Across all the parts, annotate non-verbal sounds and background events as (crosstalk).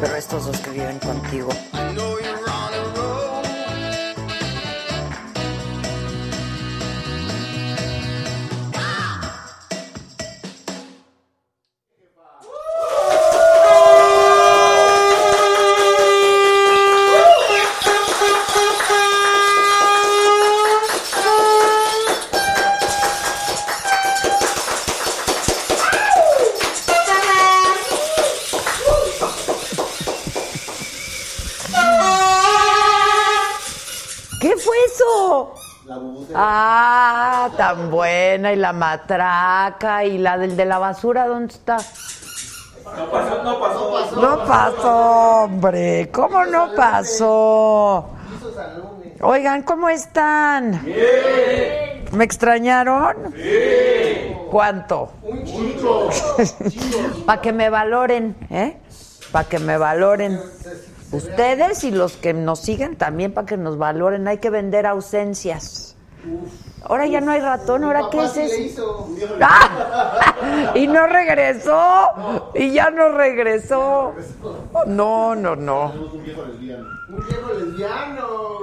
Pero estos dos que viven contigo. ¿Qué fue eso? Ah, tan buena. Y la matraca. Y la del de la basura, ¿dónde está? No pasó, no pasó. No pasó, hombre. ¿Cómo no pasó? Oigan, ¿cómo están? ¿Me extrañaron? ¿Cuánto? (laughs) Para que me valoren, ¿eh? Para que me valoren. Ustedes y los que nos siguen también para que nos valoren. Hay que vender ausencias. Ahora ya no hay ratón, ahora qué es eso. (laughs) ¡Ah! Y no regresó. Y ya no regresó. No, no, no.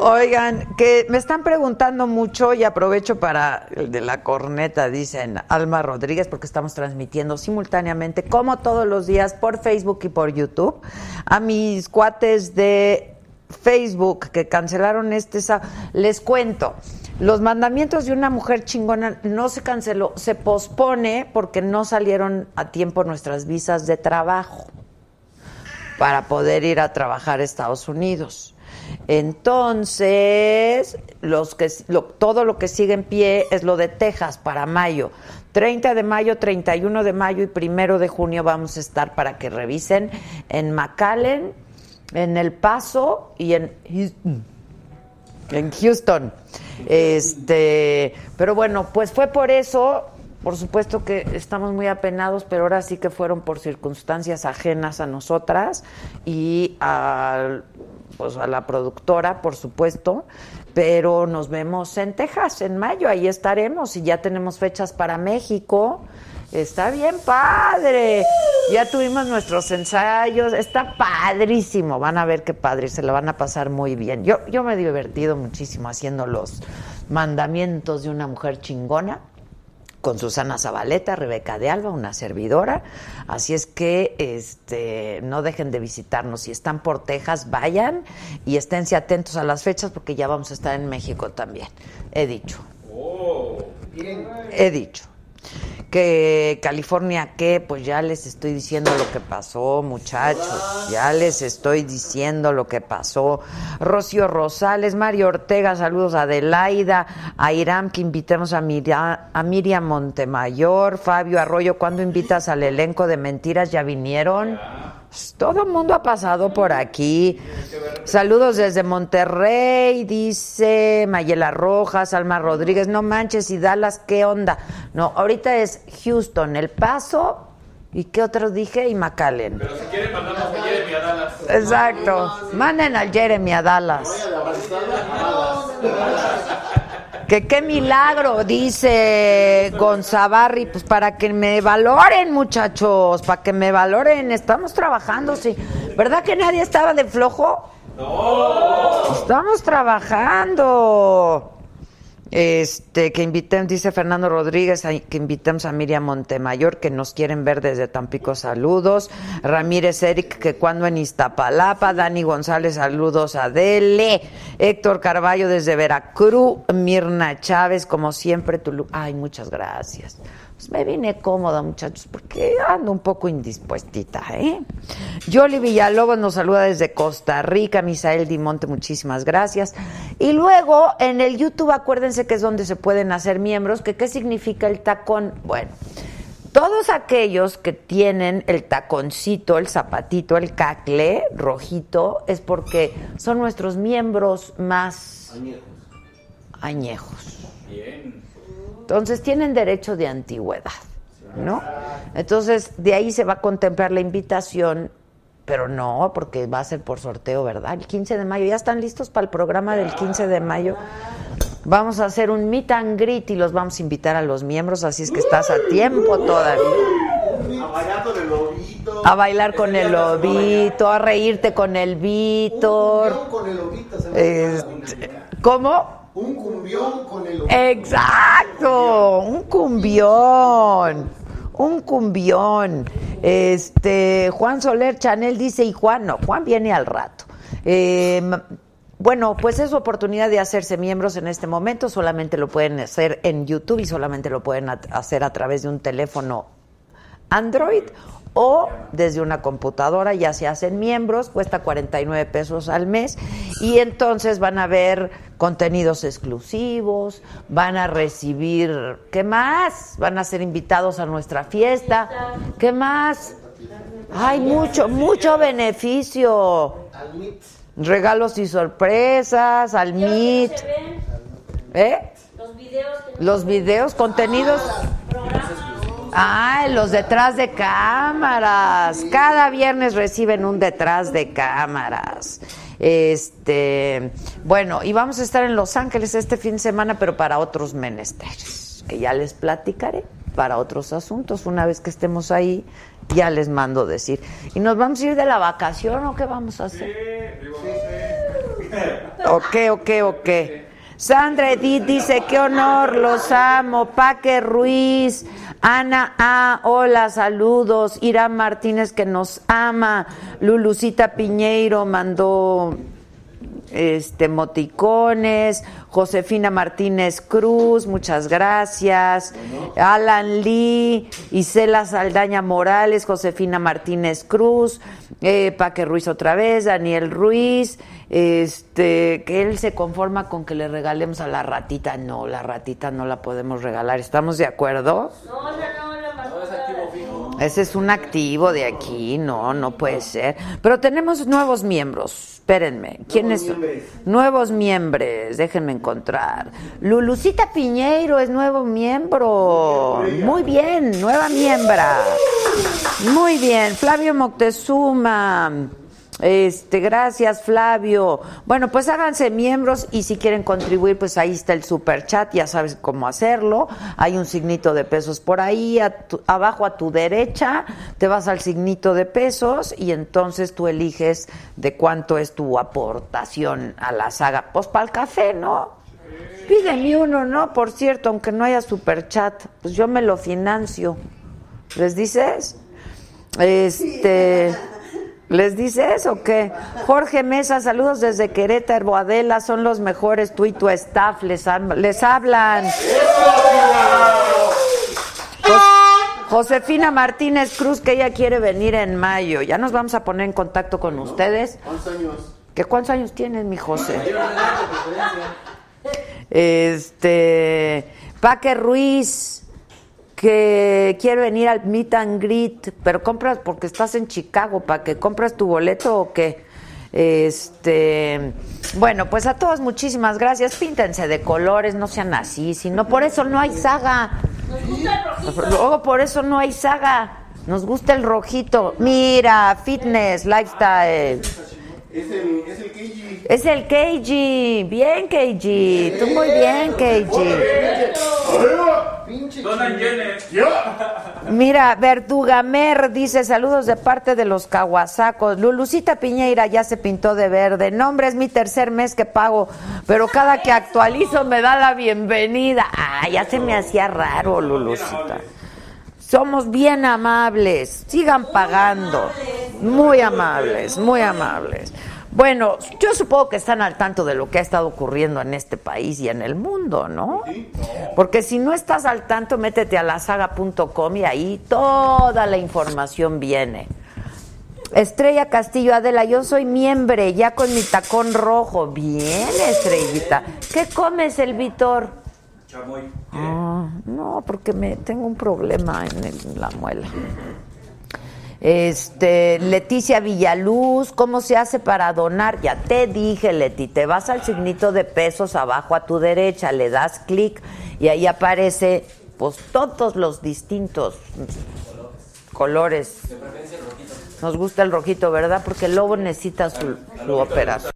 Oigan, que me están preguntando mucho y aprovecho para el de la corneta, dicen Alma Rodríguez, porque estamos transmitiendo simultáneamente, como todos los días, por Facebook y por YouTube, a mis cuates de Facebook que cancelaron este sábado. Les cuento, los mandamientos de una mujer chingona no se canceló, se pospone porque no salieron a tiempo nuestras visas de trabajo para poder ir a trabajar a Estados Unidos. Entonces, los que, lo- todo lo que sigue en pie es lo de Texas para mayo. 30 de mayo, 31 de mayo y 1 de junio vamos a estar para que revisen en McAllen, en El Paso y en Houston. En Houston. Este, pero bueno, pues fue por eso. Por supuesto que estamos muy apenados, pero ahora sí que fueron por circunstancias ajenas a nosotras y al- pues a la productora, por supuesto. Pero nos vemos en Texas en mayo, ahí estaremos y ya tenemos fechas para México. Está bien padre. Ya tuvimos nuestros ensayos. Está padrísimo. Van a ver qué padre. Se la van a pasar muy bien. Yo, yo me he divertido muchísimo haciendo los mandamientos de una mujer chingona con Susana Zabaleta, Rebeca de Alba, una servidora. Así es que este, no dejen de visitarnos. Si están por Texas, vayan y esténse atentos a las fechas porque ya vamos a estar en México también. He dicho. He dicho. Que California, ¿qué? Pues ya les estoy diciendo lo que pasó, muchachos. Ya les estoy diciendo lo que pasó. Rocío Rosales, Mario Ortega, saludos a Adelaida, a Irán, que invitemos a, Miria- a Miriam Montemayor, Fabio Arroyo, ¿cuándo invitas al elenco de mentiras? ¿Ya vinieron? Pues, Todo el mundo ha pasado por aquí. Saludos desde Monterrey, dice Mayela Rojas, Alma Rodríguez. No manches, y Dallas, ¿qué onda? No, ahorita es Houston, El Paso, ¿y qué otro dije? Y McAllen. Pero si quieren, mandamos a Jeremy a Dallas. Exacto. Manden al Jeremy a Dallas. Que qué milagro, dice Gonzabarri, pues para que me valoren, muchachos, para que me valoren, estamos trabajando, sí. ¿Verdad que nadie estaba de flojo? ¡No! Estamos trabajando. Este, que invitemos, dice Fernando Rodríguez, a- que invitemos a Miriam Montemayor, que nos quieren ver desde Tampico, saludos. Ramírez Eric, que cuando en Iztapalapa. Dani González, saludos a Dele. Héctor Carballo desde Veracruz. Mirna Chávez, como siempre, Tulu. Ay, muchas gracias. Pues me vine cómoda, muchachos, porque ando un poco indispuestita, ¿eh? Yoli Villalobos nos saluda desde Costa Rica, Misael Dimonte, muchísimas gracias. Y luego, en el YouTube, acuérdense que es donde se pueden hacer miembros, que qué significa el tacón. Bueno, todos aquellos que tienen el taconcito, el zapatito, el cacle rojito, es porque son nuestros miembros más añejos. Entonces tienen derecho de antigüedad, ¿no? Entonces de ahí se va a contemplar la invitación, pero no, porque va a ser por sorteo, ¿verdad? El 15 de mayo. ¿Ya están listos para el programa del 15 de mayo? Vamos a hacer un meet and greet y los vamos a invitar a los miembros, así es que estás a tiempo todavía. A bailar con el lobito, a reírte con el Víctor. con el lobito, se me Este, ¿Cómo? Un cumbión con el lobito. Exacto, un cumbión, un cumbión. Este Juan Soler Chanel dice y Juan no, Juan viene al rato. Eh, bueno, pues es su oportunidad de hacerse miembros en este momento. Solamente lo pueden hacer en YouTube y solamente lo pueden at- hacer a través de un teléfono Android o desde una computadora, ya se hacen miembros, cuesta 49 pesos al mes y entonces van a ver contenidos exclusivos, van a recibir, ¿qué más? Van a ser invitados a nuestra fiesta, ¿qué más? Hay mucho, mucho beneficio. Regalos y sorpresas, al MIT, Se ven ¿eh? los videos que Los videos, contenidos. Ah, los detrás de cámaras. Cada viernes reciben un detrás de cámaras. Este, bueno, y vamos a estar en Los Ángeles este fin de semana, pero para otros menesteres, que ya les platicaré para otros asuntos. Una vez que estemos ahí, ya les mando decir. ¿Y nos vamos a ir de la vacación o qué vamos a hacer? Ok, ok, ok. Sandra Edith dice, qué honor, los amo. Paque Ruiz, Ana A, hola, saludos. Irán Martínez que nos ama. Lulucita Piñeiro mandó este moticones, Josefina Martínez Cruz, muchas gracias, Alan Lee, Isela Saldaña Morales, Josefina Martínez Cruz, eh, Paque Ruiz otra vez, Daniel Ruiz, este, que él se conforma con que le regalemos a la ratita, no, la ratita no la podemos regalar, ¿estamos de acuerdo? no, o sea, no, la mascota. Ese es un activo de aquí, no, no puede ser. Pero tenemos nuevos miembros, espérenme. ¿Quiénes son? Nuevos miembros, déjenme encontrar. Lulucita Piñeiro es nuevo miembro. Muy bien, nueva miembra. Muy bien, Flavio Moctezuma. Este, gracias Flavio. Bueno, pues háganse miembros y si quieren contribuir, pues ahí está el super chat, ya sabes cómo hacerlo. Hay un signito de pesos por ahí, a tu- abajo a tu derecha, te vas al signito de pesos y entonces tú eliges de cuánto es tu aportación a la saga. Pues para el café, ¿no? Pídeme uno, ¿no? Por cierto, aunque no haya super chat, pues yo me lo financio. ¿Les dices? Este. ¿Les dices o qué? Jorge Mesa, saludos desde Querétaro, Adela, son los mejores, tú y tu staff les, am- les hablan. Jos- Josefina Martínez Cruz, que ella quiere venir en mayo. Ya nos vamos a poner en contacto con ustedes. ¿Cuántos años? ¿Qué cuántos años tienes, mi José? Este. Paque Ruiz, que quiere venir al meet and greet, pero compras porque estás en Chicago, ¿para que compras tu boleto o qué? Este. Bueno, pues a todos muchísimas gracias. Píntense de colores, no sean así, sino por eso no hay saga. Luego por eso no hay saga. Nos gusta el rojito. Mira, fitness, lifestyle. Es el, es el KG. Es el KG. Bien, KG. Tú muy bien, KG. Pinche Donan Jenner. Mira, Verdugamer dice saludos de parte de los caguasacos. Lulucita Piñeira ya se pintó de verde. Nombre es mi tercer mes que pago, pero cada que actualizo me da la bienvenida. Ah, ya se me hacía raro, Lulucita. Somos bien amables, sigan pagando. Muy amables, muy amables. Bueno, yo supongo que están al tanto de lo que ha estado ocurriendo en este país y en el mundo, ¿no? Porque si no estás al tanto, métete a lasaga.com y ahí toda la información viene. Estrella Castillo Adela, yo soy miembro, ya con mi tacón rojo. Bien, Estrellita. ¿Qué comes, el Vitor? Ah, no, porque me tengo un problema en, el- en la muela. Este, Leticia Villaluz, ¿cómo se hace para donar? Ya te dije, Leti, te vas al signito de pesos abajo a tu derecha, le das clic y ahí aparece pues todos los distintos colores. Nos gusta el rojito, ¿verdad? Porque el lobo necesita su, su operación.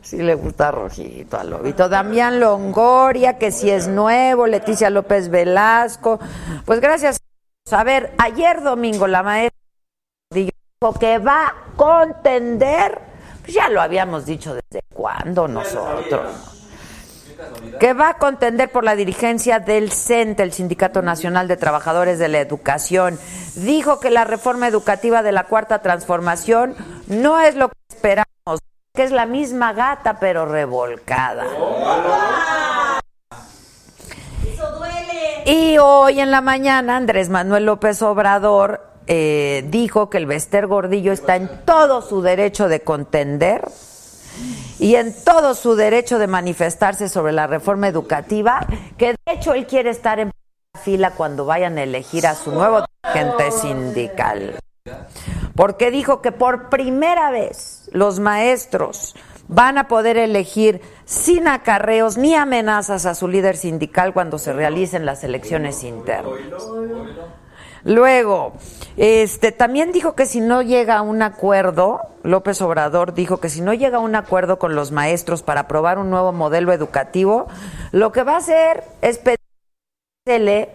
Sí le gusta rojito al lobito. Damián Longoria, que si es nuevo, Leticia López Velasco. Pues gracias. A ver, ayer domingo la maestra dijo que va a contender, pues ya lo habíamos dicho desde cuándo nosotros. ¿no? Que va a contender por la dirigencia del CENTE, el Sindicato Nacional de Trabajadores de la Educación. Dijo que la reforma educativa de la Cuarta Transformación no es lo que esperamos, que es la misma gata pero revolcada. Eso duele. Y hoy en la mañana Andrés Manuel López Obrador eh, dijo que el Bester Gordillo está en todo su derecho de contender y en todo su derecho de manifestarse sobre la reforma educativa, que de hecho él quiere estar en fila cuando vayan a elegir a su nuevo dirigente sindical. Porque dijo que por primera vez los maestros van a poder elegir sin acarreos ni amenazas a su líder sindical cuando se realicen las elecciones internas. Luego, este también dijo que si no llega a un acuerdo, López Obrador dijo que si no llega a un acuerdo con los maestros para aprobar un nuevo modelo educativo, lo que va a hacer es pedirle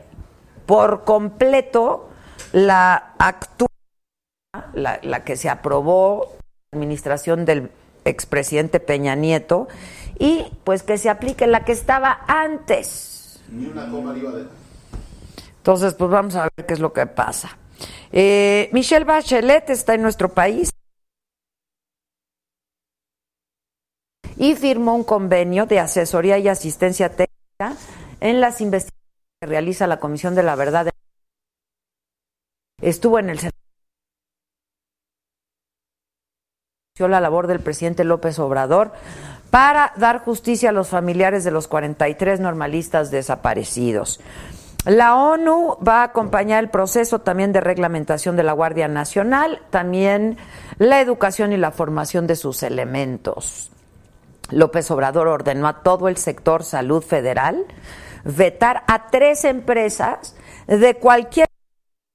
por completo la actual la, la que se aprobó la administración del expresidente Peña Nieto y pues que se aplique la que estaba antes. Entonces, pues vamos a ver qué es lo que pasa. Eh, Michelle Bachelet está en nuestro país y firmó un convenio de asesoría y asistencia técnica en las investigaciones que realiza la Comisión de la Verdad. Estuvo en el Senado. inició la labor del presidente López Obrador para dar justicia a los familiares de los 43 normalistas desaparecidos. La ONU va a acompañar el proceso también de reglamentación de la Guardia Nacional, también la educación y la formación de sus elementos. López Obrador ordenó a todo el sector salud federal vetar a tres empresas de cualquier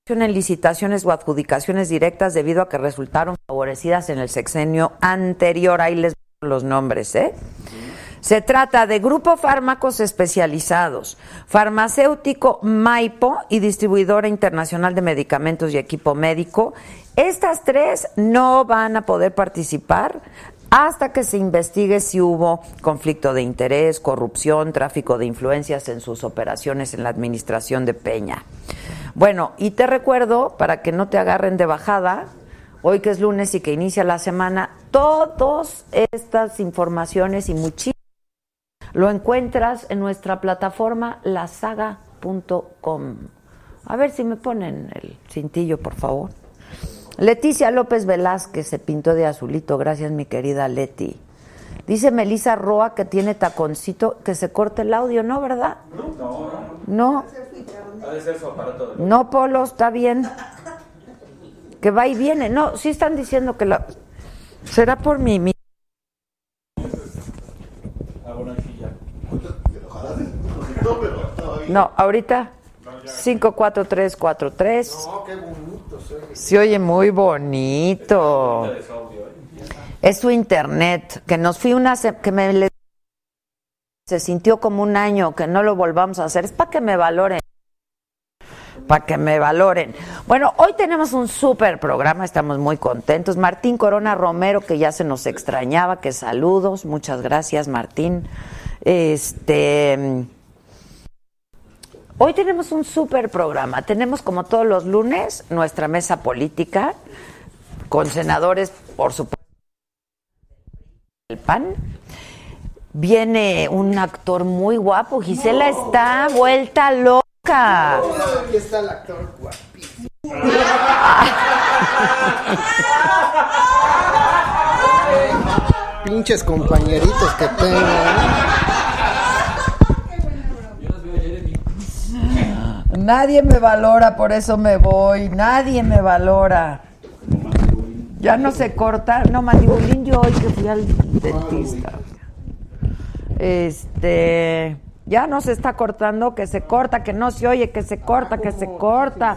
en licitaciones o adjudicaciones directas debido a que resultaron favorecidas en el sexenio anterior. Ahí les doy los nombres, ¿eh? Se trata de Grupo Fármacos Especializados, Farmacéutico Maipo y Distribuidora Internacional de Medicamentos y Equipo Médico. Estas tres no van a poder participar hasta que se investigue si hubo conflicto de interés, corrupción, tráfico de influencias en sus operaciones en la administración de Peña. Bueno, y te recuerdo, para que no te agarren de bajada, hoy que es lunes y que inicia la semana, todas estas informaciones y muchísimas lo encuentras en nuestra plataforma lasaga.com. A ver si me ponen el cintillo, por favor. Leticia López Velázquez se pintó de azulito, gracias mi querida Leti. Dice Melisa Roa que tiene taconcito, que se corte el audio, ¿no, verdad? No. No, Polo, está bien. Que va y viene. No, sí están diciendo que la... Será por mi... mi- No, ahorita... 54343. No, qué bonito se oye. muy bonito. Es su internet, que nos fui una se- que me le- se sintió como un año, que no lo volvamos a hacer. Es para que me valoren. para que me valoren. Bueno, hoy tenemos un súper programa, estamos muy contentos. Martín Corona Romero, que ya se nos extrañaba, que saludos, muchas gracias Martín. Este... Hoy tenemos un súper programa. Tenemos como todos los lunes nuestra mesa política con senadores, por supuesto, el PAN. Viene un actor muy guapo. Gisela está vuelta loca. Aquí está el actor guapísimo. Pinches compañeritos que tengo. ¿eh? Nadie me valora, por eso me voy. Nadie me valora. Ya no se corta. No, mandibulín yo hoy que fui al dentista. Este. Ya no se está cortando, que se corta, que no se oye, que se corta, que se corta.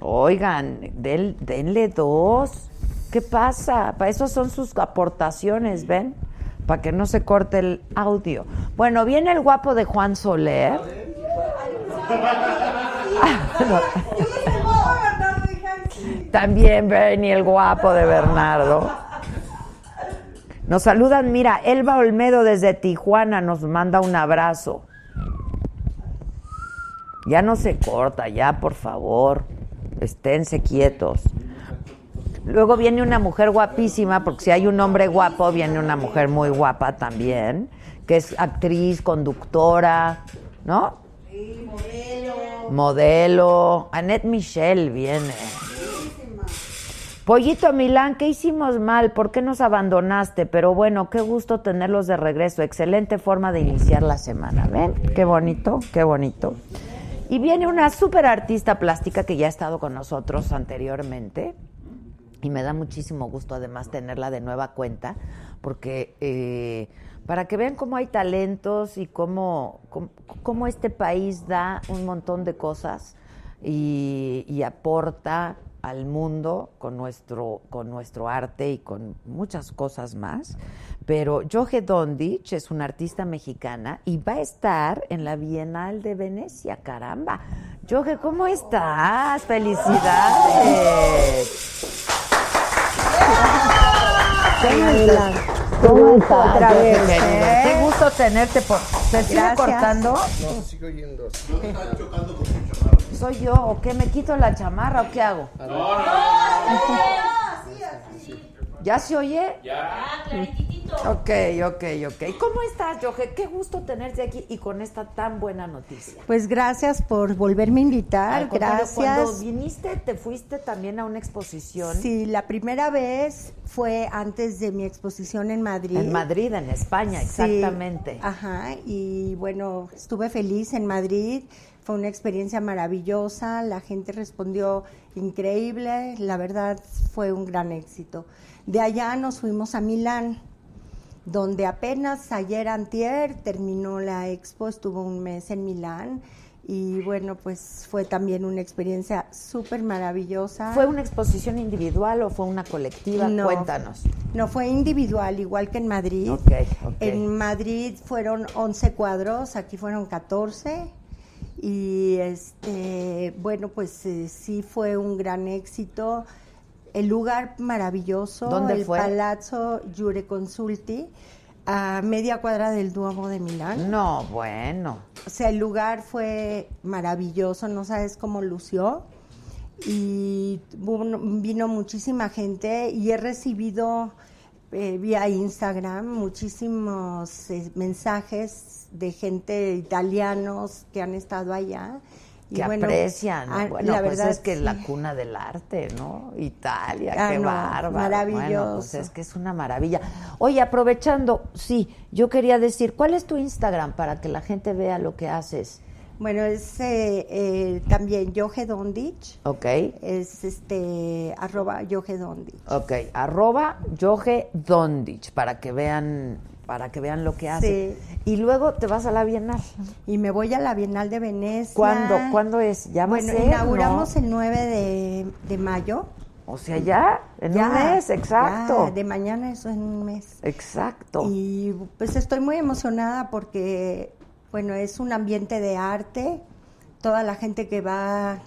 Oigan, del- denle dos. ¿Qué pasa? Para eso son sus aportaciones, ¿ven? Para que no se corte el audio. Bueno, viene el guapo de Juan Soler. Yo dije, no, Bernardo, dije, ay, sí. También ven y el guapo de Bernardo. Nos saludan, mira, Elba Olmedo desde Tijuana nos manda un abrazo. Ya no se corta, ya, por favor. Esténse quietos. Luego viene una mujer guapísima, porque si hay un hombre guapo, viene una mujer muy guapa también, que es actriz, conductora, ¿no? Modelo. Annette Michelle viene. Pollito Milán, ¿qué hicimos mal? ¿Por qué nos abandonaste? Pero bueno, qué gusto tenerlos de regreso. Excelente forma de iniciar la semana. ¿Ven? Qué bonito, qué bonito. Y viene una súper artista plástica que ya ha estado con nosotros anteriormente. Y me da muchísimo gusto además tenerla de nueva cuenta, porque eh, para que vean cómo hay talentos y cómo, cómo, cómo este país da un montón de cosas y, y aporta al mundo con nuestro, con nuestro arte y con muchas cosas más. Pero Joge Dondich es una artista mexicana y va a estar en la Bienal de Venecia, caramba. Joge, ¿cómo estás? ¡Felicidades! ¿Cómo estás? ¿Cómo estás? Otra vez. ¿eh? Qué gusto tenerte. Por... ¿Te sigue cortando? No, sigo yendo. ¿Soy yo o qué? ¿Me quito la chamarra o qué hago? Así, así. ¿Ya se oye? Ah, clarititito. Ok, ok, ok. ¿Cómo estás, Jorge? Qué gusto tenerte aquí y con esta tan buena noticia. Pues gracias por volverme a invitar, Al contrario, Cuando Ah, gracias. viniste, te fuiste también a una exposición Sí, la primera vez fue antes de mi exposición en Madrid. en Madrid, en España, Sí, exactamente. Ajá, y bueno, estuve feliz en Madrid, fue una experiencia maravillosa, la gente respondió increíble, la verdad fue un gran éxito. De allá nos fuimos a Milán, donde apenas ayer antier terminó la expo, estuvo un mes en Milán y bueno, pues fue también una experiencia súper maravillosa. ¿Fue una exposición individual o fue una colectiva? No. Cuéntanos. No, fue individual, igual que en Madrid. Ok, ok. En Madrid fueron 11 cuadros, aquí fueron 14. Y este, bueno, pues eh, sí fue un gran éxito. El lugar maravilloso, ¿Dónde el fue? Palazzo Giure Consulti, a media cuadra del Duomo de Milán. No, bueno. O sea, el lugar fue maravilloso, no sabes cómo lució. Y vino, vino muchísima gente y he recibido eh, vía Instagram muchísimos eh, mensajes de gente italianos que han estado allá. Y que bueno, aprecian. ah, bueno, la pues verdad es que es sí. la cuna del arte, ¿no? Italia, Ah, qué no, bárbaro. Bueno, pues maravilloso. es que es una maravilla. Oye, aprovechando, sí, yo quería decir, ¿cuál es tu Instagram para que la gente vea lo que haces? Bueno, es eh, eh, también Yoge Dondich, ¿Ok? es este, arroba Yoge Dondich. Ok, arroba Yoge Dondich, para que vean para que vean lo que haces. Y luego te vas a la Bienal. Y me voy a la Bienal de Venecia. ¿Cuándo? ¿Cuándo es? Ya va a Bueno, ser, inauguramos ¿no? el 9 de, de mayo. O sea, ya, en Ya, un mes, exacto. ya, de mañana eso en un mes. Exacto. Y pues estoy muy emocionada porque, bueno, es un ambiente de arte. toda la gente que va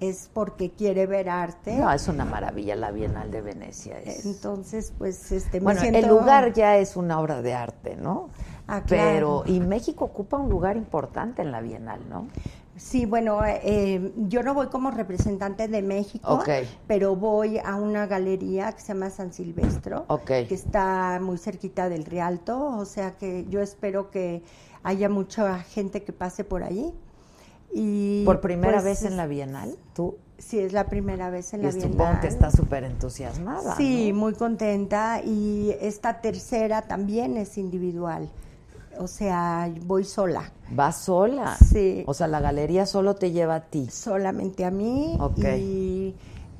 es porque quiere ver arte. No, es una maravilla la Bienal de Venecia. es- Entonces, pues, este, me bueno, el siento- lugar ya es una obra de arte, ¿no? Ah, Pero, claro. y México ocupa un lugar importante en la Bienal, ¿no? Sí, bueno, eh, yo no voy como representante de México, Ok. pero voy a una galería que se llama San Silvestro, Ok. que está muy cerquita del Rialto, o sea que yo espero que haya mucha gente que pase por allí. Y Por primera pues, vez en es- la Bienal, tú. Sí, es la primera vez en Y la supongo que Bienal. estás súper entusiasmada. Sí, ¿no? muy contenta. Y esta tercera también es individual. O sea, voy sola. Vas sola. Sí. O sea, la galería solo te lleva a ti. Solamente a mí. Ok. Y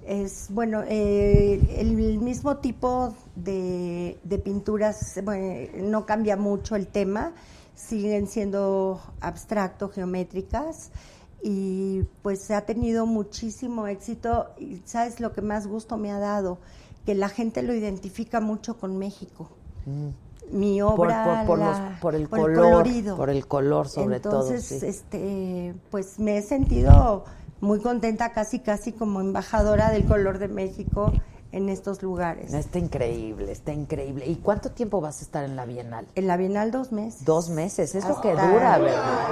es, bueno, eh, el, mismo tipo de, de pinturas, bueno, no cambia mucho el tema. Siguen siendo abstracto, geométricas. Y pues ha tenido muchísimo éxito. Y sabes lo que más gusto me ha dado, que la gente lo identifica mucho con México. Mi Por, obra. por- por la- los- por el por color. colorido. Por el color, sobre Entonces, todo. sí. este, pues me he sentido muy contenta, casi, casi como embajadora del color de México en estos lugares. Está increíble, está increíble. ¿Y cuánto tiempo vas a estar en la Bienal? En la Bienal dos meses. Dos meses, es lo que Hasta- dura, ¿verdad?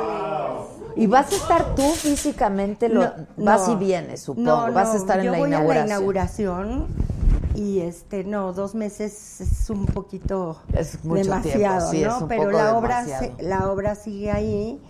Y vas a estar tú físicamente, lo, No, vas no. y vienes, supongo. No, no, vas a estar en yo la voy inauguración. a la inauguración y este, no, dos meses es un poquito Es mucho tiempo, demasiado, sí, es ¿no? un Pero poco la obra, demasiado. se- la obra sigue ahí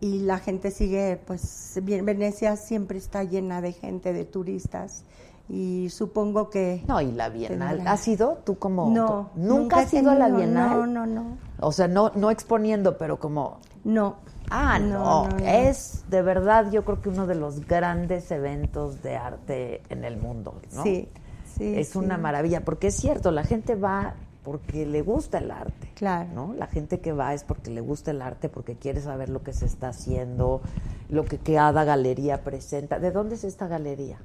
y la gente sigue, pues, bien, Venecia siempre está llena de gente, de turistas y supongo que No, y la Bienal. ah, Tendrá. ¿Has ido tú como.? No, co- ¿Nunca, has he ido a la tenido, Bienal? No, no, no. O sea, no, no exponiendo, pero como. No. Ah, no, no, no. Es de verdad, yo creo que uno de los grandes eventos de arte en el mundo, ¿no? Sí, sí. es una sí. maravilla, porque es cierto, la gente va porque le gusta el arte. Claro. ¿no? La gente que va es porque le gusta el arte, porque quiere saber lo que se está haciendo, lo que cada galería presenta. ¿De dónde es esta galería?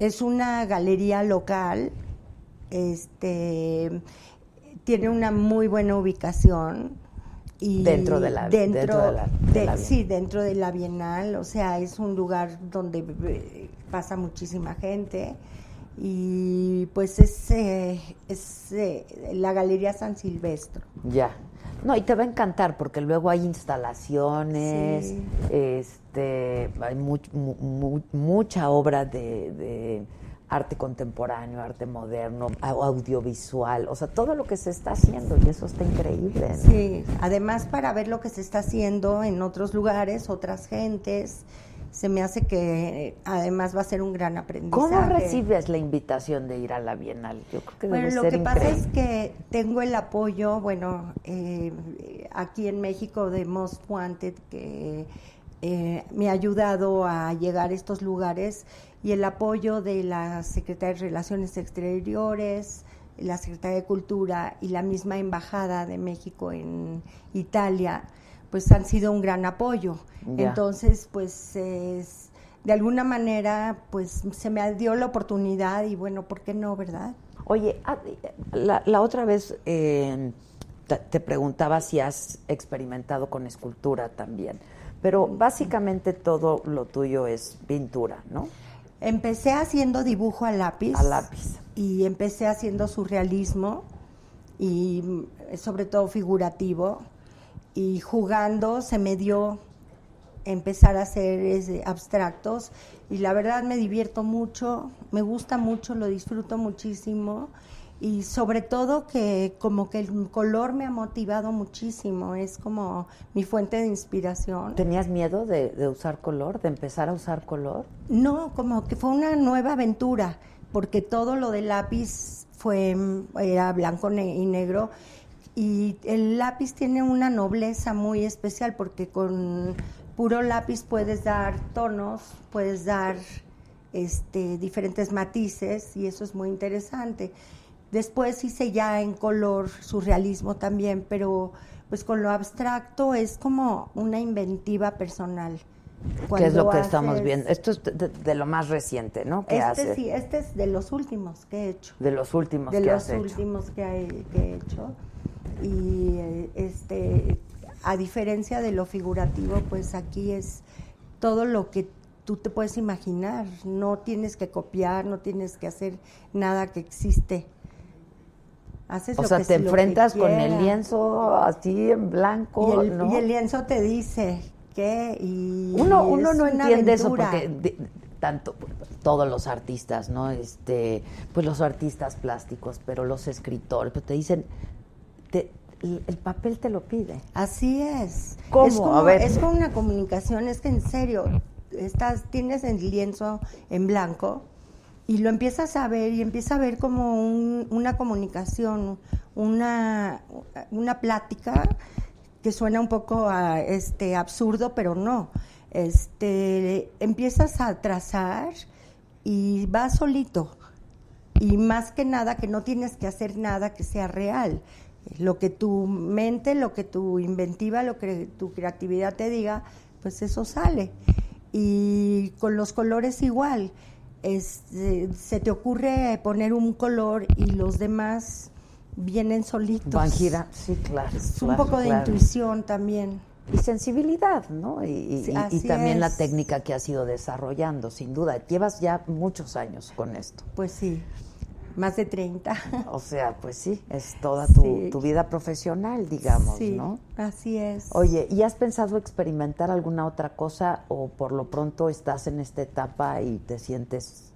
Es una galería local. Este tiene una muy buena ubicación y Dentro de la- dentro, dentro de la- de de- la sí dentro de la Bienal o sea es un lugar donde eh, pasa muchísima gente y pues es, eh, es eh, la galería San Silvestro Ya. No, y te va a encantar porque luego hay instalaciones, Sí. este, hay much- mu- mu- mucha obra de, de arte contemporáneo, arte moderno, au- audiovisual, o sea, todo lo que se está haciendo y eso está increíble. ¿no? Sí, además para ver lo que se está haciendo en otros lugares, otras gentes, se me hace que eh, además va a ser un gran aprendizaje. ¿Cómo recibes la invitación de ir a la Bienal? Yo creo que Bueno, debe lo ser que pasa es increíble. que tengo el apoyo, bueno, eh, aquí en México de Most Wanted, que eh, me ha ayudado a llegar a estos lugares, y el apoyo de la Secretaría de Relaciones Exteriores, la Secretaría de Cultura y la misma Embajada de México en Italia, pues han sido un gran apoyo. Ya. Entonces, pues es- de alguna manera, pues se me dio la oportunidad y bueno, ¿por qué no, verdad? Oye, ah, la, la otra vez eh, te- te preguntaba si has experimentado con escultura también, pero básicamente todo lo tuyo es pintura, ¿no? Empecé haciendo dibujo a lápiz. A lápiz. Y empecé haciendo surrealismo y mm, sobre todo figurativo. Y jugando se me dio empezar a hacer ese, abstractos y la verdad me divierto mucho, me gusta mucho, lo disfruto muchísimo y sobre todo que como que el color me ha motivado muchísimo, es como mi fuente de inspiración. ¿Tenías miedo de, de usar color, de empezar a usar color? No, como que fue una nueva aventura, porque todo lo del lápiz fue mm, era blanco ne- y negro y el lápiz tiene una nobleza muy especial porque con puro lápiz puedes dar tonos, puedes dar este diferentes matices y eso es muy interesante. Después hice ya en color surrealismo también, pero pues con lo abstracto es como una inventiva personal. que es lo Cuando que estamos haces- viendo. Esto es de, de lo más reciente, ¿no? Que este haces. sí, este es de los últimos que he hecho. De los últimos De que los has hecho. últimos que, hay- que he hecho. Y eh, este, a diferencia de lo figurativo, pues aquí es todo lo que tú te puedes imaginar. No tienes que copiar, no tienes que hacer nada que existe. Haces O lo sea, que- te lo que enfrentas con el quieras. lienzo así en Y blanco, el, ¿no? y el lienzo te dice que y uno y uno Mm, es no una entiende eso aventura. porque de- tanto todos los artistas, ¿no? Este, pues los artistas plásticos, pero los escritores, pues te dicen te- el el papel te lo pide. Así es. ¿Cómo? Es como, A ver. es como una comunicación, es que en serio, estás, tienes el lienzo en blanco y lo empiezas a ver y empieza a ver como un- una comunicación, una, una plática que suena un poco a, este absurdo, pero no. Este empiezas a trazar y va solito. Y más que nada que no tienes que hacer nada que sea real. Lo que tu mente, lo que tu inventiva, lo que tu creatividad te diga, pues eso sale. Y con los colores igual. Es, eh, se te ocurre poner un color y los demás vienen solitos. Van gira- sí, claro. Es un claro, poco de claro. intuición también. y sensibilidad, ¿no? Y, y- Sí, y- y así también la es. técnica que has ido desarrollando, sin duda. Llevas ya muchos años con esto. Pues sí, más de 30. O sea, pues sí, es toda tu, Sí. tu vida profesional, digamos, sí, ¿no? así es. Oye, ¿y has pensado experimentar alguna otra cosa o por lo pronto estás en esta etapa y te sientes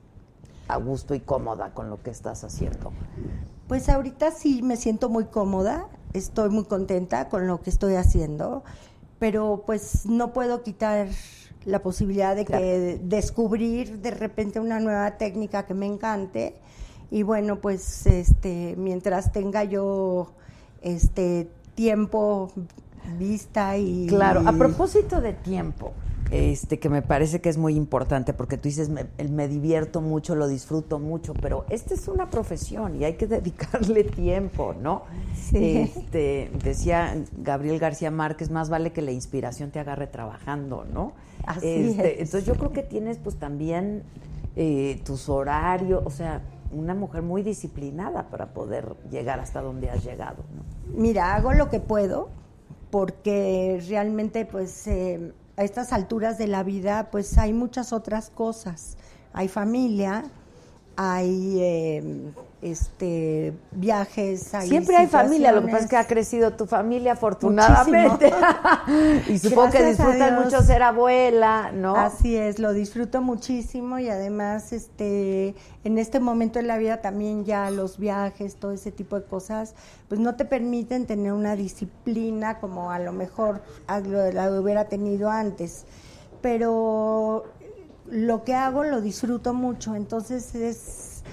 a gusto y cómoda con lo que estás haciendo? Pues ahorita sí me siento muy cómoda, estoy muy contenta con lo que estoy haciendo, pero pues no puedo quitar la posibilidad de que descubrir de repente una nueva técnica que me encante y bueno, pues este mientras tenga yo este tiempo vista y Claro, a propósito de tiempo, este que me parece que es muy importante porque tú dices me, el- me divierto mucho, lo disfruto mucho, pero esta es una profesión y hay que (laughs) dedicarle tiempo, ¿no? Sí. Este, decía Gabriel García Márquez, más vale que la inspiración te agarre trabajando, ¿no? Así Este, es. Entonces yo creo que tienes pues también eh, tus horarios, o sea, una mujer muy disciplinada para poder llegar hasta donde has llegado, ¿no? Mira, hago lo que puedo porque realmente pues eh, a estas alturas de la vida pues hay muchas otras cosas. Hay familia, hay eh, este viajes, hay Siempre hay familia, lo que pasa es que ha situaciones. crecido tu familia afortunadamente. (laughs) (gasps) y supongo que Gracias a disfrutas Dios. mucho ser abuela, ¿no? Así es, lo disfruto muchísimo y además este en este momento en la vida también ya los viajes, todo ese tipo de cosas, pues no te permiten tener una disciplina como a lo mejor a- lo- la hubiera tenido antes. Pero lo que hago lo disfruto mucho, entonces es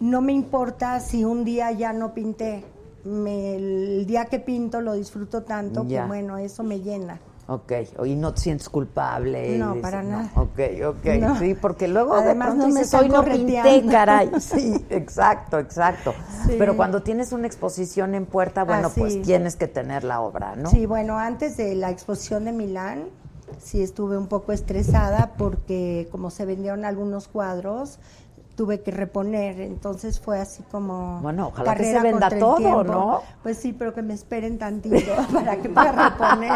no me importa si un día ya no pinté. Me- el día que pinto lo disfruto tanto Ya. que bueno, eso me llena. Ok, o- y no te sientes culpable. y No, dices, para "No". nada. Ok, ok, No. sí, porque luego Además, de pronto no me dices, están hoy no pinté, correteando". caray. (laughs) Sí, exacto, exacto. Sí. Pero cuando tienes una exposición en puerta, bueno, Así. pues tienes que tener la obra, ¿no? Sí, bueno, antes de la exposición de Milán, sí estuve un poco estresada porque como se vendieron algunos cuadros, tuve que reponer, entonces fue así como Bueno, ojalá que se carrera venda contra el todo, tiempo. ¿no? Pues sí, pero que me esperen tantito (laughs) para que pueda reponer.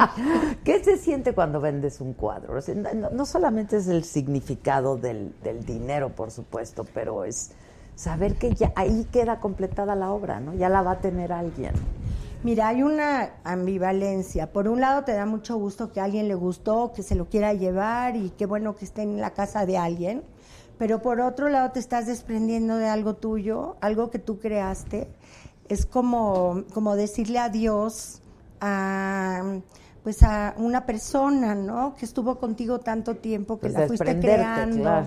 ¿Qué se siente cuando vendes un cuadro? O sea, no, no solamente es el significado del, del dinero, por supuesto, pero es saber que ya ahí queda completada la obra, ¿no? Ya la va a tener alguien. Mira, hay una ambivalencia. Por un lado, te da mucho gusto que a alguien le gustó, que se lo quiera llevar y qué bueno que esté en la casa de alguien. Pero por otro lado, te estás desprendiendo de algo tuyo, algo que tú creaste. Es como, como decirle adiós a pues a una persona, ¿no? Que estuvo contigo tanto tiempo, que Pues la fuiste desprenderte, creando. claro.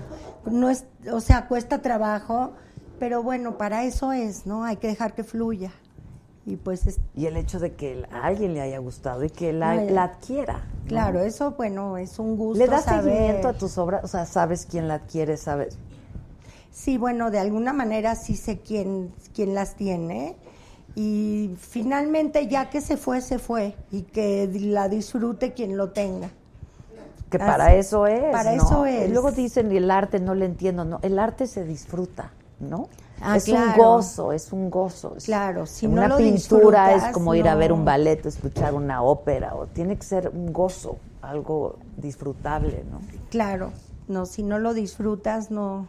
No es, o sea, cuesta trabajo, pero bueno, para eso es, ¿no? Hay que dejar que fluya. Y pues es, Y el hecho de que a alguien le haya gustado y que la, No, ya. la adquiera. ¿no? Claro, eso, bueno, es un gusto. ¿Le das saber. seguimiento a tus obras? O sea, sabes quién la adquiere, sabes. Sí, bueno, de alguna manera sí sé quién, quién las tiene. Y finalmente, ya que se fue, se fue. Y que la disfrute quien lo tenga. Que Así- para eso es. para ¿no? eso es. Luego dicen, el arte no le entiendo. No, el arte se disfruta, ¿no? Ah, es un claro. gozo, es un gozo. Es- Claro, si no una lo pintura es disfrutas, como ir a ver un no. ballet, escuchar una ópera, o tiene que ser un gozo, algo disfrutable, ¿no? Claro, no, si no lo disfrutas, no,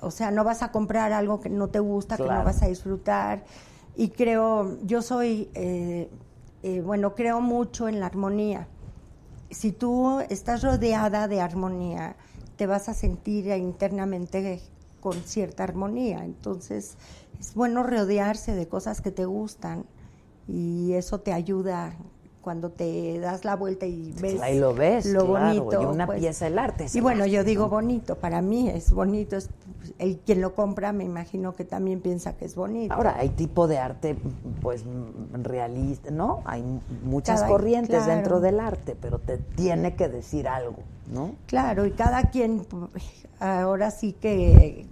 o sea, no vas a comprar algo que no te gusta, que Claro. no vas a disfrutar. Y creo, yo soy, eh, eh, bueno, creo mucho en la armonía. Si tú estás rodeada de armonía, te vas a sentir internamente con cierta armonía. Entonces, es bueno rodearse de cosas que te gustan y eso te ayuda cuando te das la vuelta y ves Ahí lo ves, lo claro, bonito pues. y una pieza del arte es y bueno arte, yo digo bonito para mí es bonito es el quien lo compra me imagino que también piensa que es bonito Ahora, hay tipo de arte, pues, m- realista, ¿no? Hay m- muchas Cada- corrientes claro. dentro del arte, pero te tiene que decir algo, ¿no? Claro, y cada quien, ahora sí que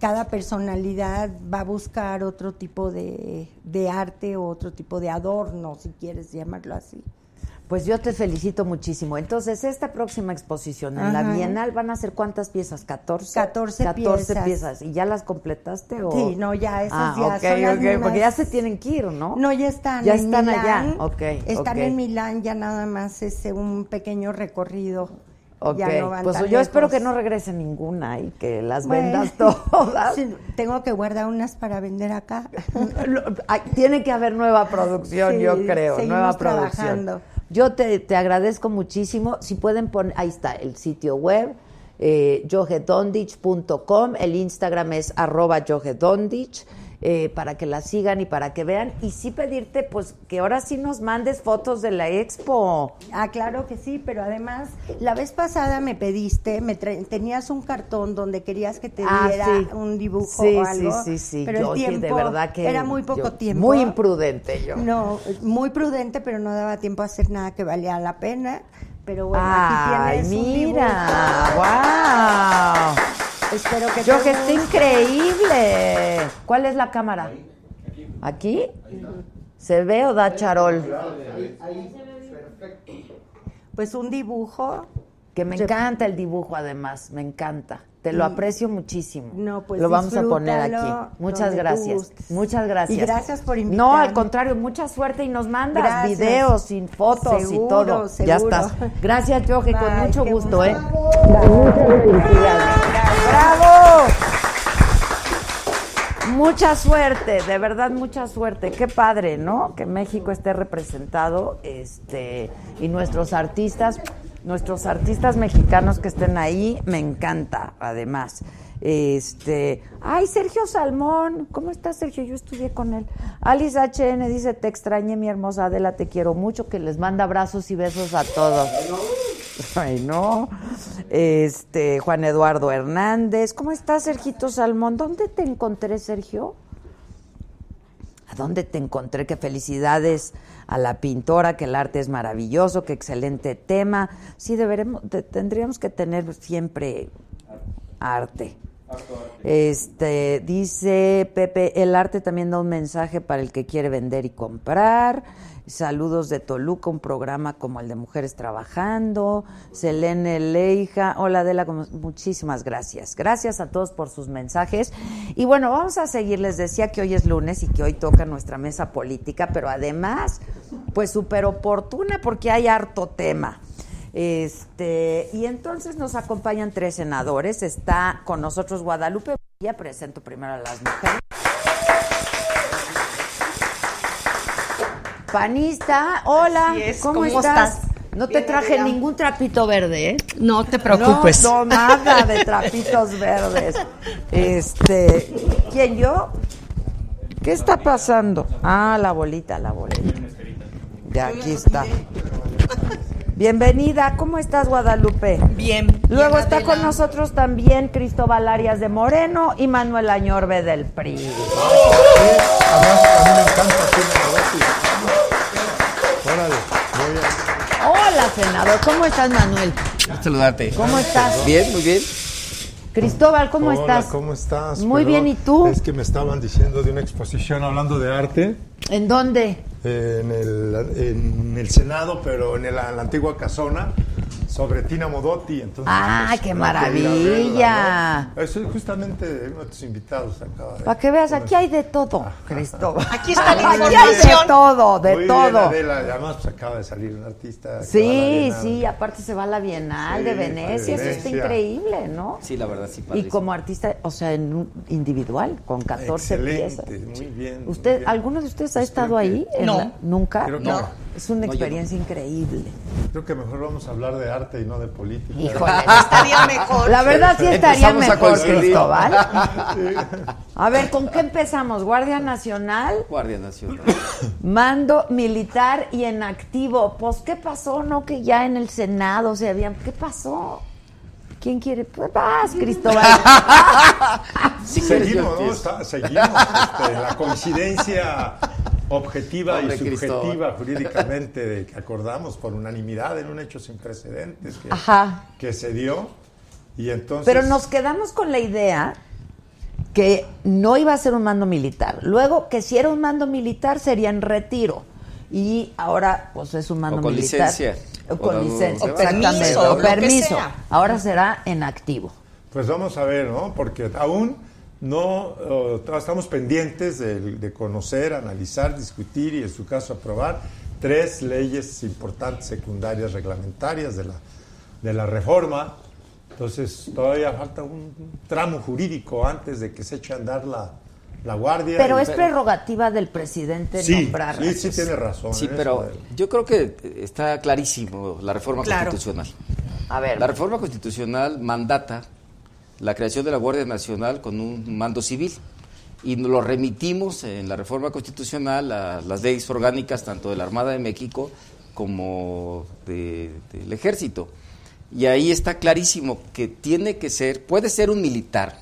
cada personalidad va a buscar otro tipo de, de arte o otro tipo de adorno, si quieres llamarlo así. Pues yo te felicito muchísimo. Entonces, esta próxima exposición en la Ajá. Bienal van a ser cuántas piezas? 14. 14 piezas. piezas. ¿Y ya las completaste o Sí, no, ya esas ah, ya ok, son las ok, mismas. porque ya se tienen que ir, ¿no? No, ya están. Ya en están Milán. allá. Ok. Están ok. en Milán, ya nada más es eh, un pequeño recorrido. Ok. Ya no van pues yo tan espero que lejos. no regrese ninguna y que las Bueno, (laughs) vendas todas. sí, tengo que guardar unas para vender acá. Lo- ay, (laughs) Tiene que haber nueva producción, Sí, yo creo, seguimos nueva producción. trabajando. Yo te, te agradezco muchísimo. Si pueden poner, ahí está el sitio web, eh, yohedondich.com, el Instagram es arroba yohedondich, eh, para que la sigan y para que vean. Y sí pedirte, pues, que ahora sí nos mandes fotos de la expo. Ah, claro que sí, pero además, la vez pasada me pediste, me tra- tenías un cartón donde querías que te Ah, diera sí. un dibujo Sí, o algo. Sí, sí, sí. Pero Yo el sí, tiempo de verdad que era muy poco yo- tiempo. Muy imprudente yo. No, muy prudente, pero no daba tiempo a hacer nada que valía la pena. Pero bueno, Ay, aquí tienes un mira, dibujo. wow. Espero que Yo te que está guste. increíble. ¿Cuál es la cámara? ¿Aquí? ¿Se ve o da charol? Pues un dibujo. Que me encanta el dibujo además, me encanta. Te lo Y- aprecio muchísimo. No, pues lo vamos a poner disfrútalo aquí. Muchas donde tú gracias. gustes. Muchas gracias. Y gracias por No, al invitarme. contrario, mucha suerte y nos mandas Gracias. videos sin fotos y Seguro, todo. Ya seguro. estás. Gracias, Jorge, con Bye, mucho qué gusto, gusto. ¿eh? Muchas felicidades. ¡Bravo! Mucha suerte, de verdad mucha suerte. Qué padre, ¿no? Que México esté representado, este, y nuestros artistas, nuestros artistas mexicanos que estén ahí, me encanta, además. Este, ay, Sergio Salmón, ¿cómo estás, Sergio? Yo estudié con él. Alice HN dice, "Te extrañé, mi hermosa Adela, te quiero mucho", que les manda abrazos y besos a todos. Ay, no. Este, Juan Eduardo Hernández. ¿Cómo estás, Sergito Salmón? ¿Dónde te encontré, Sergio? ¿A dónde te encontré? Qué felicidades a la pintora, que el arte es maravilloso, qué excelente tema. Sí, deberemos, te- tendríamos que tener siempre arte. Este dice Pepe, el arte también da un mensaje para el que quiere vender y comprar. Saludos de Toluca, un programa como el de Mujeres Trabajando. Selene Leija, hola Adela, como- muchísimas gracias. Gracias a todos por sus mensajes. Y bueno, vamos a seguir. Les decía que hoy es lunes y que hoy toca nuestra mesa política, pero además, pues súper oportuna porque hay harto tema. Este, y entonces nos acompañan tres senadores. Está con nosotros Guadalupe. Ya presento primero a las mujeres. Panista, hola. Así es, ¿cómo, ¿cómo estás? estás? No te traje Adela. ningún trapito verde, ¿eh? No te preocupes. No, no, nada de trapitos verdes. Este, ¿quién yo? ¿Qué está pasando? Ah, la bolita, la bolita. Ya aquí está. Bienvenida, ¿cómo estás Guadalupe? Bien. Luego bien, está Adela. con nosotros también Cristóbal Arias de Moreno y Manuel Añorbe del PRI. Hola, senador. ¿Cómo estás, Manuel? Saludarte. ¿Cómo estás? Bien, muy bien. Cristóbal, ¿cómo Hola, estás? ¿Cómo estás? Muy Perdón, bien, ¿y tú? Es que me estaban diciendo de una exposición hablando de arte ¿En dónde? eh, en el, en el Senado, pero en el- la, la antigua casona. sobre Tina Modotti. Entonces, Ah, pues, qué habrá que ir a maravilla. verla, ¿no? Eso es justamente uno de tus invitados acaba de- Para que veas, (laughs) aquí hay de todo, Ah, Cristóbal. Aquí está la Aquí hay de información. todo, de Muy bien, todo. Adela, además pues, acaba de salir un artista. que va a la Sí, Bienal. sí, aparte se va a la Bienal Sí, de a Venecia, eso está Venecia. increíble, ¿no? Sí, la verdad, sí, Y padrísimo. como artista, o sea, en un individual, con 14 Excelente, piezas. muy bien, muy ¿Usted, bien. ¿Alguno de ustedes ha Pues creo estado que- ahí? en No. ¿Nunca? Creo que No. no. Es No, una yo no. experiencia increíble. Creo que mejor vamos a hablar de arte y no de política. (laughs) Híjole. Estaría mejor. La verdad sí estaría Empezamos a mejor, coincidir. Cristóbal. A ver, ¿con qué empezamos? Guardia Nacional, Guardia Nacional. mando militar y en activo. Pues, ¿qué pasó? No, que ya en el Senado se habían... ¿Qué pasó? ¿Quién quiere? Pues (laughs) vas, Cristóbal. Seguimos, Yo ¿no? empiezo. Está- seguimos. este, la coincidencia objetiva Hombre, y subjetiva Cristóbal. jurídicamente de que acordamos por unanimidad en un hecho sin precedentes que, Ajá. que se dio. Y entonces. Pero nos quedamos con la idea que no iba a ser un mando militar. Luego, que si era un mando militar sería en retiro. Y ahora, pues es un mando O con militar. licencia. O O con dado- licencia. o exactamente, permiso, o lo que permiso. sea. Ahora será en activo. Pues vamos a ver, ¿no? Porque aún no eh, todavía estamos pendientes de, de conocer, analizar, discutir y en su caso aprobar tres leyes importantes secundarias reglamentarias de la, de la reforma. Entonces todavía falta un tramo jurídico antes de que se eche a andar la, la guardia. Pero Y- es prerrogativa del presidente sí, nombrar. sí, sí tiene razón. Sí, en eso, pero Adela. yo creo que eh, está clarísimo la reforma Claro. constitucional. A ver, La reforma constitucional mandata la creación de la Guardia Nacional con un mando civil y nos lo remitimos en la reforma constitucional a las leyes orgánicas tanto de la Armada de México como de- del Ejército. Y ahí está clarísimo que tiene que ser, puede ser un militar,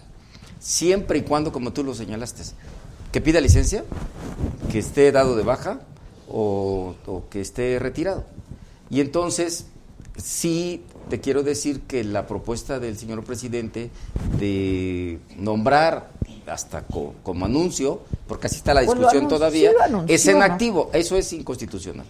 siempre y cuando, como tú lo señalaste, que pida licencia, que esté dado de baja o, o que esté retirado. Y entonces, sí te quiero decir que la propuesta del señor presidente de nombrar hasta co- como anuncio, porque así está la Pues lo discusión anunció, todavía, sí lo anunció, es en ¿no? activo, eso es inconstitucional.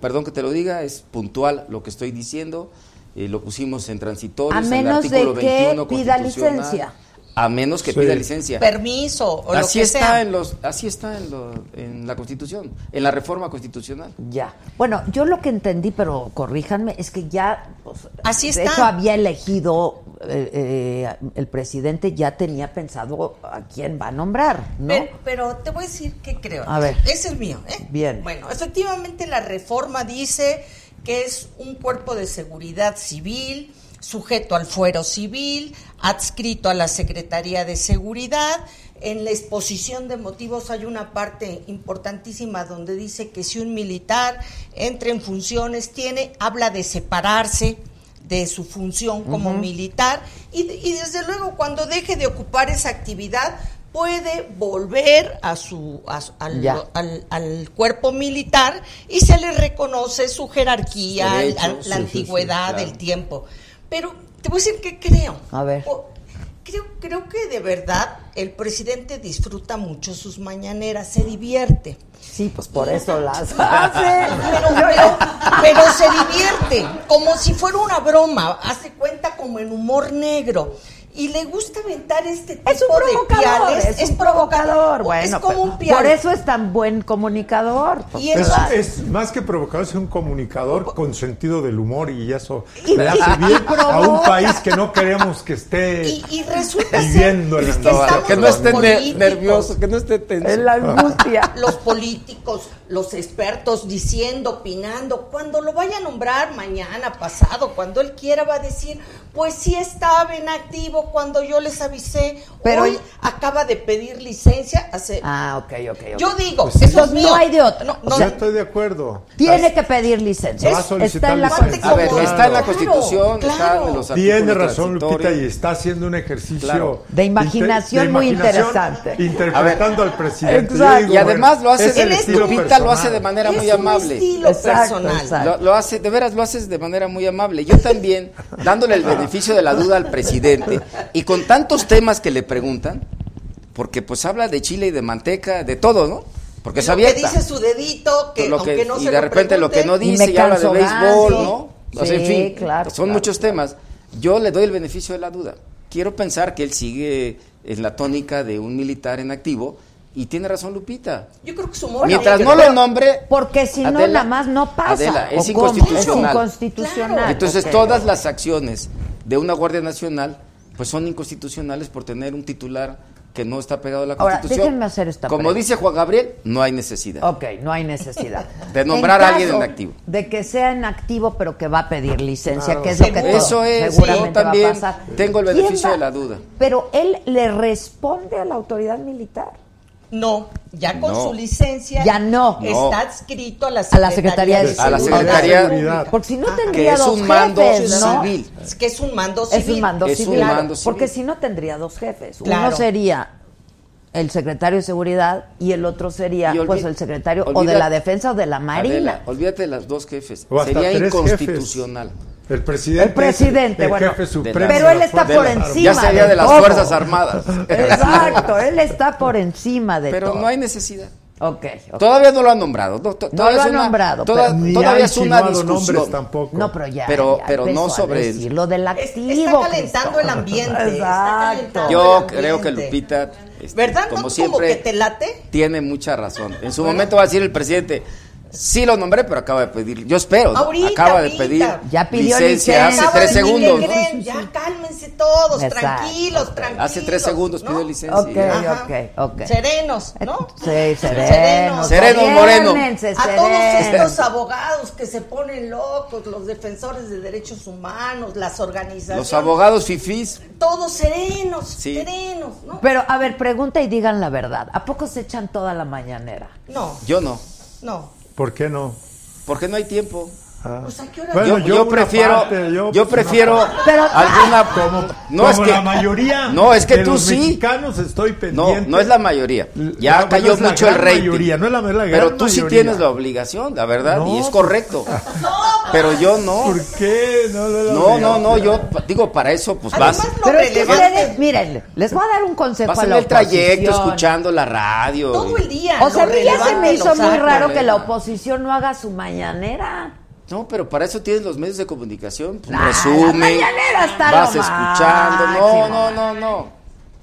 Perdón que te lo diga, es puntual lo que estoy diciendo, eh, lo pusimos en transitorio, A menos de que pida licencia. A menos que Sí. pida licencia Permiso o lo así que está sea. en los así está en, lo- en la Constitución en la reforma constitucional ya. Bueno, yo lo que entendí, pero corríjanme, es que ya. pues, Así está. De hecho, había elegido eh, eh, el presidente, ya tenía pensado a quién va a nombrar, ¿no? Pero, pero te voy a decir qué creo. A ver. Ese es mío, ¿eh? Bien. Bueno, efectivamente la reforma dice que es un cuerpo de seguridad civil sujeto al fuero civil, adscrito a la Secretaría de Seguridad. En la exposición de motivos hay una parte importantísima donde dice que si un militar entra en funciones, tiene, habla de separarse, de su función como militar y, y desde luego cuando deje de ocupar esa actividad puede volver a su a su- al, Ya. al- al cuerpo militar y se le reconoce su jerarquía, Sus la- la, derechos, sí, sí, sí, antigüedad, claro. el tiempo. Pero te voy a decir que creo. A ver. O- creo, creo que de verdad el presidente disfruta mucho sus mañaneras, se divierte. Sí, pues por (laughs) (laughs) eso las hace. Ah, Pero, pero- pero se divierte, como si fuera una broma, hace cuenta como en humor negro. Y le gusta aventar este tipo Es un (laughs) de provocador, piales. es, un provocador, bueno, es como un pero pial. por eso es tan buen comunicador. pues, Y Es, ¿verdad? es más que provocador, es un comunicador con sentido del humor y eso Y- le hace y- bien a un provoca. país que no queremos que esté Y, y resulta ser viviendo en que Cristóbal, estamos que no los esté ne- políticos, nervioso que no esté tenso (laughs) Ah. Es la angustia. los políticos, los expertos diciendo, opinando, cuando lo vaya a nombrar mañana, pasado, cuando él quiera va a decir, pues sí estaba en activo cuando yo les avisé, Pero- pero hoy acaba de pedir licencia, hace Ah, ok, ok, ok. yo digo, Pues sí. eso es No mío. hay de otra. No, Yo no, estoy de acuerdo. Tiene que pedir licencia. Va a Es- está solicitar en la licencia. Aparte a ver como- está en la Claro, Constitución está claro. en los Tiene artículos razón Lupita transitorios. y está haciendo un ejercicio Claro. De imaginación inte- muy imaginación, interesante. Interpretando al presidente. Exacto. Yo digo, ah, y además lo bueno, hace es el estilo Lupita lo personal. hace de manera es muy un amable estilo Exacto, personal. exacto. lo, lo hace de veras lo haces de manera muy amable yo también dándole el beneficio de la duda al presidente y con tantos temas que le preguntan porque pues habla de chile y de manteca de todo no porque es Lo que abierta dice su dedito, que lo que- aunque no y se de repente lo que no pregunten, Y dice me y habla de canso más, béisbol, sí. ¿no? O sea, en Sí, fin, claro, son claro, muchos claro. temas. Yo le doy el beneficio de la duda. Quiero pensar que él sigue en la tónica de un militar en activo y tiene razón Lupita. Yo creo que su humor... Mientras no lo nombre, Porque si no, Adela, nada más no pasa. Adela, es ¿O cómo? inconstitucional. Es inconstitucional. Entonces Ah, Ok. todas las acciones de una Guardia Nacional pues son inconstitucionales por tener un titular que no está pegado a la Ahora, Constitución. déjenme hacer esta Como pregunta. dice Juan Gabriel, no hay necesidad. Ok, no hay necesidad. (laughs) De nombrar En a alguien caso en activo. De que sea en activo, pero que va a pedir licencia, que es lo que Seguro. todo Eso es, seguramente yo también va a pasar. tengo el ¿Quién beneficio va? de la duda. Pero él le responde a la autoridad militar. No, ya con No. su licencia... Ya No. no. Está adscrito a la A la Secretaría de A la Seguridad. Secretaría- Ah, Seguridad. Porque si no Que tendría es dos un mando jefes, ¿no? civil. Es que es un mando civil. Es un mando Es un civil. mando civil. Porque si no tendría dos jefes. Claro. Uno sería el secretario de seguridad y el otro sería Y olvi- pues el secretario o de olvida- la defensa o de la marina. Adela, olvídate de las dos jefes. O hasta Sería tres inconstitucional. jefes. El presidente. El presidente, el bueno. jefe supremo. Pero de él la está Fuerza por Armada. encima. Ya sería de las todo. Fuerzas Armadas. (laughs) Exacto, él está por encima de Pero todo. no hay necesidad. Ok, ok. Todavía no lo han nombrado. No, to- No todavía lo es han una- nombrado, toda- pero- Ni todavía ha es una insinuado nombres discusión. tampoco. No, pero ya. Pero- ya pero no empezó a sobre el- decir lo del Es- activo. está calentando Cristóbal. el ambiente. está Exacto. calentando el Yo ambiente. creo que Lupita, este, ¿Verdad? como ¿No siempre, como que te late? tiene mucha razón. En su momento va a decir el presidente, sí lo nombré, pero acaba de pedir, yo espero, ¿no? Ahorita, acaba de ahorita. pedir Ya pidió licencia. licencia hace Acabo tres de decir, segundos. ¿qué ¿no? creen? Ya cálmense todos, Exacto. tranquilos, tranquilos. Hace tres segundos ¿no? pidió licencia. Ok. Ya. Ajá. ok, ok. Serenos, ¿no? Sí, serenos. Serenos. Serenos, Moreno. Gobiérnense, A todos serenos. estos abogados que se ponen locos, los defensores de derechos humanos, las organizaciones. Los abogados fifís, Todos serenos, Sí. serenos, ¿no? Pero, a ver, pregunta y digan la verdad. ¿A poco se echan toda la mañanera? No, yo no, no. ¿Por qué no? porque no hay tiempo. Ah. Pues, ¿a qué hora? Bueno, Yo, yo una prefiero, parte, yo, pues, una prefiero Pero- ah, alguna Como, no como es que la mayoría no es que de tú los sí mexicanos estoy no pendiente. no es la mayoría Ah, ya bueno, cayó es la mucho el gran rating mayoría, no es la- es la pero gran tú sí mayoría. tienes la obligación la verdad y No, es pues- correcto pero pues. yo no ¿Por qué? No, no, no no no yo pa- digo para eso pues vas Además, lo Pero es que relevante- ustedes, miren, les voy a dar un consejo vas a en la el trayecto oposición. escuchando la radio Todo el día. O sea, a lo mí ya se me relevante, hizo los muy actos. raro que la problema. oposición no haga su mañanera. no pero para eso tienes los medios de comunicación pues, Ah, la resumen mañanera está lo vas escuchando no máximo. no no no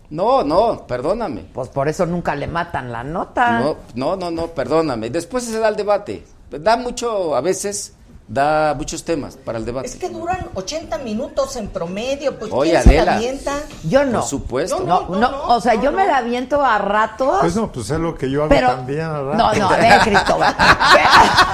no no perdóname Pues por eso nunca le matan la nota. No, no, no, no, perdóname. Después se da el debate. Da mucho, a veces, da muchos temas para el debate. Es que duran 80 minutos en promedio, pues Oye, ¿quién se la Adela. avienta? Yo no. Por supuesto. pues, No, no, o sea, yo me la aviento a ratos. Pues no, pues es lo que yo hago pero también. ¿verdad? No, no, a ver, Cristóbal.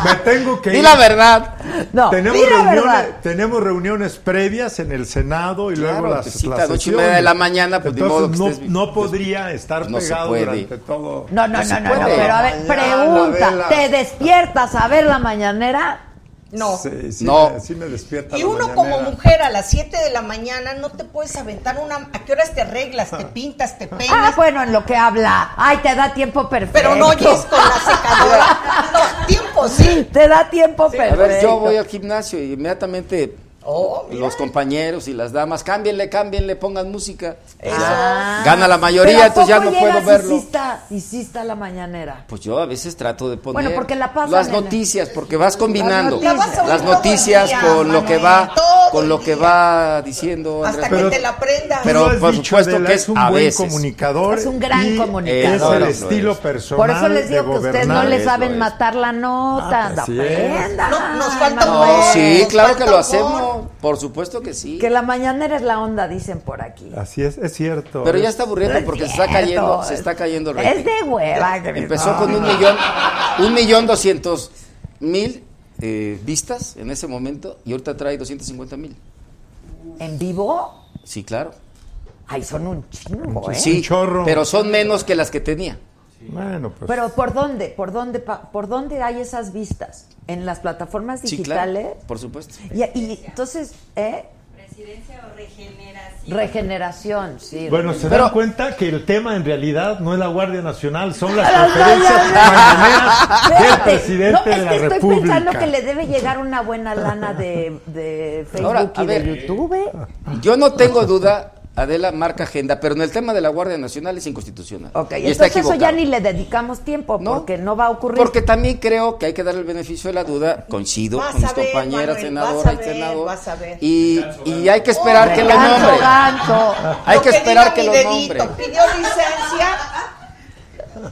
Me tengo que Di ir. la verdad. no, tenemos, di la verdad. reuniones, tenemos reuniones previas en el Senado y Claro, luego las, te cita las a ocho y sesiones. media de la mañana, pues, ni Entonces, modo que no, estés- no podría estar No se pegado puede. durante todo. No, no, no, se no, no, puede. pero a ver, Mañana, pregunta. vela. ¿Te despiertas a ver la mañanera? No. Sí, sí No. me- sí me despierta Y la uno mañanera. como mujer a las 7 de la mañana no te puedes aventar una... ¿A qué horas te arreglas? (laughs) ¿Te pintas? ¿Te Ah, peinas? bueno, en lo que habla. Ay, te da tiempo perfecto. Ah. Pero no oyes con la secadora. No, tiempo sí. Te da tiempo A perfecto. ver, yo voy al gimnasio y inmediatamente Oh, mira. los compañeros y las damas, cámbienle, cámbienle, pongan música. Eso. Ah. Gana la mayoría, Pero ¿a entonces ya poco no puedo llegas y verlo. sí está- Y sí está la mañanera. Pues yo a veces trato de poner Bueno, porque la pasan las en el- noticias, porque vas combinando La vas a las, oír todo el noticias día, con lo que Manuel, va, todo con lo el que día. va diciendo Hasta Andrés que Manuel. te la aprendas. pero- Tú has por dicho, supuesto Adela, que es un a buen veces. comunicador. Es un gran y comunicador. Es Lo el es, lo estilo es. personal. Por eso les digo de que ustedes no gobernar. le Eso saben es. matar la nota. Ah, Ah, así es. Aprendan, No, nos falta Manuel. humor. No, sí, Nos claro que falta lo humor. hacemos, por supuesto que sí. Que la mañanera es la onda, dicen por aquí. Así es, es cierto. Pero ya Es- está aburriendo porque se está Cierto. cayendo, se está cayendo el Es rating. de hueva. Empezó Cristóbal. con un millón, un millón doscientos mil eh, vistas en ese momento y ahorita trae 250 mil. ¿En vivo? Sí, claro. Ay, son un chingo, ¿eh? Sí, chorro. pero son menos que las que tenía. Bueno, pues. Pero ¿por dónde? ¿Por dónde, pa- ¿Por dónde hay esas vistas? ¿En las plataformas Sí, claro. digitales? Por supuesto. y, y entonces, ¿eh? Presidencia o regeneración. Regeneración, sí. Bueno, se Pero- dan cuenta que el tema en realidad no es la Guardia Nacional, son (laughs) (laughs) las preferencias mañaneras del Espérate. presidente no, es de la que estoy República. pensando que le debe llegar una buena lana de, de Facebook Ahora, a y de ver. YouTube. Yo no tengo duda, Adela marca agenda, pero en el tema de la Guardia Nacional es inconstitucional. Ok, Y está entonces eso ya equivocado. ni le dedicamos tiempo No. porque no va a ocurrir. Porque también creo que hay que dar el beneficio de la duda, coincido Vas con mis a ver, compañeras Manuel, senadoras vas a y ver, senador. vas a ver. Y, y hay que esperar que lo Ganso, nombre. ganso. Hay que diga esperar que mi lo dedito. nombre. Pidió licencia.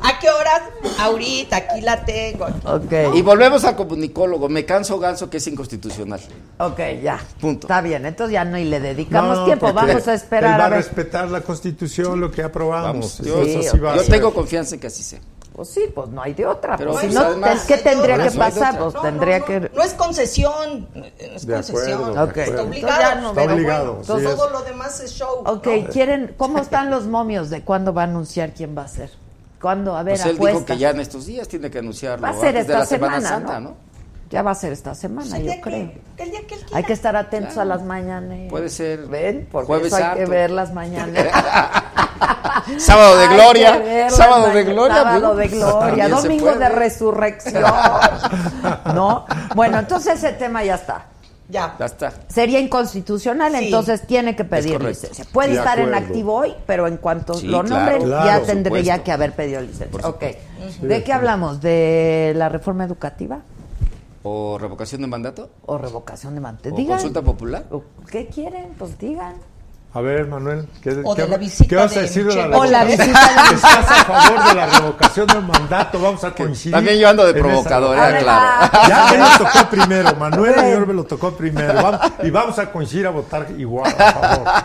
¿A qué hora? Ahorita, aquí la tengo. Ok, Y volvemos al comunicólogo. Me canso ganso que es inconstitucional. ok, ya. Punto. Está bien, entonces ya no y le dedicamos No, tiempo. porque Vamos a esperar Él va a, a ver. respetar la constitución, lo que aprobamos. Vamos, yo, Eso sí va a yo ser. tengo confianza en que así sea. Pues sí, pues no hay de otra. Pero pues, si pues, no, además- ¿qué tendría no que hay de otra. pasar? Pues No, tendría no, no, que... No es concesión. No es De concesión. acuerdo, de Está acuerdo. Pues obligado. Ya no, Está pero obligado. bueno, sí Todo es. lo demás es show. Ok, ¿no? quieren, (laughs) ¿cómo están los momios? ¿De cuándo va a anunciar quién va a ser? ¿Cuándo? A ver, Pues él apuesta. dijo que ya en estos días tiene que anunciarlo. va a ser antes esta de la semana, Semana Santa, ¿no? Ya va a ser esta semana, Pues El yo día que- creo. el día que él Hay quiera. que estar atentos Claro. a las mañanas. Puede ser ¿Ven? Porque Jueves eso hay que Santo. ver las mañanas. (laughs) Sábado de Hay que gloria, ver las sábado de mañanas. gloria, Sábado pues, de gloria. también se Domingo puede. de resurrección. (laughs) ¿No? Bueno, entonces ese tema ya está. Ya. Ya está. Sería inconstitucional, Sí. entonces tiene que pedir correcto. licencia. Puede De estar en acuerdo. activo hoy, pero en cuanto Sí, lo claro, nombren, claro, ya por tendría supuesto. que haber pedido licencia. Por Ok. Sí, ¿De qué sí. hablamos? ¿De la reforma educativa ¿O revocación de mandato? o revocación de mandato? ¿O Digan. consulta popular? ¿O ¿Qué quieren? Pues digan. A ver, (laughs) Manuel, ¿qué, O qué- de la visita qué vas a de decir de la Michelle Bachelet. O la revocación? visita (laughs) de- ¿Estás a favor de la revocación del mandato? Vamos a coincidir. También yo ando de en esa- provocador, A ver, era claro. va. Ya él lo tocó primero, Manuel Ayor me lo tocó primero. Vamos- y vamos a coincidir a votar igual, a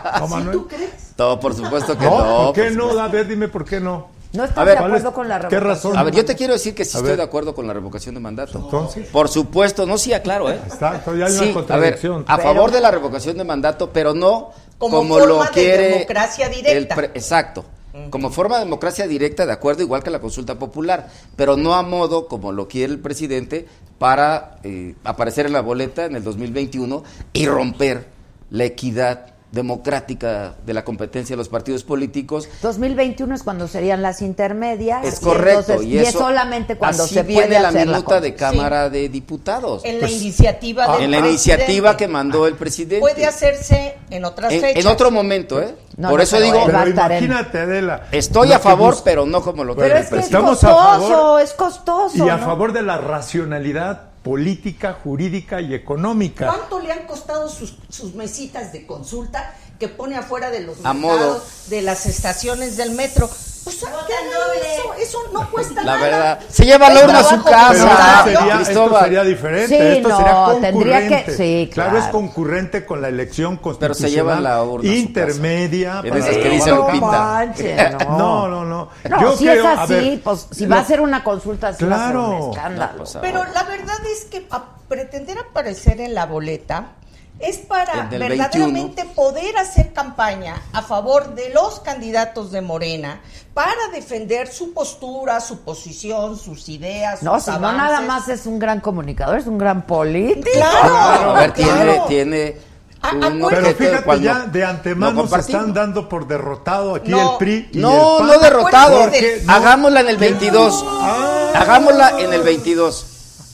favor. ¿No, Manuel? No, por supuesto que ¿No? (laughs) no. ¿Por qué no? por supuesto. A ver, dime por qué no. No están A ver, de ¿cuál acuerdo es- con la ¿Qué revocación. razón? A ver, yo te quiero decir que sí A estoy ver. de acuerdo con la revocación de mandato. Entonces. Por supuesto, no, sí, aclaro, ¿eh? Está, todavía hay una Sí, a ver, contradicción. a Pero- favor de la revocación de mandato, pero no Como como, forma lo de quiere. democracia directa. exacto. Como forma de democracia directa, de acuerdo, igual que la consulta popular, pero no a modo como lo quiere el presidente para eh, aparecer en la boleta en el 2021 y romper la equidad democrática de la competencia de los partidos políticos 2021 es cuando serían las intermedias. es y correcto. entonces- y, y es eso- solamente cuando así se puede viene la hacer la minuta cosa. de Cámara de Diputados. Pues, En la iniciativa del ah, en la presidente. iniciativa que mandó el presidente. Pues, Puede hacerse en otras en, en fechas. otro momento, ¿eh? No, Por no, eso pero digo, él va a Pero estar en- imagínate, Adela. (laughs) estoy lo a que favor, bus- pero no como lo Pero quiere el Es que es presidente. Estamos a favor. costoso, es costoso. Y a ¿no? favor de la racionalidad política, jurídica y económica. ¿Cuánto le han costado sus, sus mesitas de consulta que pone afuera de los A mercados, modo. de las estaciones del metro? O sea, ¿qué eso? Eso no cuesta La nada. verdad. Se lleva al horno a su Trabajo Pero casa. esto sería, esto Cristóbal. sería diferente. Sí, esto no, sería concurrente. tendría que- sí, claro. es concurrente con la elección Pero constitucional se lleva la urna a su intermedia. casa. para Es esas que la- dice no Lupita. manches, no. No, no, no. No, Yo si creo- es a así, ver, pues si lo- va a ser una consulta, así va a ser un Claro. escándalo. No, pues, Pero la verdad es que a- pretender aparecer en la boleta es para El del verdaderamente poder hacer campaña a favor de los candidatos de Morena para defender su postura, su posición, sus ideas, no, sus si no nada avances. más es un gran comunicador, es un gran político. Claro. a ver, claro. tiene, A- tiene un acuérdate- Pero objeto fíjate cual no- ya, de no antemano se compartimos. están dando por derrotado aquí No. el PRI. y No, el no PAN. derrotado. ¿Por qué? No. Hagámosla en el 22. Ah. Hagámosla en el 22.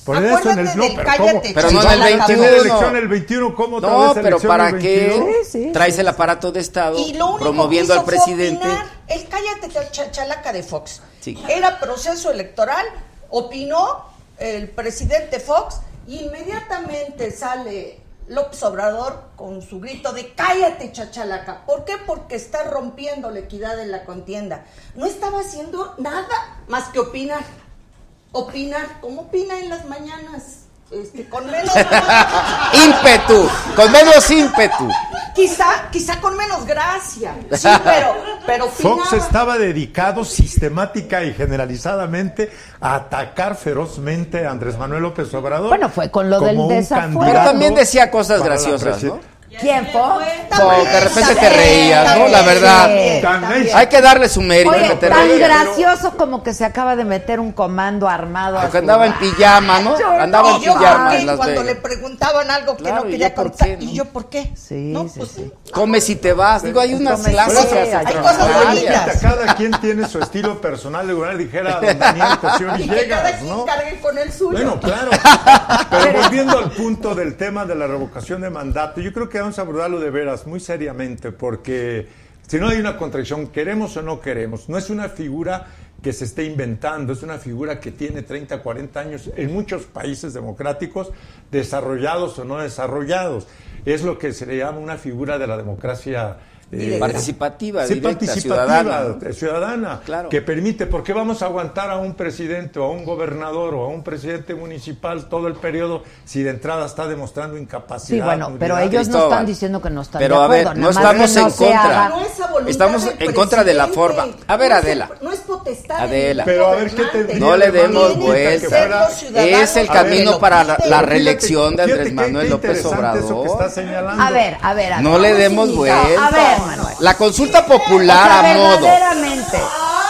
Por eso en el Acuérdate no, del pero cállate, ¿cómo? Pero no Si en el van a tener 21. elección el 21, ¿cómo otra No, vez pero elección el ¿para qué 22? Sí, sí, traes sí, el aparato de Estado Y lo único promoviendo que hizo al presidente? Fue opinar, el cállate cha- cha- chalaca de Fox. Sí. Era proceso electoral, opinó el presidente Fox y inmediatamente sale López Obrador con su grito de cállate chachalaca. ¿Por qué? Porque está rompiendo la equidad de la contienda. No estaba haciendo nada más que opinar. Opinar, como opina en las mañanas. Este, con menos (laughs) (laughs) ímpetu, con menos ímpetu. Quizá, quizá con menos gracia. Sí, pero, pero Fox opinaba. estaba dedicado sistemática y generalizadamente a atacar ferozmente a Andrés Manuel López Obrador. Bueno, fue con lo como del un desafuero. candidato Pero también decía cosas para la graciosas, presi- ¿no? ¿Quién Fox? Como que de repente te reías, ¿no? La verdad. Tan necio. Hay que darle su mérito. Oye, que te tan reías. gracioso como que se acaba de meter un comando armado. a Porque su- andaba en pijama, ¿no? Yo Andaba en Y yo pijama por qué en Las cuando le Vegas. preguntaban algo que Claro, no ¿y quería yo por contar. qué, no? ¿Y yo por qué? Sí, No, sí, pues sí. Come si te vas. Digo, hay unas Come si clásicas. te vas. Hay extraordinarias. cosas bonitas. Cada quien tiene su estilo personal, de lugar (laughs) dijera don Daniel Cosío (laughs) Y que cada Villegas, quien ¿no? cargue con el suyo. Bueno, claro. Pero volviendo al punto del tema de la revocación de mandato, yo creo que vamos a abordarlo de veras muy seriamente porque Si no hay una contradicción, queremos o no queremos, no es una figura que se esté inventando, es una figura que tiene 30, 40 años en muchos países democráticos, desarrollados o no desarrollados. Es lo que se le llama una figura de la democracia. eh, Participativa, sí, directa, participativa, ciudadana. eh, ciudadana, Claro. que permite, porque vamos a aguantar a un presidente o a un gobernador o a un presidente municipal todo el periodo si de entrada está demostrando incapacidad? Sí, bueno, nulidad? pero ellos no Cristóbal. están diciendo que no están Pero de a ver, acuerdo. no nada más que estamos en se contra. haga- No es a voluntad Estamos del en contra de la presidente. forma. A ver, No es- Adela. No es potestad. del Adela. Pero a ver qué gobernante. tendría No le Dile, hermano, demos ahorita que vuelta. fuera- Es el A ver, camino lo- para la, la Fíjate- reelección de fíjate Andrés qué- Manuel qué López interesante eso que está Obrador. señalando. A ver, a ver. a No ver. le demos A ver, vuelta. Manuel. La consulta popular Claro, a modo. verdaderamente.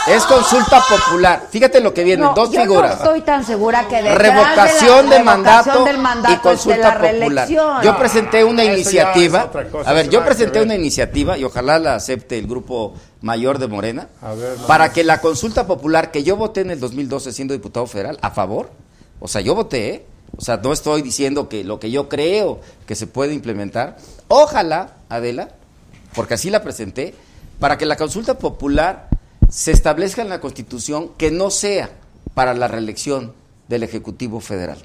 Es consulta popular. Fíjate lo que viene, No, dos yo figuras. No estoy tan segura que detrás revocación de, la, de, mandato revocación del mandato y consulta esté la popular. reelección. Yo presenté una Eso ya es iniciativa. otra cosa, A ver, eso yo nada que presenté ver. una iniciativa y ojalá la acepte el grupo mayor de Morena A ver, Manuel. para que la consulta popular que yo voté en el 2012 siendo diputado federal a favor, o sea, yo voté, ¿eh? o sea, no estoy diciendo que lo que yo creo que se puede implementar. Ojalá, Adela, porque así la presenté, para que la consulta popular se establezca en la Constitución que no sea para la reelección del Ejecutivo Federal.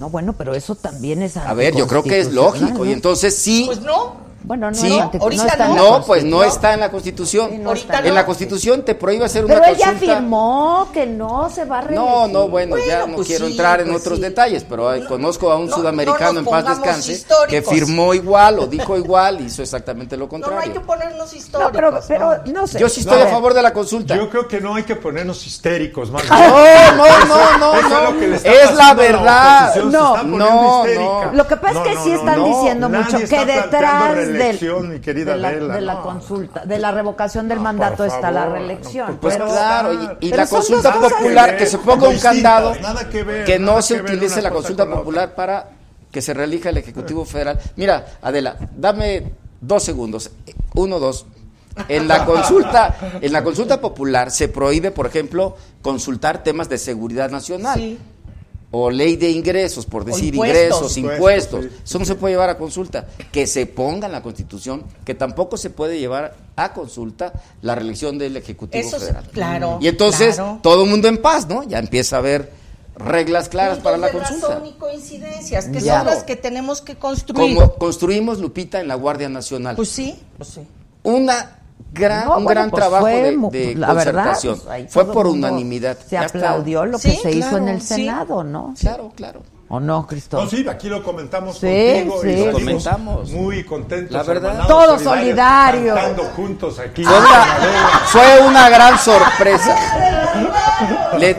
No, bueno, pero eso también es A ver, yo creo que es lógico y anticonstitucional, entonces sí, Pues no. ¿no? Bueno, no, Sí. es No, antico- ahorita está en la no, pues no Constitución. está en la Constitución. Sí, no Ahorita está. En la Constitución te prohíbe hacer una Pero ella consulta. afirmó que no se va a reelegir. No, no, bueno, ya Bueno, no pues quiero sí, entrar en pues otros sí. detalles, pero ay, No, conozco a un no, sudamericano no en nos paz pongamos descanse que históricos. firmó igual o dijo igual, hizo exactamente lo No, no hay que contrario. ponernos No, históricos. pero, pero no sé. Yo sí estoy ver, a (laughs) favor de la consulta. Yo creo que no hay que ponernos histéricos, más bien. No, no, no, Eso es no, lo no. que le está Es la pasando a verdad. oposición, se No, está poniendo no, histérica. no. Lo que pasa es que No, sí no, están no, diciendo nadie mucho está que planteando reelección, detrás del, mi querida de la, Adela, de la no. consulta, de la revocación del No, mandato por está la favor, reelección. no, pues pero- claro, y- y, pero la son dos consulta cosas popular que diferentes, se ponga un distintas, candado nada que ver, no nada se que ver utilice una la cosa consulta con la otra. popular para que se reelija el Ejecutivo Federal. Mira, Adela, dame dos segundos. Uno, dos. En la consulta, en la consulta popular se prohíbe, por ejemplo, consultar temas de seguridad nacional Sí. o ley de ingresos, por decir ingresos, impuestos. impuestos. Impuestos, Eso no se puede llevar a consulta. Que se ponga en la Constitución que tampoco se puede llevar a consulta la reelección del Ejecutivo Eso es- Federal. claro, Y entonces claro. todo el mundo en paz, ¿no? Ya empieza a haber reglas claras Puntos para la de consulta. razón y coincidencias, que Ya. son las que tenemos que construir. Como construimos Lupita en la Guardia Nacional. Pues sí, pues sí. Una gran, No, un bueno, gran pues trabajo fue de, mu- de la verdad, concertación. pues, ahí fue todo por el mundo unanimidad. Se Ya está. aplaudió lo que Sí, se hizo en claro, el sí. Senado, ¿no? Claro, claro. ¿O no, Cristóbal? No, sí, aquí lo comentamos Sí, contigo sí. y Lo salimos comentamos. muy contentos. La verdad. hermanados, Todos solidarios. Cantando juntos aquí. Fue una, fue una gran sorpresa. Le,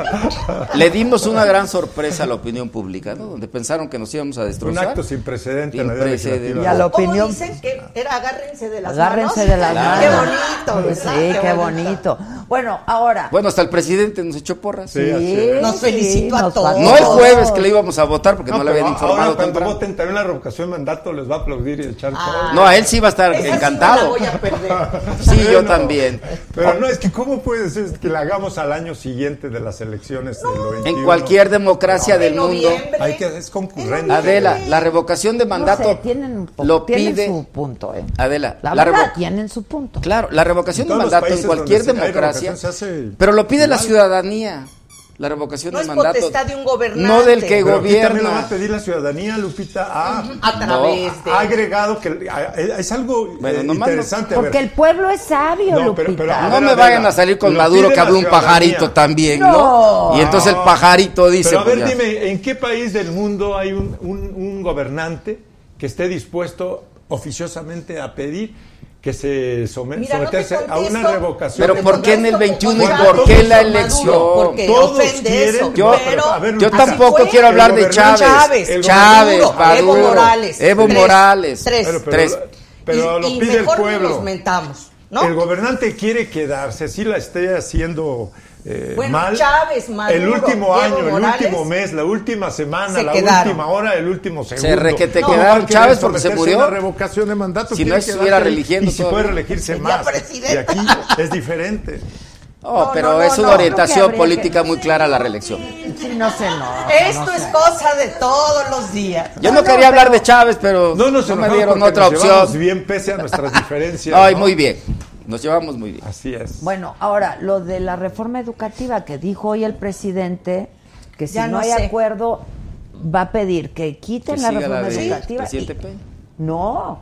le dimos una gran sorpresa a la opinión pública, ¿no? Donde pensaron que nos íbamos a Un destrozar. acto sin precedente en la pues, vida Imprecedente. legislativa. Y a la ¿Cómo opinión. dicen que era agárrense de las Agárrense manos? de las Claro. manos. Qué bonito, ¿verdad? Sí, qué bonito. Bueno, ahora. Bueno, hasta el presidente nos echó porras. Sí, así Sí, es. Nos sí, felicito a nos todos. No el faltó. jueves Oh. que le íbamos a votar porque no, le pero habían informado ahora cuando temprano. voten también la revocación de mandato les va a aplaudir y echar todo. No, a él sí va a estar Esa sí encantado. no la voy a perder. (laughs) Sí, yo Bueno, también. Pero no, es que ¿cómo puede ser que la hagamos al año siguiente de las elecciones del 21? En cualquier democracia del En mundo. noviembre. Hay que, es concurrente. Adela, la revocación de No sé, mandato tienen, un po- lo tienen pide. su punto, ¿eh? Adela, La, la verdad, revo- tienen su punto. Claro, la revocación En de todos los mandato en países cualquier donde se- hay democracia. revocación, se hace Pero lo pide la igual. ciudadanía. La revocación No de es mandato. potestad de un gobernante. No del que Pero aquí también lo va gobierna. a pedir la ciudadanía, Lupita. Ah, A través de. ha agregado que a- a- es algo Bueno, eh, nomás no- interesante. a ver. Porque el pueblo es sabio, No, Lupita. pero- pero- a No ver, me Adela, vayan a salir con lo Maduro pide que la habló un ciudadanía. pajarito también, ¿no? No. Y entonces el pajarito dice. Pero a pues, ver, ya. dime, ¿en qué país del mundo hay un, un- un gobernante que esté dispuesto oficiosamente a pedir que se some- Mira, no te someterse a contesto. una revocación? Pero de ¿por qué en el mandato? 21 y Bueno, por qué todos la son elección? Maduro, Porque Todos ofende quieren- eso, Yo- pero a ver, Yo Así tampoco fue. quiero hablar El de gobernante- Chávez. Chávez, Chávez, el Maduro, Evo Maduro, Morales. Evo Tres, Morales. tres. Pero, pero- Tres. pero y, lo y pide el mejor ni pueblo. nos mentamos, ¿no? El gobernante quiere quedarse, si la esté haciendo eh, Bueno, mal. Chávez, Maduro, el último Evo año, Morales, el último mes, la última semana, se la quedaron. última hora, el último segundo. requete No, quedaron no quieren Chávez porque se someterse a murió. una revocación de mandato. Si no quieren estuviera quedarse ahí, reeligiendo Y si todavía. puede reelegirse Sería más. presidente. Y aquí es diferente. Oh, No, pero no, no, es una no, creo orientación que habría política que- muy clara la reelección. Sí, no sé, no. Esto no es sé. cosa de todos los días. Yo no, quería hablar de Chávez, pero No nos me enojamos dieron porque otra nos llevamos opción. (laughs) bien pese a nuestras diferencias. Ay, ¿no? muy bien. Nos llevamos muy bien. Así es. Bueno, ahora, lo de la reforma educativa que dijo hoy el presidente, que si Ya no, no hay sé. acuerdo, va a pedir que quiten Que la siga reforma la de educativa. presidente y- Peña. No,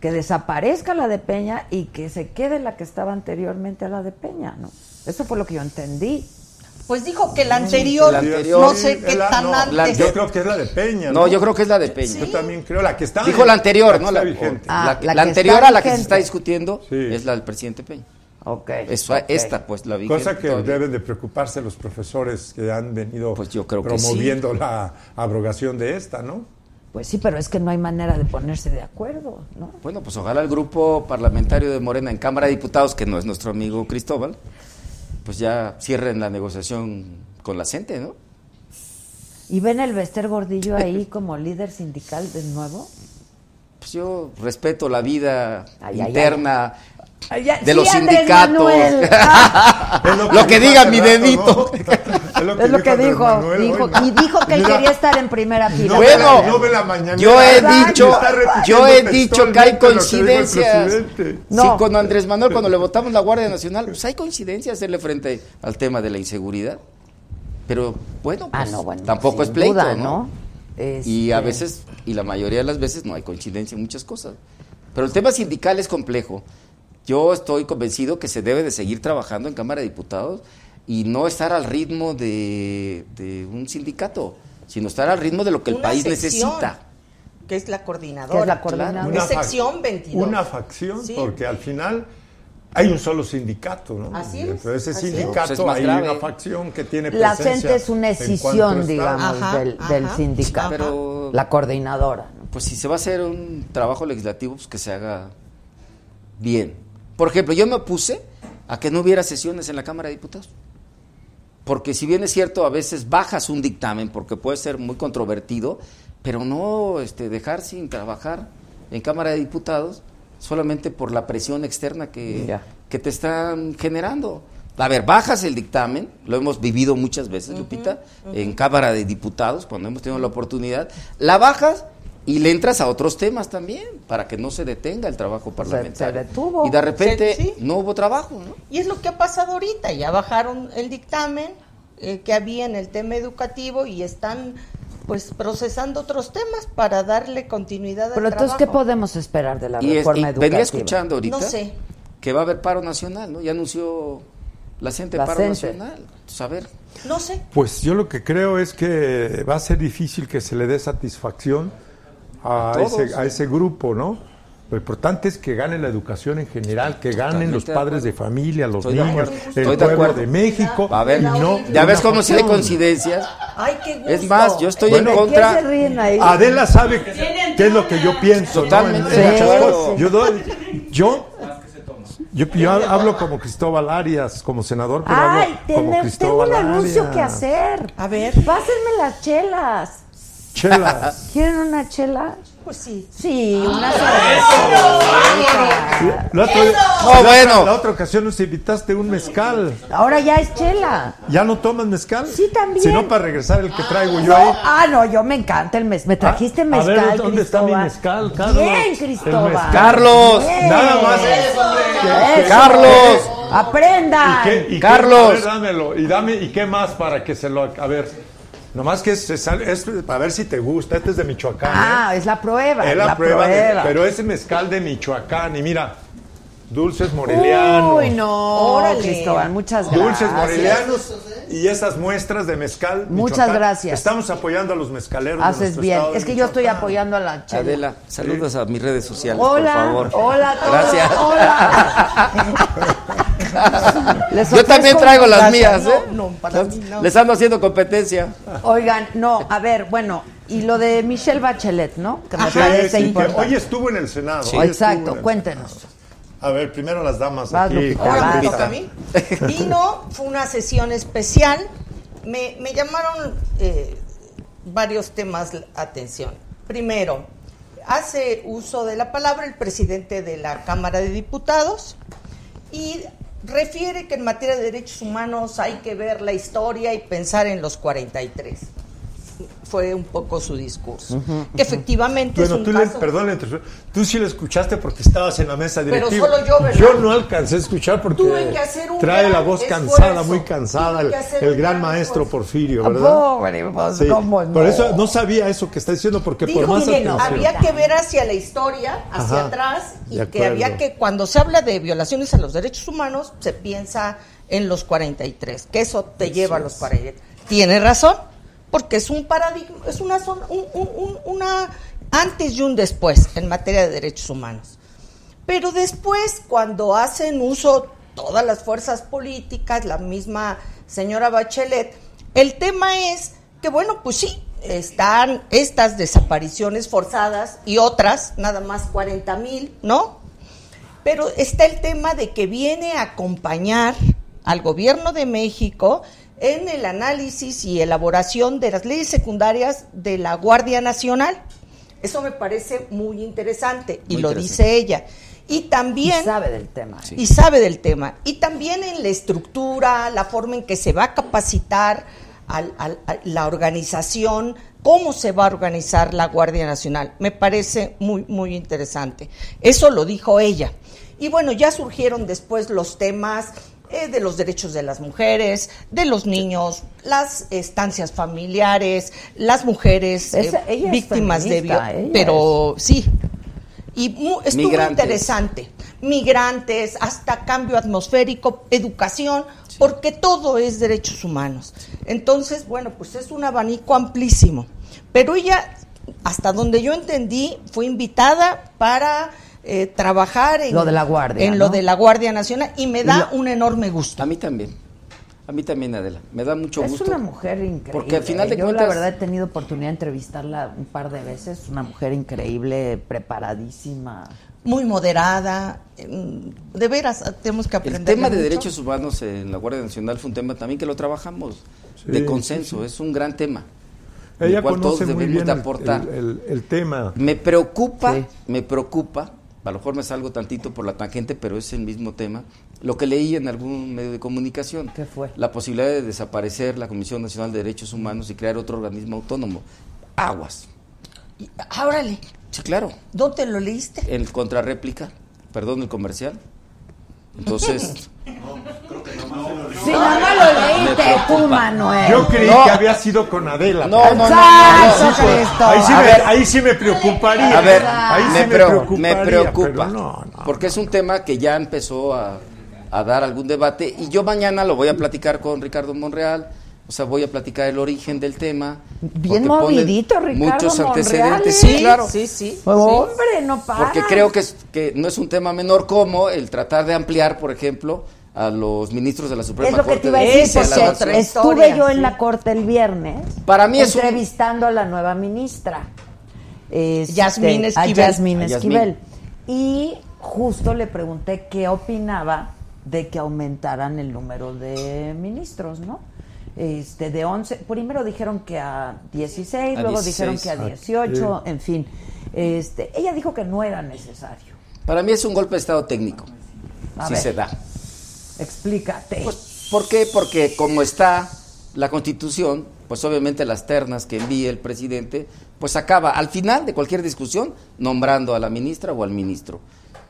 que desaparezca la de Peña y que se quede la que estaba anteriormente a la de Peña, ¿no? Eso fue lo que yo entendí. Pues dijo que la anterior, la anterior. no sé qué Es la- tan no, antes. la- Yo creo que es la de Peña. No, yo creo que es la de Peña. Yo también creo, la que está. Dijo la anterior, que ¿no? está La, vigente. Ah, la- la la que anterior está a la que se vigente. está discutiendo Sí. es la del presidente Peña. Ok. Eso, ok. Esta, pues, la vigente. Cosa que todavía. deben de preocuparse los profesores que han venido Pues yo creo que promoviendo la abrogación de esta, ¿no? Pues sí, pero es que no hay manera de ponerse de acuerdo, ¿no? Bueno, pues ojalá el grupo parlamentario de Morena en Cámara de Diputados, que no es nuestro amigo Cristóbal, pues ya cierren la negociación con la gente, ¿no? ¿Y ven el Bester (laughs) Gordillo ahí como líder sindical de nuevo? Pues yo respeto la vida Ay, ay, ay. interna Ay, ya- de sí, los Andrés sindicatos. (laughs) Manuel. Ah, Es Lo que dijo diga hace mi rato, dedito. ¿no? Es lo que Andrés dijo, Manuel dijo- hoy, ¿no? y dijo que él Mira, quería estar en primera fila. no ve la- Bueno, no ve la mañanera. yo he Está dicho, repitiendo yo he dicho que textualmente lo que dijo hay el coincidencias. presidente. No. Sí, con Andrés Manuel, cuando le votamos la Guardia Nacional, pues hay coincidencias hacerle frente al tema de la inseguridad. Pero bueno, Ah, pues, no, bueno. tampoco es sin pleito, duda, ¿no? Y Este, a veces, y la mayoría de las veces, no hay coincidencia en muchas cosas. Pero el tema sindical es complejo. Yo estoy convencido que se debe de seguir trabajando en Cámara de Diputados y no estar al ritmo de, de un sindicato, sino estar al ritmo de lo que el Una país sección, necesita. Que es la Que coordinadora. es la coordinadora. Es fac- sección 22. Una facción, Sí. porque al final hay un solo sindicato, ¿no? Así es, Dentro de ese así es. sindicato Pues es más hay grave. una facción que tiene La presencia. gente es una en cuanto escisión, está. digamos, Ajá, del, del ajá. sindicato. Pero- la coordinadora. ¿no? Pues si se va a hacer un trabajo legislativo, pues que se haga bien. Por ejemplo, yo me opuse a que no hubiera sesiones en la Cámara de Diputados. Porque si bien es cierto, a veces bajas un dictamen porque puede ser muy controvertido, pero no este, dejar sin trabajar en Cámara de Diputados solamente por la presión externa que, Ya. que te están generando. A ver, bajas el dictamen, lo hemos vivido muchas veces, Lupita, en Cámara de Diputados, cuando hemos tenido la oportunidad, la bajas y le entras a otros temas también, para que no se detenga el trabajo se parlamentario. detuvo. Y de repente Se- sí. no hubo trabajo, ¿no? Y es lo que ha pasado ahorita, ya bajaron el dictamen eh, que había en el tema educativo y están pues procesando otros temas para darle continuidad al Pero entonces, ¿qué trabajo. podemos esperar de la Y, es- y reforma educativa? venía escuchando ahorita No sé. que va a haber paro nacional, ¿no? Ya anunció la gente La paro CENTE. nacional. Entonces, a ver, No sé. Pues yo lo que creo es que va a ser difícil que se le dé satisfacción a, A todos. ese, a ese grupo, ¿no? Lo importante es que gane la educación en general, que ganen Totalmente los de padres de familia, los Estoy de niños, acuerdo. el Estoy de pueblo acuerdo. de México. va a haber. y no ya ves una cómo si hay facción. coincidencias. Ay, qué gusto. Es más, yo estoy Bueno, en ¿de ¿Qué se contra. ríen ahí? Adela sabe qué es lo que yo pienso. ¿no? Totalmente En- en de muchas acuerdo. cosas. Yo doy- yo- yo- yo hablo como Cristóbal Arias, como senador, pero Ay, hablo ten- como tengo Cristóbal un anuncio que Arias. hacer. A ver. Pásenme las chelas. Chela. ¿Quieren una chela? Pues sí. Sí, una cerveza. La otra, No, la bueno. otra- la otra ocasión nos invitaste un mezcal. Ahora ya es chela. ¿Ya no tomas mezcal? Sí, también. Si no, para regresar el que traigo yo ahí. Ah, no, yo me encanta el mezcal. Me trajiste a ver, mezcal, ¿dónde está mi Cristóbal? mezcal, Carlos? Bien, El Cristóbal. mezcal. Carlos, Bien. Nada más. Eso. Carlos. Aprendan. ¿Qué- y qué- Carlos. a ver, dámelo. Y dame, ¿y qué más para que se lo. A ver. Nomás que se sale- es para ver si te gusta. Este es de Michoacán. Ah, ¿eh? es la prueba. Es la, prueba. de- prueba. pero es mezcal de Michoacán. Y mira, dulces morelianos. Uy, no. Órale. Oh, Cristóbal, muchas gracias. Dulces morelianos y esas muestras de mezcal. Muchas Michoacán. gracias. Estamos apoyando a los mezcaleros. de Haces nuestro bien. estado de Es que yo estoy Michoacán. apoyando a la chela. Adela, saludos a mis redes sociales, Hola, por favor. hola a todos, Gracias. hola. (laughs) Les Yo también ofrezco traigo las gracias. mías, ¿eh? No, no, para mí no. Les ando haciendo competencia. Oigan, no, a ver, bueno, y lo de Michelle Bachelet, ¿no? Que me Sí, parece sí, que importante. hoy estuvo en el Senado. Sí. hoy estuvo en Exacto, el- cuéntenos. A ver, primero las damas Vas, aquí. Lupita, Ahora me Basta. toca a mí. Vino, fue una sesión especial. Me, me llamaron eh, varios temas la atención. Primero, hace uso de la palabra el presidente de la Cámara de Diputados y refiere que en materia de derechos humanos hay que ver la historia y pensar en los 43. fue un poco su discurso. (laughs) Que efectivamente es Bueno, un tú, le- caso... perdón la interrupción, tú sí lo escuchaste porque estabas en la mesa Pero directiva. solo yo, ¿verdad? Yo no alcancé a escuchar porque Tuve que hacer un trae gran la voz esfuerzo. cansada, muy cansada, Tuve el, que hacer el un gran gran maestro esfuerzo. Porfirio, ¿verdad? Pobre, pues, Sí. ¿cómo no? Por eso no sabía eso que está diciendo porque Dijo por más que no. atención. Había que ver hacia la historia, hacia Ajá, atrás, y de que había acuerdo. que, cuando se habla de violaciones a los derechos humanos, se piensa en los 43, que eso te lleva a los 43. Tiene razón, porque es un paradigma, es una, zona- un- un- un- una antes y un después en materia de derechos humanos. Pero después, cuando hacen uso todas las fuerzas políticas, la misma señora Bachelet, el tema es que, bueno, pues sí, están estas desapariciones forzadas y otras, nada más 40 mil, ¿no? Pero está el tema de que viene a acompañar al gobierno de México en el análisis y elaboración de las leyes secundarias de la Guardia Nacional. Eso me parece muy interesante y Muy lo interesante. dice ella. Y también Y sabe del tema. Sí. y sabe del tema. Y también en la estructura, la forma en que se va a capacitar al- al- a la organización, cómo se va a organizar la Guardia Nacional. Me parece muy, muy interesante. Eso lo dijo ella. Y bueno, ya surgieron después los temas eh, de los derechos de las mujeres, de los niños, las estancias familiares, las mujeres eh, Esa- ella es víctimas de feminista, ella violencia. Pero sí, y mu- estuvo Migrantes. interesante. Migrantes, hasta cambio atmosférico, educación, porque todo es derechos humanos. Entonces, bueno, pues es un abanico amplísimo. Pero ella, hasta donde yo entendí, fue invitada para eh, trabajar en Lo de la Guardia, en ¿no? lo de la Guardia Nacional y me da un enorme gusto. A mí también. A mí también, Adela. Me da mucho Es gusto. una mujer increíble. ¿eh? Porque al final de Yo cuentas. la verdad he tenido oportunidad de entrevistarla un par de veces. Una mujer increíble, preparadísima. Muy moderada. em, De veras, tenemos que aprender. El tema de mucho. derechos humanos en la Guardia Nacional fue un tema también que lo trabajamos Sí, de sí, consenso, es un gran tema. del Ella cual conoce todos muy debemos bien de el, aportar. el- el- el tema. Me preocupa, Sí. me preocupa, a lo mejor me salgo tantito por la tangente, pero es el mismo tema, lo que leí en algún medio de comunicación. ¿Qué fue? La posibilidad de desaparecer la Comisión Nacional de Derechos Humanos y crear otro organismo autónomo. Aguas. Y- ah, órale, Sí, claro. ¿dónde lo leíste? En contrarréplica, perdón, el comercial. (laughs) Entonces, Si no, no lo leíste tú, Manuel. Yo creí No. que había sido con Adela. No, pero- no, no, ¡Exacto, no, no, no. Cristo! Ahí sí, A me, ver. ahí sí me preocuparía. A ver, ahí sí me, me, preo- me preocuparía, preocupa. pero no, no. Ah, porque es un tema que ya empezó a, a dar algún debate y yo mañana lo voy a platicar con Ricardo Monreal. O sea, voy a platicar el origen del tema. porque Bien pone movidito, Ricardo Muchos Monreal, antecedentes. ¿eh? Ah. Sí, claro. Sí, sí. Hombre, no para. Porque creo que, es- que no es un tema menor como el tratar de ampliar, por ejemplo, a los ministros de la Suprema Es lo que Corte te iba a de decir, Justicia de la es porque Nación. otra historia, estuve yo sí. en la corte el viernes Para mí es un- entrevistando a la nueva ministra. este, Yasmín Esquivel. A Yasmín A Yasmín. Esquivel. Y justo le pregunté qué opinaba de que aumentaran el número de ministros, ¿no? Este, de 11, primero dijeron que a 16, A Ah, luego dijeron que 16. a 18, en fin. Este, ella dijo que no era necesario. Para mí es un golpe de Estado técnico. A si ver. se da. Explícate. Pues, ¿Por qué? Porque como está la Constitución, pues obviamente las ternas que envíe el presidente, pues acaba al final de cualquier discusión nombrando a la ministra o al ministro.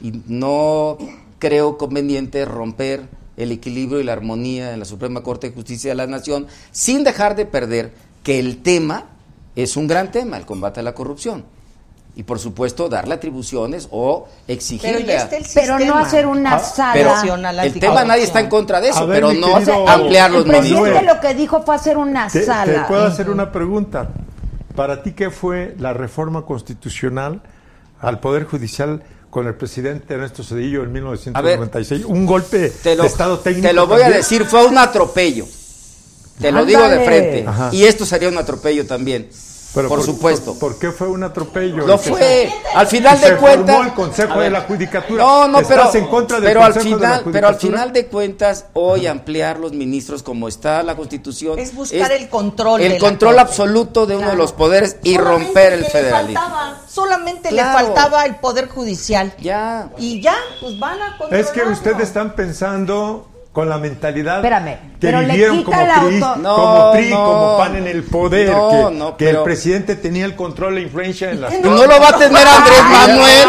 Y no creo conveniente romper el equilibrio y la armonía en la Suprema Corte de Justicia de la Nación sin dejar de perder que el tema es un gran tema, el combate a la corrupción. Y por supuesto darle atribuciones o exigirle Pero ya a- está el Pero no sistema. hacer una Ah, sala. pero Nacional el tema nadie está en contra de eso, A ver, pero mi no querido- ampliar los el presidente ministros. Manuel. lo que dijo fue hacer una Te, te sala. puedo hacer una pregunta. ¿Para ti qué fue la reforma constitucional al Poder Judicial con el presidente Ernesto Cedillo en 1996? Un golpe Te lo, de Estado técnico. te lo voy a también? decir, fue un atropello. Te lo Ándale. digo de frente. Ajá. Y esto sería un atropello también. Pero por, supuesto. ¿Por, por qué fue un atropello? lo El que fue. Al se- final se de cuentas. formó el Consejo A ver, de la Judicatura. No, no, pero. ¿Estás en contra del pero, al Consejo de la final, pero al Judicatura? final de cuentas, hoy ampliar los ministros como está la Constitución. Es buscar el control de El la control Corte. absoluto de uno de Claro. los poderes y Solamente romper el le federalismo. faltaba- solamente Claro. le faltaba el Poder Judicial. Ya. Y ya, pues van a controlar. Es que ustedes están pensando con la mentalidad Espérame, que pero le vivieron quita como el PRI, auto- No, como, PRI, no. como PAN en el poder, No, que, no, que pero- el presidente tenía el control e influencia en las No lo va a tener ¡Ah! Andrés Manuel.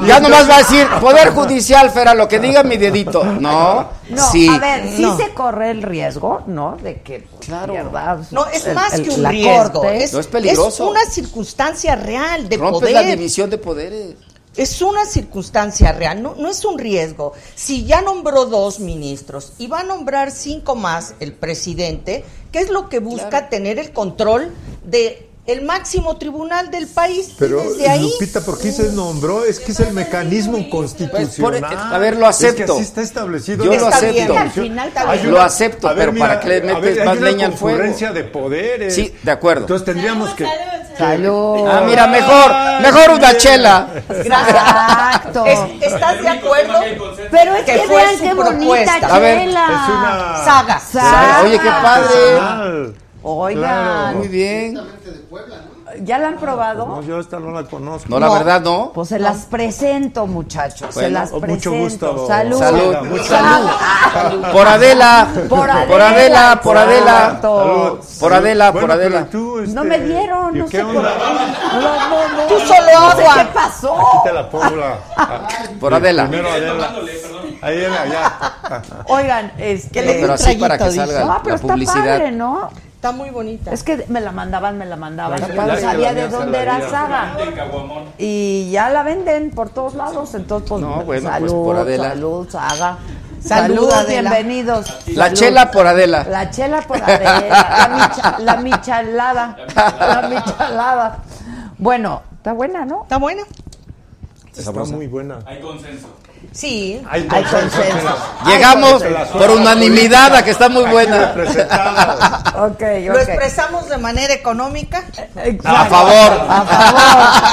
No. Ya nomás va a decir, Poder Judicial, Fera, lo que diga mi dedito. No. No, sí. a ver, sí No. se corre el riesgo, ¿no? De que pues, pierdas No, es el- más el- que un la riesgo. corte. Es, No es peligroso. es una circunstancia real de Rompes poder. la división de poderes. Es una circunstancia real, no, no es un riesgo. Si ya nombró dos ministros y va a nombrar cinco más el presidente, que es lo que busca tener el control de el máximo tribunal del país. Y Pero desde ahí, Lupita, ¿por qué uh, se nombró? Es que es el mecanismo constitucional. Pues, por- a ver, lo acepto. Es que así está establecido. Yo en la lo acepto. Constitución. Al final también. Hay Lo acepto, pero ¿para qué le a ver, metes hay más una leña al fuego? concurrencia de poderes. Sí, de acuerdo. Entonces tendríamos que... Salud. Ah, mira, mejor, mejor una chela. Exacto. es- ¿estás de acuerdo? Pero es Que que, fue vean su qué bonita propuesta. A ver, chela. Es una... Saga. Sa- Oye, qué padre. Personal. Oigan, Muy bien. ¿ya la han probado? No, yo esta no la conozco. No, la verdad, no. Pues se las presento, muchachos. se Bueno, las mucho presento. gusto. Salud. Salud. Mucho Salud. Por Adela. Por Adela. Por Adela. Por Adela. Exacto. Salud. Por Adela, por Bueno, pero Adela. tú, este, No me dieron, ¿y no qué sé por onda? qué. No, no, no. Tú solo No sé agua. ¿Qué pasó? Aquí te la pongo la... ah, Por Adela. Primero Adela. Adela, ya. Oigan, es que le di Pero un así para que traguito, dice. salga No, pero la está publicidad. padre, ¿no? Está muy bonita. Es que me la mandaban, me la mandaban. Pero Yo ya no que sabía la de mía se dónde la era dieron. Saga. Y ya la venden por todos lados, entonces pues No, bueno, pues, salud, por Adela. salud, Saga. Salud, Saludos, Adela. bienvenidos. La Salud. chela por Adela. La chela por Adela, la, micha- la michalada, la michalada. Bueno, está buena, ¿no? ¿Está buena? Está muy buena. Sí. Hay Hay consenso. consenso. Llegamos Ay, bueno, por unanimidad a que está muy buena. representados. Ok, ok. Lo expresamos de manera económica. Exacto. A favor. A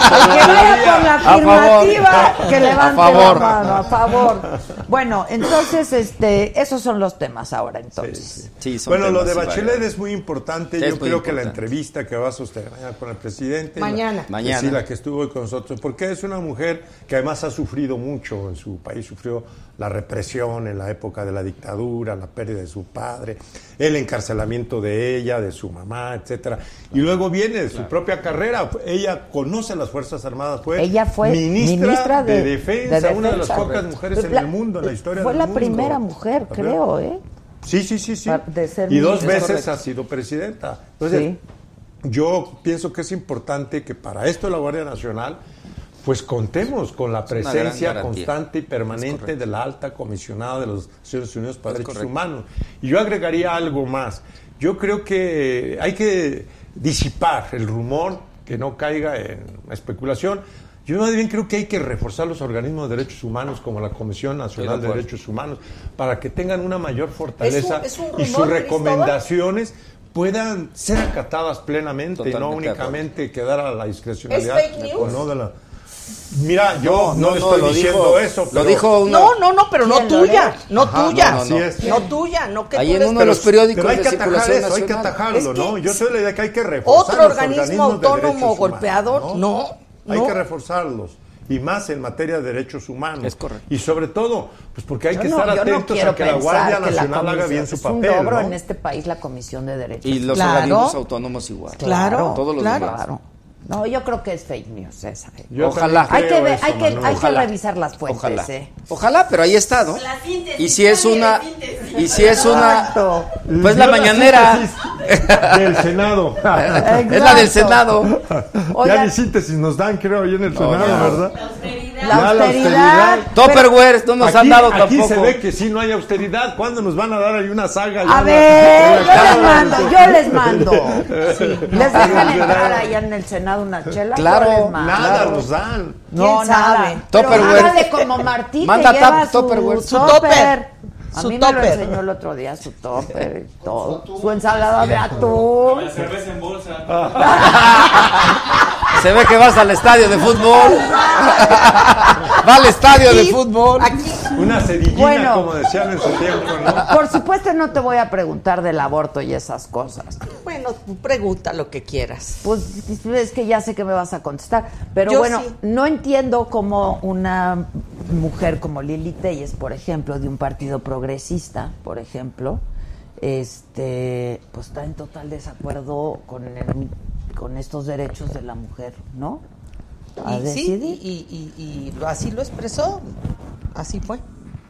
favor. Que vaya con la A favor. afirmativa, que levante A favor. la mano, (laughs) a favor. Bueno, entonces, este, esos son los temas ahora, entonces. Sí, son Bueno, lo temas de variados. Bachelet es muy importante. Sí, Yo es creo muy que la importante. entrevista que va a sostener mañana con el presidente. y la- Mañana. que Mañana. Sí, la que estuvo hoy con nosotros. Porque es una mujer que además ha sufrido mucho en su país. Sufrió la represión en la época de la dictadura, la pérdida de su padre, el encarcelamiento de ella, de su mamá, etcétera. Y luego viene de su propia carrera. Ella conoce las Fuerzas Armadas. Fue Ella fue ministra, de, de defensa, Una de las Defensa. Pues pocas mujeres en La- eh, el mundo, en la historia Fue del la mundo. primera mujer, ¿La primera? creo, ¿eh? Sí, sí, sí, sí. Para- de ser y dos ministra. veces Correcto. ha sido presidenta. Entonces, Sí. yo pienso que es importante que para esto la Guardia Nacional, pues contemos con la una gran presencia garantía. constante y Es permanente correcto. de la alta comisionada de los Naciones Unidas para Es Derechos correcto. Humanos. Y yo agregaría algo más. Yo creo que hay que disipar el rumor, que no caiga en especulación. Yo más bien creo que hay que reforzar los organismos de derechos humanos como la Comisión Nacional de acuerdo. Derechos Humanos para que tengan una mayor fortaleza fortaleza Es un- es un y sus rumor, recomendaciones puedan ser acatadas plenamente y no Totalmente de acuerdo. únicamente quedar a la discrecionalidad ¿Es fake de- news? o no de la- Mira, yo no, No, le no, estoy lo diciendo dijo- eso, Lo pero- dijo uno. No, no, no, pero no ¿Quién lo tuya. No Ajá, tuya. no, No, no, no. Así es. tuya. No que Ahí tú en eres- uno de los periódicos Pero hay de que atajar circulación eso, hay que nacional. atajarlo, Es que ¿no? Yo soy la idea que hay que reforzar otro los organismo organismos de autónomo derechos humanos, golpeador, no, Hay no. que reforzarlos. Y más en materia de derechos humanos. Es correcto. Y sobre todo, pues porque hay Yo que no- estar yo no atentos quiero a que la pensar Guardia que la Nacional haga comisión- bien su es papel. un logro ¿no? en este país la Comisión de Derechos. Y los Claro. organismos autónomos igual. Claro, Todos los claro. demás. No, yo creo que es fake news esa. eh. Yo Ojalá. también Hay que, creo ver- eso, hay, que, Manuel. hay que Ojalá. revisar las fuentes, Ojalá. ¿eh? Ojalá, pero ahí está, ¿no? La síntesis, Y si es Tania, una. la síntesis. Y si es una. Exacto. Pues la Yo mañanera. síntesis del Senado. (laughs) Es la del Senado. ya Oigan, ni síntesis nos dan, creo, hoy en el Senado, ya. ¿verdad? Austeridad. la Ya la austeridad. austeridad. Topperware no nos han dado aquí tampoco. se ve que sí no hay austeridad. ¿Cuándo nos van a dar ahí una saga? A Ya ver, la- yo les la- mando, yo les mando. Sí. ¿Les dejan entrar allá en el Senado una chela? Claro, Yo les mando. Nada nos dan. No, ¿Quién sabe? nada. Pero Tupperware. hágale como Martí Manda que lleva tap- su Tupperware. Su tupper. A Su mí me lo tupper. (laughs) enseñó el otro día, su topper y todo. Su ensalada de atún. (laughs) Se ve que vas al estadio de fútbol. Va al estadio de Y fútbol. Aquí, Una sedillina, Bueno. como decían en su tiempo, ¿no? Por supuesto no te voy a preguntar del aborto y esas cosas. bueno, tú pregunta lo que quieras. Pues es que ya sé que me vas a contestar. Pero Yo bueno, sí. no entiendo cómo una mujer como Lili Telles, por ejemplo, de un partido progresista, por ejemplo, este, pues está en total desacuerdo con, el- con estos derechos de la mujer, ¿no? A Y, sí, decidir. y, y- y- y lo- así lo expresó, así fue.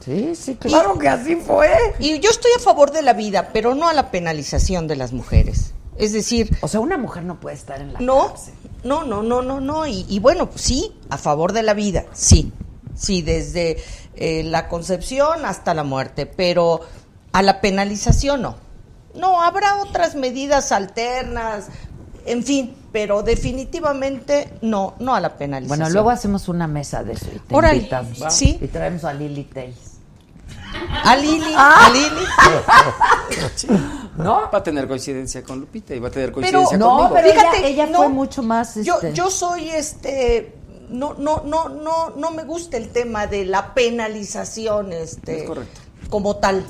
Sí, sí, claro que así fue. Y yo estoy a favor de la vida, pero no a la penalización de las mujeres. Es decir, O sea, una mujer no puede estar en la no, cárcel. no, no, no, no, no. Y, y bueno, pues sí, a favor de la vida, sí, sí, desde eh, la concepción hasta la muerte, pero a la penalización no. No, habrá otras medidas alternas, en fin, pero definitivamente no, no a la penalización. Bueno, luego hacemos una mesa de eso y te Órale, invitamos. va. sí. Y traemos a Lili Telles. A Lili, Ah. a Lili. ¿No? Va a tener coincidencia con Lupita y va a tener Pero coincidencia no, conmigo. pero ella- ella fue mucho más, Yo, este- yo soy este. No, no, no, no, no me gusta el tema de la penalización, este, Es correcto. como tal.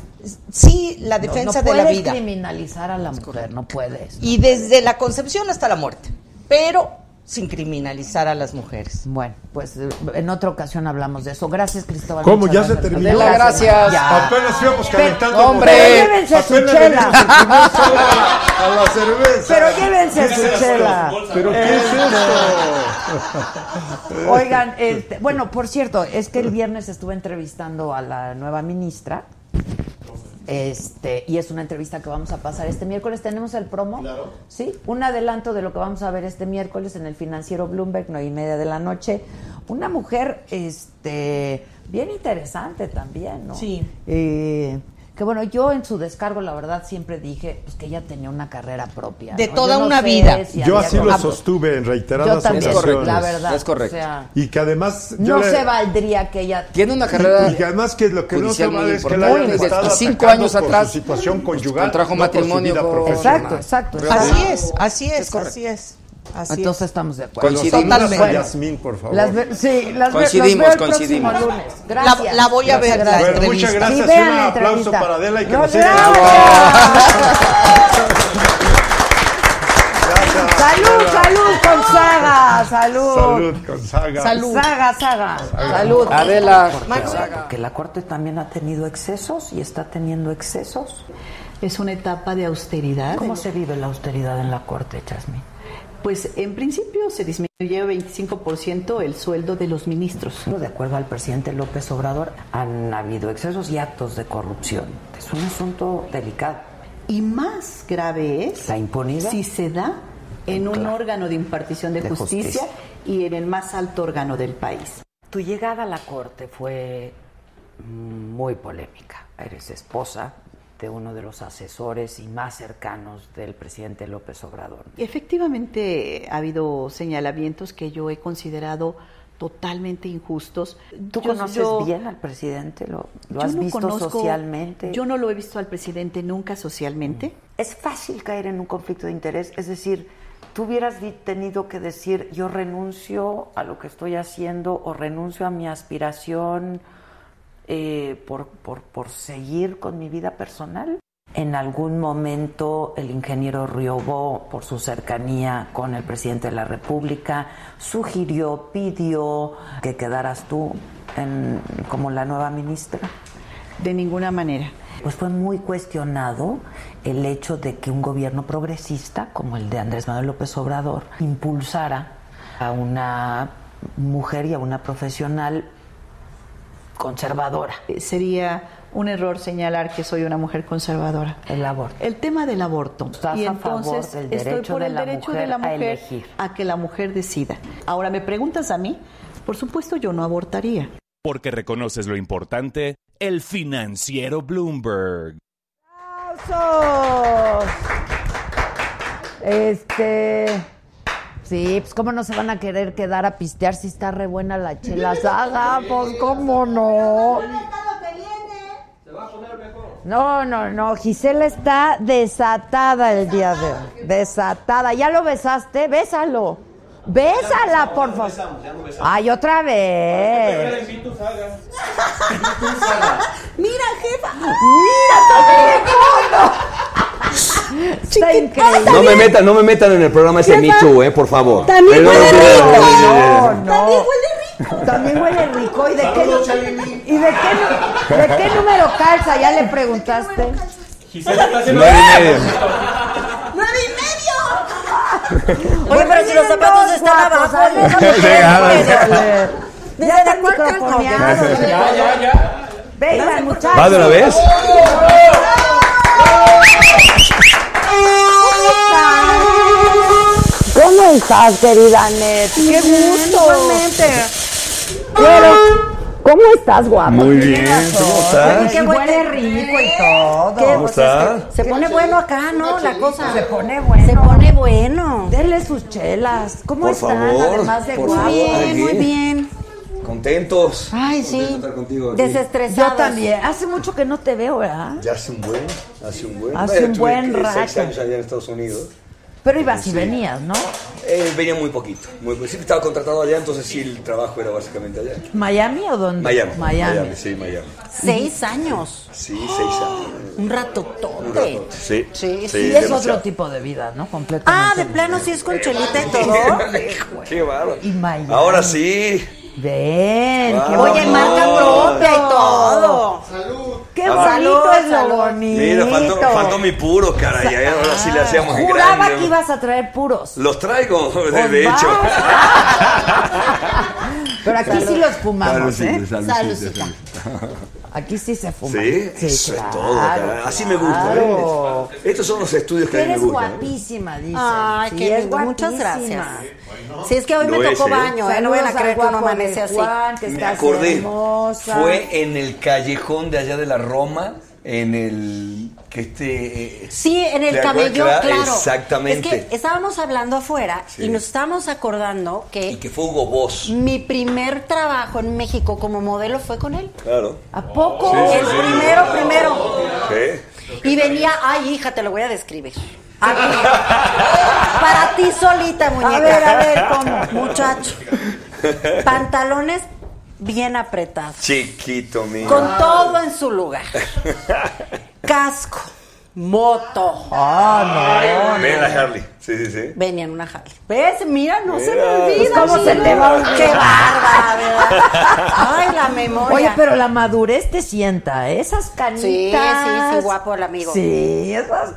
Sí, la No, defensa no de la puedes vida criminalizar a la mujer, no puedes. y desde la concepción hasta la muerte, pero sin criminalizar a las mujeres. Bueno, pues eh, en otra ocasión hablamos de eso. Gracias, Cristóbal. ¿Cómo? Muchas ¿Ya se terminó? Adela, gracias. Ya. Apenas íbamos Pero- calentando. hombre, motores. llévense su Apenas chela. le dimos el primer sorbo A la, a la cerveza. Pero llévense su chela. ¿Pero qué es esto? (laughs) Oigan, este, bueno, por cierto, es que el viernes estuve entrevistando a la nueva ministra. Este, y es una entrevista que vamos a pasar este miércoles. ¿Tenemos el promo? Sí, un adelanto de lo que vamos a ver este miércoles en el financiero Bloomberg, nueve y media de la noche. Una mujer, este, bien interesante también, ¿no? Sí. Eh, que bueno, yo en su descargo, la verdad, siempre dije pues, que ella tenía una carrera propia. De ¿no? toda Yo no una sé vida. si Yo había así lo conocido- sostuve en Yo reiteradas también, ocasiones. la verdad. Es correcto. o sea, Y que además. yo no le- se valdría que ella Tiene una Y que carrera. además que lo que no se Judicial vale muy es que la importante. hayan Desde estado cinco atacando años por atrás, pues, su situación conyugal. contrajo no por su matrimonio vida con- profesional. Exacto, exacto. Así exacto. es, así es, correcto. así es. Así Entonces es. estamos de acuerdo. Con los Coincidimos. saludos a Bueno. Yasmín, por favor. Las ve- sí, las ve- Coincidimos, los veo el coincidimos. próximo lunes. Gracias. La- la voy a ver, la Bueno, entrevista. muchas gracias. Sí, vean Un la aplauso entrevista. para Adela y que No, nos sigan. Gracias. Salud, salud con Saga. Salud. Salud, Gonzaga. Saga, saga. Salud. Adela. Que la Corte también ha tenido excesos y está teniendo excesos. Es una etapa de austeridad. ¿Cómo se vive la austeridad en la Corte, Chasmin? Pues en principio se disminuye 25% el sueldo de los ministros. De acuerdo al presidente López Obrador, han habido excesos y actos de corrupción. Es un asunto delicado. Y más grave es La impunidad. si se da en un Claro. órgano de impartición de, De justicia, justicia. y en el más alto órgano del país. Tu llegada a la corte fue muy polémica. Eres esposa de uno de los asesores y más cercanos del presidente López Obrador. Efectivamente ha habido señalamientos que yo he considerado totalmente injustos. ¿Tú Yo- conoces yo- bien al presidente? ¿Lo, lo yo has no visto conozco- socialmente? Yo no lo he visto al presidente nunca socialmente. Es fácil caer en un conflicto de interés. Es decir, tú hubieras di- tenido que decir yo renuncio a lo que estoy haciendo o renuncio a mi aspiración eh, por, por, por seguir con mi vida personal. En algún momento el ingeniero Riobó, por su cercanía con el presidente de la República, sugirió, pidió que quedaras tú en- como la nueva ministra. De ninguna manera. Pues fue muy cuestionado el hecho de que un gobierno progresista como el de Andrés Manuel López Obrador impulsara a una mujer y a una profesional conservadora Eh, Sería un error señalar que soy una mujer conservadora. el aborto. El tema del aborto. Estás y a favor entonces del estoy derecho por de el la derecho mujer de la a mujer elegir. a que la mujer decida. Ahora, ¿me preguntas a mí? Por supuesto, yo no abortaría. Porque reconoces lo importante, el financiero Bloomberg. ¡Aplausos! Este. Sí, pues cómo no se van a querer quedar a pistear si está re buena la chela saga, pues cómo Oh. no. No, no, no, Gisela está desatada el día de hoy. Desatada. ¿Ya lo besaste? Bésalo. Bésala, por favor. Ay, otra vez. Mira, jefa. Está increíble. No me metan, no me metan en el programa ese Me Too, eh, por favor. También Perdón, huele pero- rico. No, no. También huele rico. También huele rico. ¿Y de qué, Saludos, nu- ¿y de qué, nu- de qué número calza? ¿Ya le preguntaste? Gisela está haciendo Nueve y medio. ¡Nueve y medio! Oye, pero si los zapatos están abajo, ¿no? (laughs) Ya está microfoneado. Ya, ya, ya. Vengan, muchachos. ¿Va de una vez? ¿Cómo estás, querida Net? ¡Qué gusto! Igualmente. Pero, ¿cómo estás, guapa? Muy bien, ¿cómo Oye, estás? qué huele rico y todo. ¿Cómo está? Se pone bueno acá, ¿no? La cosa. Se pone bueno. Se pone bueno. Denle sus chelas. ¿Cómo Por están? favor, Además de por guapos? favor. Bien, muy Aquí. bien. Contentos. Ay, sí. Contento de estar contigo aquí. Desestresados. Yo también. Hace mucho que no te veo, ¿verdad? Ya hace un buen, hace un buen. Hace Bueno, un tuve buen que- Seis rato. años allá en Estados Unidos. Pero ibas y Sí. venías, ¿no? Eh, venía muy poquito. Muy, sí, estaba contratado allá, entonces sí el trabajo era básicamente allá. ¿Miami o dónde? Miami. Miami. sí, Miami. Seis años. Sí, seis (gasps) años. Un Un ratotote. rato. Sí. Sí, Sí, es otro tipo de vida, ¿no? Completamente. Ah, de plano sí es con chelita y todo. Qué bárbaro. Y Miami. Ahora ah, sí. Bien. Vamos. qué Oye, bonito. marca propia y todo. Qué Ah, bonito salud, es lo salud. bonito. Mira, faltó, faltó mi puro, caray. eh, Ahora sí le hacíamos en Ah, Juraba grande. que ibas a traer puros. Los traigo, (laughs) de, Pues de vas. hecho. Pero aquí sí los fumamos, ¿eh? Saludcita, saludcita, saludcita. Aquí sí se fuma. Sí, eso es todo. caray. Así me gusta. claro. ¿eh? Estos son los estudios que a mí me Eres gustan. ¿eh? guapísima, dice. Ay, Sí, qué es lindo. Muchas gracias. guapísima. Si es que hoy Lo me es, tocó ¿eh? baño, ¿eh? No van a Saludos creer al que uno guapo de amanece así. Juan, que Me estás acordé. hermosa. Fue en el callejón de allá de la Roma, en el que este. eh, Sí, en ¿te el acuerdas? cabello, claro. Exactamente. Es que estábamos hablando afuera Sí. y nos estábamos acordando Y que que fue Hugo Boss. mi primer trabajo en México como modelo fue con él. Claro. ¿A poco? Sí, sí, el sí. primero, primero. Sí. Y venía, ay, hija, te lo voy a describir. Aquí. (laughs) Para ti solita, muñeca. A ver, a (laughs) ver, ¿cómo? Muchacho. Pantalones bien apretados. Chiquito mío. Con todo en su lugar. Casco. Moto. Ah, (laughs) Ven la Harley. Sí, sí, sí. Venía en una Harley. ¿Ves? Mira, no se me Mira, olvida. pues, ¿cómo mira. se te va un- ¡Qué bárbara, ¿verdad? Ay, la memoria. Oye, pero la madurez te sienta, ¿eh? esas canitas. Sí, sí, sí, guapo el amigo. Sí, esas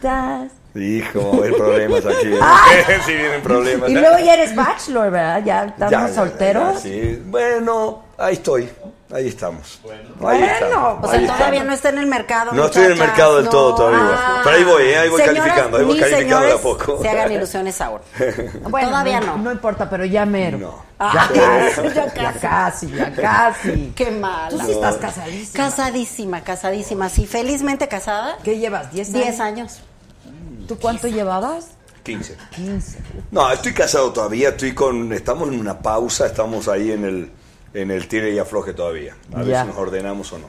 canitas. Hijo, hay problemas aquí. (laughs) (laughs) sí, vienen problemas. Y luego ya eres bachelor, ¿verdad? Ya Ya, estamos ya, ya, solteros. sí. Bueno, ahí estoy. Ahí estamos. Ahí Bueno, estamos, o ahí sea, todavía estamos. no está en el mercado. No estoy en el muchachas, mercado del todo todavía. Pero ahí voy, ¿eh? Ahí voy Señoras, calificando, ahí voy ni calificando de a señores poco. Se hagan ilusiones ahora. (laughs) (laughs) Bueno, todavía no. No importa, pero ya mero. Ah, Ya, casi, (laughs) ya ya casi. casi, ya casi. Qué mala. Tú sí estás casadísima. Casadísima, casadísima. Sí, felizmente casada. ¿Qué llevas? ¿10 años? 10 años. ¿Tú cuánto llevabas? 15. 15. No, estoy casado todavía, estoy con estamos en una pausa, estamos ahí en el en el tire y afloje todavía. A ver Ya. si nos ordenamos o no.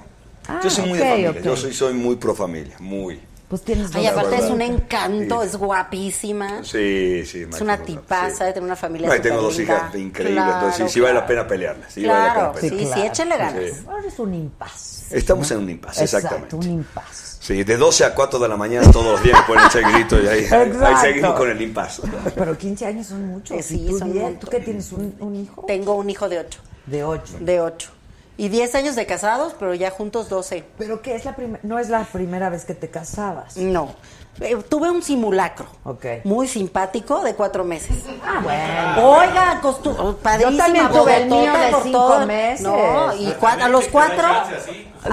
Ah, yo soy muy ok, de familia, ok. yo soy soy muy pro familia, muy. Pues tienes Ay, La aparte es verdad. un encanto, Sí. es guapísima. Sí, sí, Es una máximo, tipaza, sí. tiene una familia No, y tengo dos superlinda. hijas increíbles, Claro, entonces sí, sí vale la pena pelearlas. Sí, vale la Claro, pena sí, pelearlas. sí, échale ganas. Sí. Ahora es un impasse. Estamos en un impasse, Exacto, exactamente. un impasse. Sí, de 12 a 4 de la mañana todos los días me ponen ese grito y ahí, ahí Exacto. seguimos con el impasse. Pero 15 años son muchos. Eh, sí, ¿Y tú, son un diez? montón. ¿Tú qué tienes? ¿Un, un hijo? Tengo un hijo de 8. De 8. De 8. Y 10 años de casados, pero ya juntos 12. ¿Pero qué? Es la prim- no es la primera vez que te casabas. No. Eh, tuve un simulacro. Ok. Muy simpático de cuatro meses. Ah, bueno. Oiga, costu- oh, padrísima. Yo también tuve el mío botota de por cinco todo. meses. No, y cua- a los cuatro. A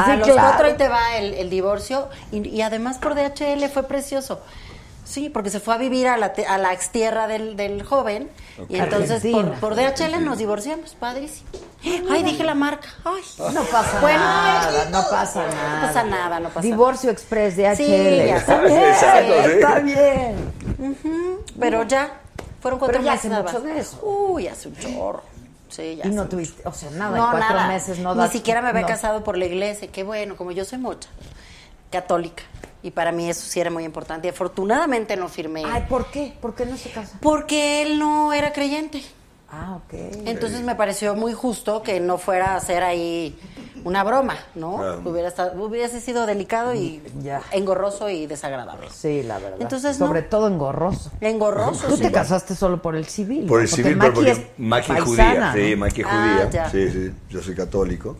Sí, los claro. cuatro ahí te va el, el divorcio. Y, y además por DHL fue precioso. Sí, porque se fue a vivir a la, te- a la extierra del, del joven. Y entonces por, Argentina. por DHL nos divorciamos. Padrísimo. (gasps) Ay, dije la marca. Ay. No pasa Bueno, nada, eh, no pasa nada. No pasa nada, no pasa Divorcio Express de HL. Sí, ya. está bien, Exacto, sí. está bien. nada. Pero ya. Fueron cuatro Pero ya meses hace nada mucho más. de eso. Uy, hace un chorro. Sí, ya Y hace no mucho. tuviste, o sea, nada, en cuatro meses no Ni das- siquiera me había no. casado por la iglesia. Qué bueno, como yo soy mocha, católica. Y para mí eso sí era muy importante. Y afortunadamente no firmé. Ay, ¿por qué? ¿Por qué no se casó? porque él no era creyente. Ah, ok. Entonces me pareció muy justo que no fuera a ser ahí una broma, ¿no? Claro. Hubiera estado- hubiese sido delicado y Mm, engorroso y desagradable. Sí, la verdad. Entonces, no. Sobre todo engorroso. Engorroso, Tú sí. te casaste solo por el civil. Por ¿no? el civil, pero Maki porque es Maki es judía. paisana, Sí, ¿no? Maki es Ah, judía. ya. Sí, sí, yo soy católico,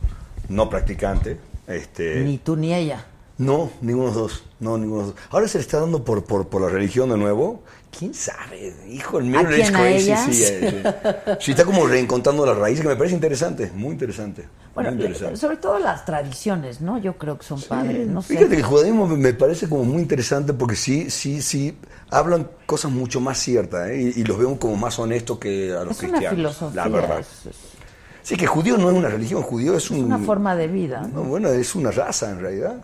no practicante. Este, Ni tú ni ella. No, ninguno de los dos. No, ninguno de los dos. Ahora se le está dando por, por, por la religión de nuevo. ¿Quién sabe? Hijo, el ¿A Mirror is quién, a crazy. ellas? Sí, eh, sí. Sí, está como reencontrando las raíces, que me parece interesante, muy interesante. (laughs) Bueno, muy interesante. sobre todo las tradiciones, ¿no? Yo creo que son padres, no sé. Fíjate que el judaísmo me- me parece como muy interesante porque sí, sí, sí, hablan cosas mucho más ciertas ¿eh? y, y los vemos como más honestos que a los Es una cristianos. filosofía, La verdad. es- Sí, que judío no es una religión, judío es, Es un... una forma de vida. no, ¿no? bueno, es una raza en realidad.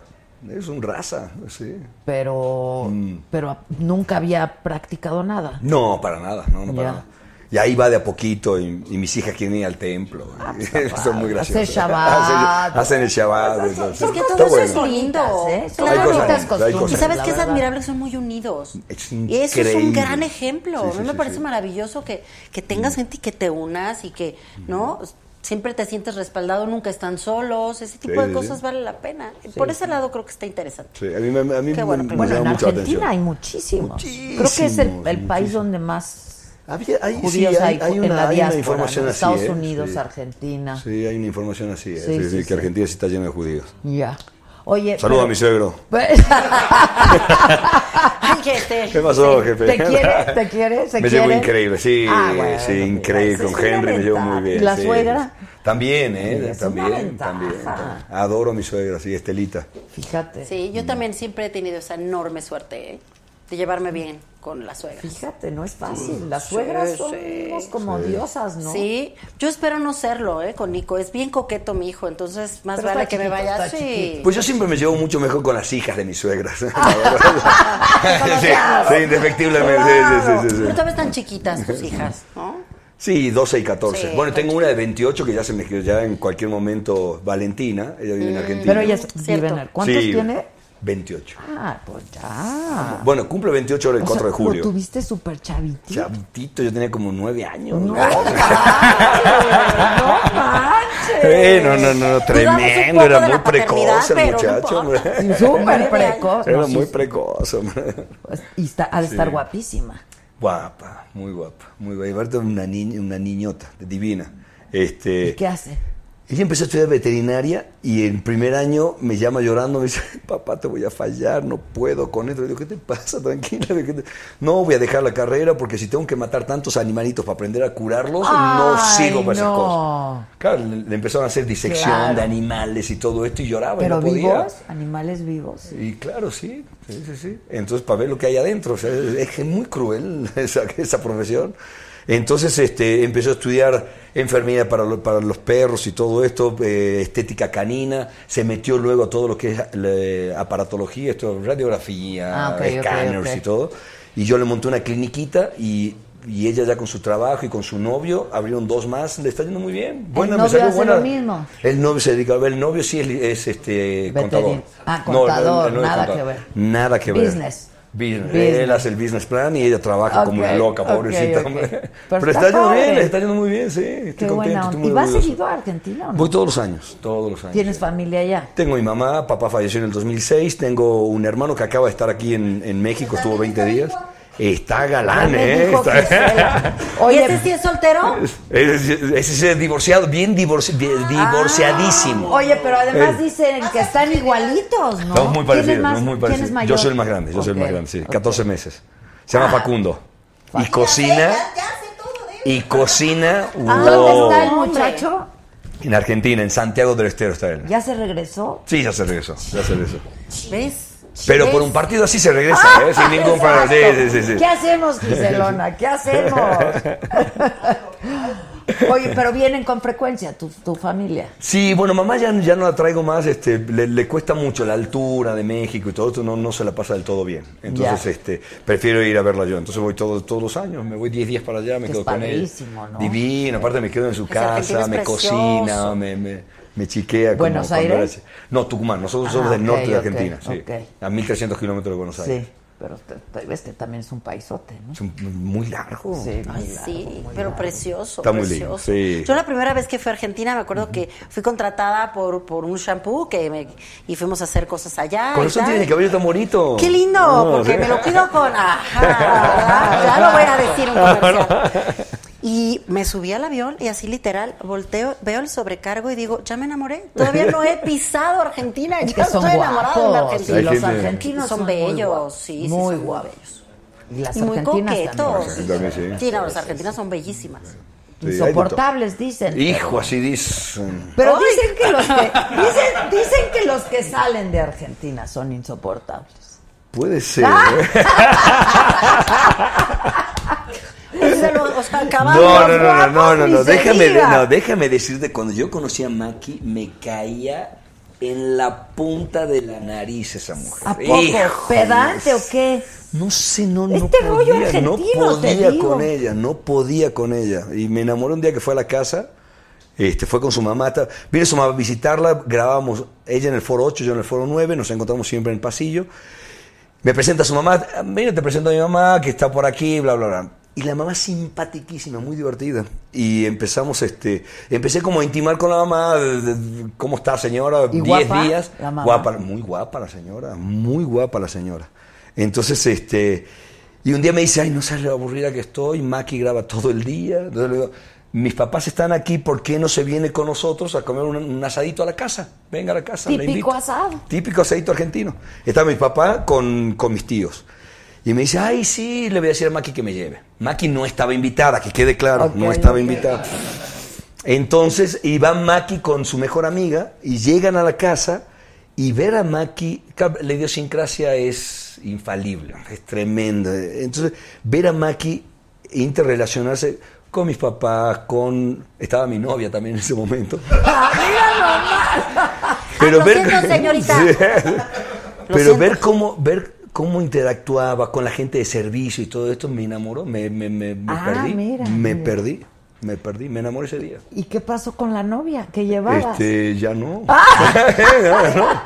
Es una raza, sí. Pero, Mm. pero nunca había practicado nada. No, para nada, no, no para Ya. nada. Y ahí va de a poquito y, y mis hijas quieren ir al templo. Ah, pues, (laughs) Son muy Hace graciosas. Shabbat. hacen, hacen el Shabbat. entonces. Es que Está todo eso bueno. es lindo. ¿eh? Son Claro. bonitas Hay cosas costumbres, Y sabes la que es verdad. admirable que son muy unidos. Es Y eso es un increíble. gran ejemplo. Sí, A sí, mí me sí, parece sí. Mm. maravilloso que, que tengas gente y que te unas y que, ¿no? Siempre te sientes respaldado, nunca están solos. Ese tipo Sí, de sí, cosas sí. vale la pena. Por ese lado creo que está interesante. Sí, a mí, me- a mí Qué bueno me, Mm, que- me Bueno, llama en mucho la atención. Argentina hay muchísimos. Creo que es el, el muchísimos. país donde más hay- sí, judíos hay- hay, hay una- hay en la una diáspora. ¿no? información así, Estados ¿eh? Unidos, Sí. Argentina. Sí, hay una información así, ¿eh? Sí, Sí, sí, sí, que sí. Argentina sí está llena de judíos. Ya. Oye. Saludos pero- a (laughs) mi suegro. Ay, jefe. ¿Qué pasó, jefe? (laughs) ¿Te quiere? ¿Te quiere? ¿Se me quiere? llevo increíble, sí, Ah, bueno, sí, increíble. mira, Con eso es Henry me llevo una muy bien. ventaja. ¿Y la sí. suegra? También, ¿eh? Es una También, ventaja. también. Adoro a mi suegra, sí, Estelita. Fíjate. Sí, yo también siempre he tenido esa enorme suerte ¿eh? de llevarme bien con la suegra. Mm. Fíjate, no es Mm, fácil. Las Sí, suegras son sí, unos como sí. diosas, ¿no? Sí, yo espero no serlo, ¿eh? Con Nico. Es bien coqueto mi hijo, entonces más Pero vale está que me chiquito, vaya está así. Pues yo siempre me llevo mucho mejor con las hijas de mis (laughs) suegras. (laughs) La verdad. sí, sí, indefectiblemente. sí, sí, sí, sí. Pero todavía están chiquitas (laughs) tus hijas, ¿no? Sí, 12 y 14. Sí, bueno, tengo una de 28 que ya se me ya en cualquier momento, Valentina, ella Mm. vive en Argentina. Pero ellas viven en- ¿Cuántos Sí, tiene? 28. Ah, pues ya. Bueno, cumple 28 ahora el O 4 sea, de julio. Lo tuviste súper chavitito. Chavitito, yo tenía como 9 años. No, (laughs) Eh, no, no, no, no, tremendo, era muy precoz el pero no muchacho. hombre. Súper precoz. Era No, sí, muy precoz, hombre. y está, ha de estar Sí. guapísima. Guapa, muy guapa, muy guapa. Y aparte una, niña, una niñota, divina. Este, ¿Qué hace? Ella empezó a estudiar veterinaria y el primer año me llama llorando, me dice, papá, te voy a fallar, no puedo con esto. Le digo, ¿qué te pasa? Tranquila. ¿de qué te-?" No, voy a dejar la carrera porque si tengo que matar tantos animalitos para aprender a curarlos, no Ay, sigo para Ah, esas no. cosas. Claro, le, le empezaron a hacer disección Claro. de animales y todo esto y lloraba y ¿Pero no podía. vivos? ¿Animales vivos? Y claro, sí, sí, sí, sí. Entonces, para ver lo que hay adentro, o sea, es que es muy cruel (laughs) esa, esa profesión. Entonces, este, empezó a estudiar enfermedad para, lo- para los perros y todo esto, eh, estética canina, se metió luego a todo lo que es eh, aparatología, esto, radiografía, Ah, ok, ok, escáneres y ok. todo. Y yo le monté una cliniquita y, y ella ya con su trabajo y con su novio abrieron dos más, le está yendo muy bien. Buena, me ¿El novio salió hace buena. lo mismo? El novio se dedica, el novio sí es, es, este, contador. Ah, No, no, contador, no, no es nada contador. que ver. Nada que ver. Business. Business. Business. Él hace el business plan y ella trabaja como una Ok, loca, ok, pobrecita. (laughs) ok. hombre. Pero, está está, yendo padre. bien, le está yendo muy bien, sí. Estoy Qué contento, buena estoy onda. muy ¿Y vas orgulloso. seguido a Argentina o no? Voy todos los años, todos los años. ¿Tienes familia allá? Tengo mi mamá, papá falleció en el 2006, tengo un hermano que acaba de estar aquí en, en México, estuvo 20 días. Está galán, Ya me ¿eh? dijo Está- Gisela. (laughs) ¿Y ese sí es soltero? Ese ese sí es divorciado, bien, divorci- bien Ah. divorciadísimo. Oye, pero además Eh. dicen que están igualitos, ¿no? Estamos muy ¿Quién es parecidos, más- somos muy quién es parecidos. mayor? Yo soy el más grande, yo soy el más Ok, grande, sí. ok. Ah. 14 meses. Se llama Facundo. Y cocina. Y cocina. Ah, wow. ¿Dónde está el Hombre. muchacho? En Argentina, en Santiago del Estero está él. ¿Ya se regresó? Sí, ya se regresó, ya se regresó. ¿Ves? Pero por un partido así se regresa, ¿eh? Sin ningún problema. Sí, sí, sí, sí. Ah, ¿Qué hacemos, Giselona? ¿Qué hacemos? Oye, pero vienen con frecuencia tu, tu familia. Sí, bueno, mamá ya, ya no la traigo más, este, le, le cuesta mucho la altura de México y todo esto, no, no se la pasa del todo bien. Entonces, Ya. este, prefiero ir a verla yo. Entonces voy todo- todos los años, me voy 10 días para allá, me Que quedo es con él. padrísimo, ¿no? Divino, aparte me quedo en su Ese argentino casa, es me precioso. cocina, me, me, me chiquea. como ¿Buenos cuando era Aires? ch- No, Tucumán, nosotros Ah, somos del ok, norte de ok, Argentina, sí, ok. a 1300 kilómetros de Buenos Aires. Sí. Pero te- te- ves que también es un paisote, ¿no? Es un- muy largo. Sí, muy Ay, largo, sí, muy pero largo. precioso. Está muy lindo, precioso. sí. Yo la primera vez que fui a Argentina me acuerdo que fui contratada por, por un shampoo que me, y fuimos a hacer cosas allá. Con y eso tal. tienes el cabello tan bonito. Qué lindo, No, porque sí. me lo cuido con. Ajá, ¿verdad? ya no voy a decir (laughs) un comercial. Y me subí al avión y así literal volteo, veo el sobrecargo y digo, ya me enamoré. Todavía no (laughs) he pisado Argentina, Es ya que son estoy enamorado de guapos, Argentina. y los Hay gente- argentinos son, son muy bellos, guapos, sí, sí, muy son guapos. bellos. Y las Y muy argentinas coquetos. también. También, sí. Sí, no, las argentinas son bellísimas. Sí, hay de todo. Insoportables, dicen. Hijo, así dicen. Pero dicen que los (laughs) que dicen, dicen que los que salen de Argentina son insoportables. Puede ser. Ah, ¿eh? Ese lo- (laughs) o sea, No, no, acabaron los no, no, guapos, no, no, ni no, se déjame, de- diga. (laughs) no, déjame decirte, cuando yo conocí a Maki, me caía en la punta de la nariz esa mujer. ¿A poco? Híjole, ¿Pedante o qué? No sé, no, no Este rollo podía, no argentino, te podía digo. con ella, no podía con ella. Y me enamoré un día que fue a la casa, este, fue con su mamá. ta- Vine su mamá a visitarla, grabábamos ella en el foro 8, yo en el foro 9, nos encontramos siempre en el pasillo. Me presenta su mamá, "Ah, mira, te presento a mi mamá que está por aquí, bla, bla, bla. Y la mamá simpatiquísima, muy divertida. Y empezamos, este, empecé como a intimar con la mamá, de- de- de- ¿cómo está señora? ¿Y 10 guapa días. la mamá? Guapa, muy guapa la señora, muy guapa la señora. Entonces, este, y un día me dice, ay, no sabes lo aburrida que estoy, Maki graba todo el día. Entonces le digo, mis papás están aquí, ¿por qué no se viene con nosotros a comer un, un asadito a la casa? Venga a la casa, la invito. Típico asado. Típico aceito argentino. Está mi papá con, con mis tíos. Y me dice, ay, sí, le voy a decir a Maki que me lleve. Maki no estaba invitada, que quede claro, no estaba invitada. Entonces, y va Maki con su mejor amiga y llegan a la casa y ver a Maki, claro, la idiosincrasia es infalible, es tremenda. Entonces, ver a Maki interrelacionarse con mis papás, con... Estaba mi novia también en ese momento. Ah, lo siento, señorita. (laughs) Sí. Lo Pero siento. ver cómo, ver cómo interactuaba con la gente de servicio y todo esto me enamoró, me, me, me, me Ah, perdí. mira, me mira. perdí, me perdí, me enamoré ese día. ¿Y qué pasó con la novia que llevaba? Este, ya (laughs) no. (laughs) no.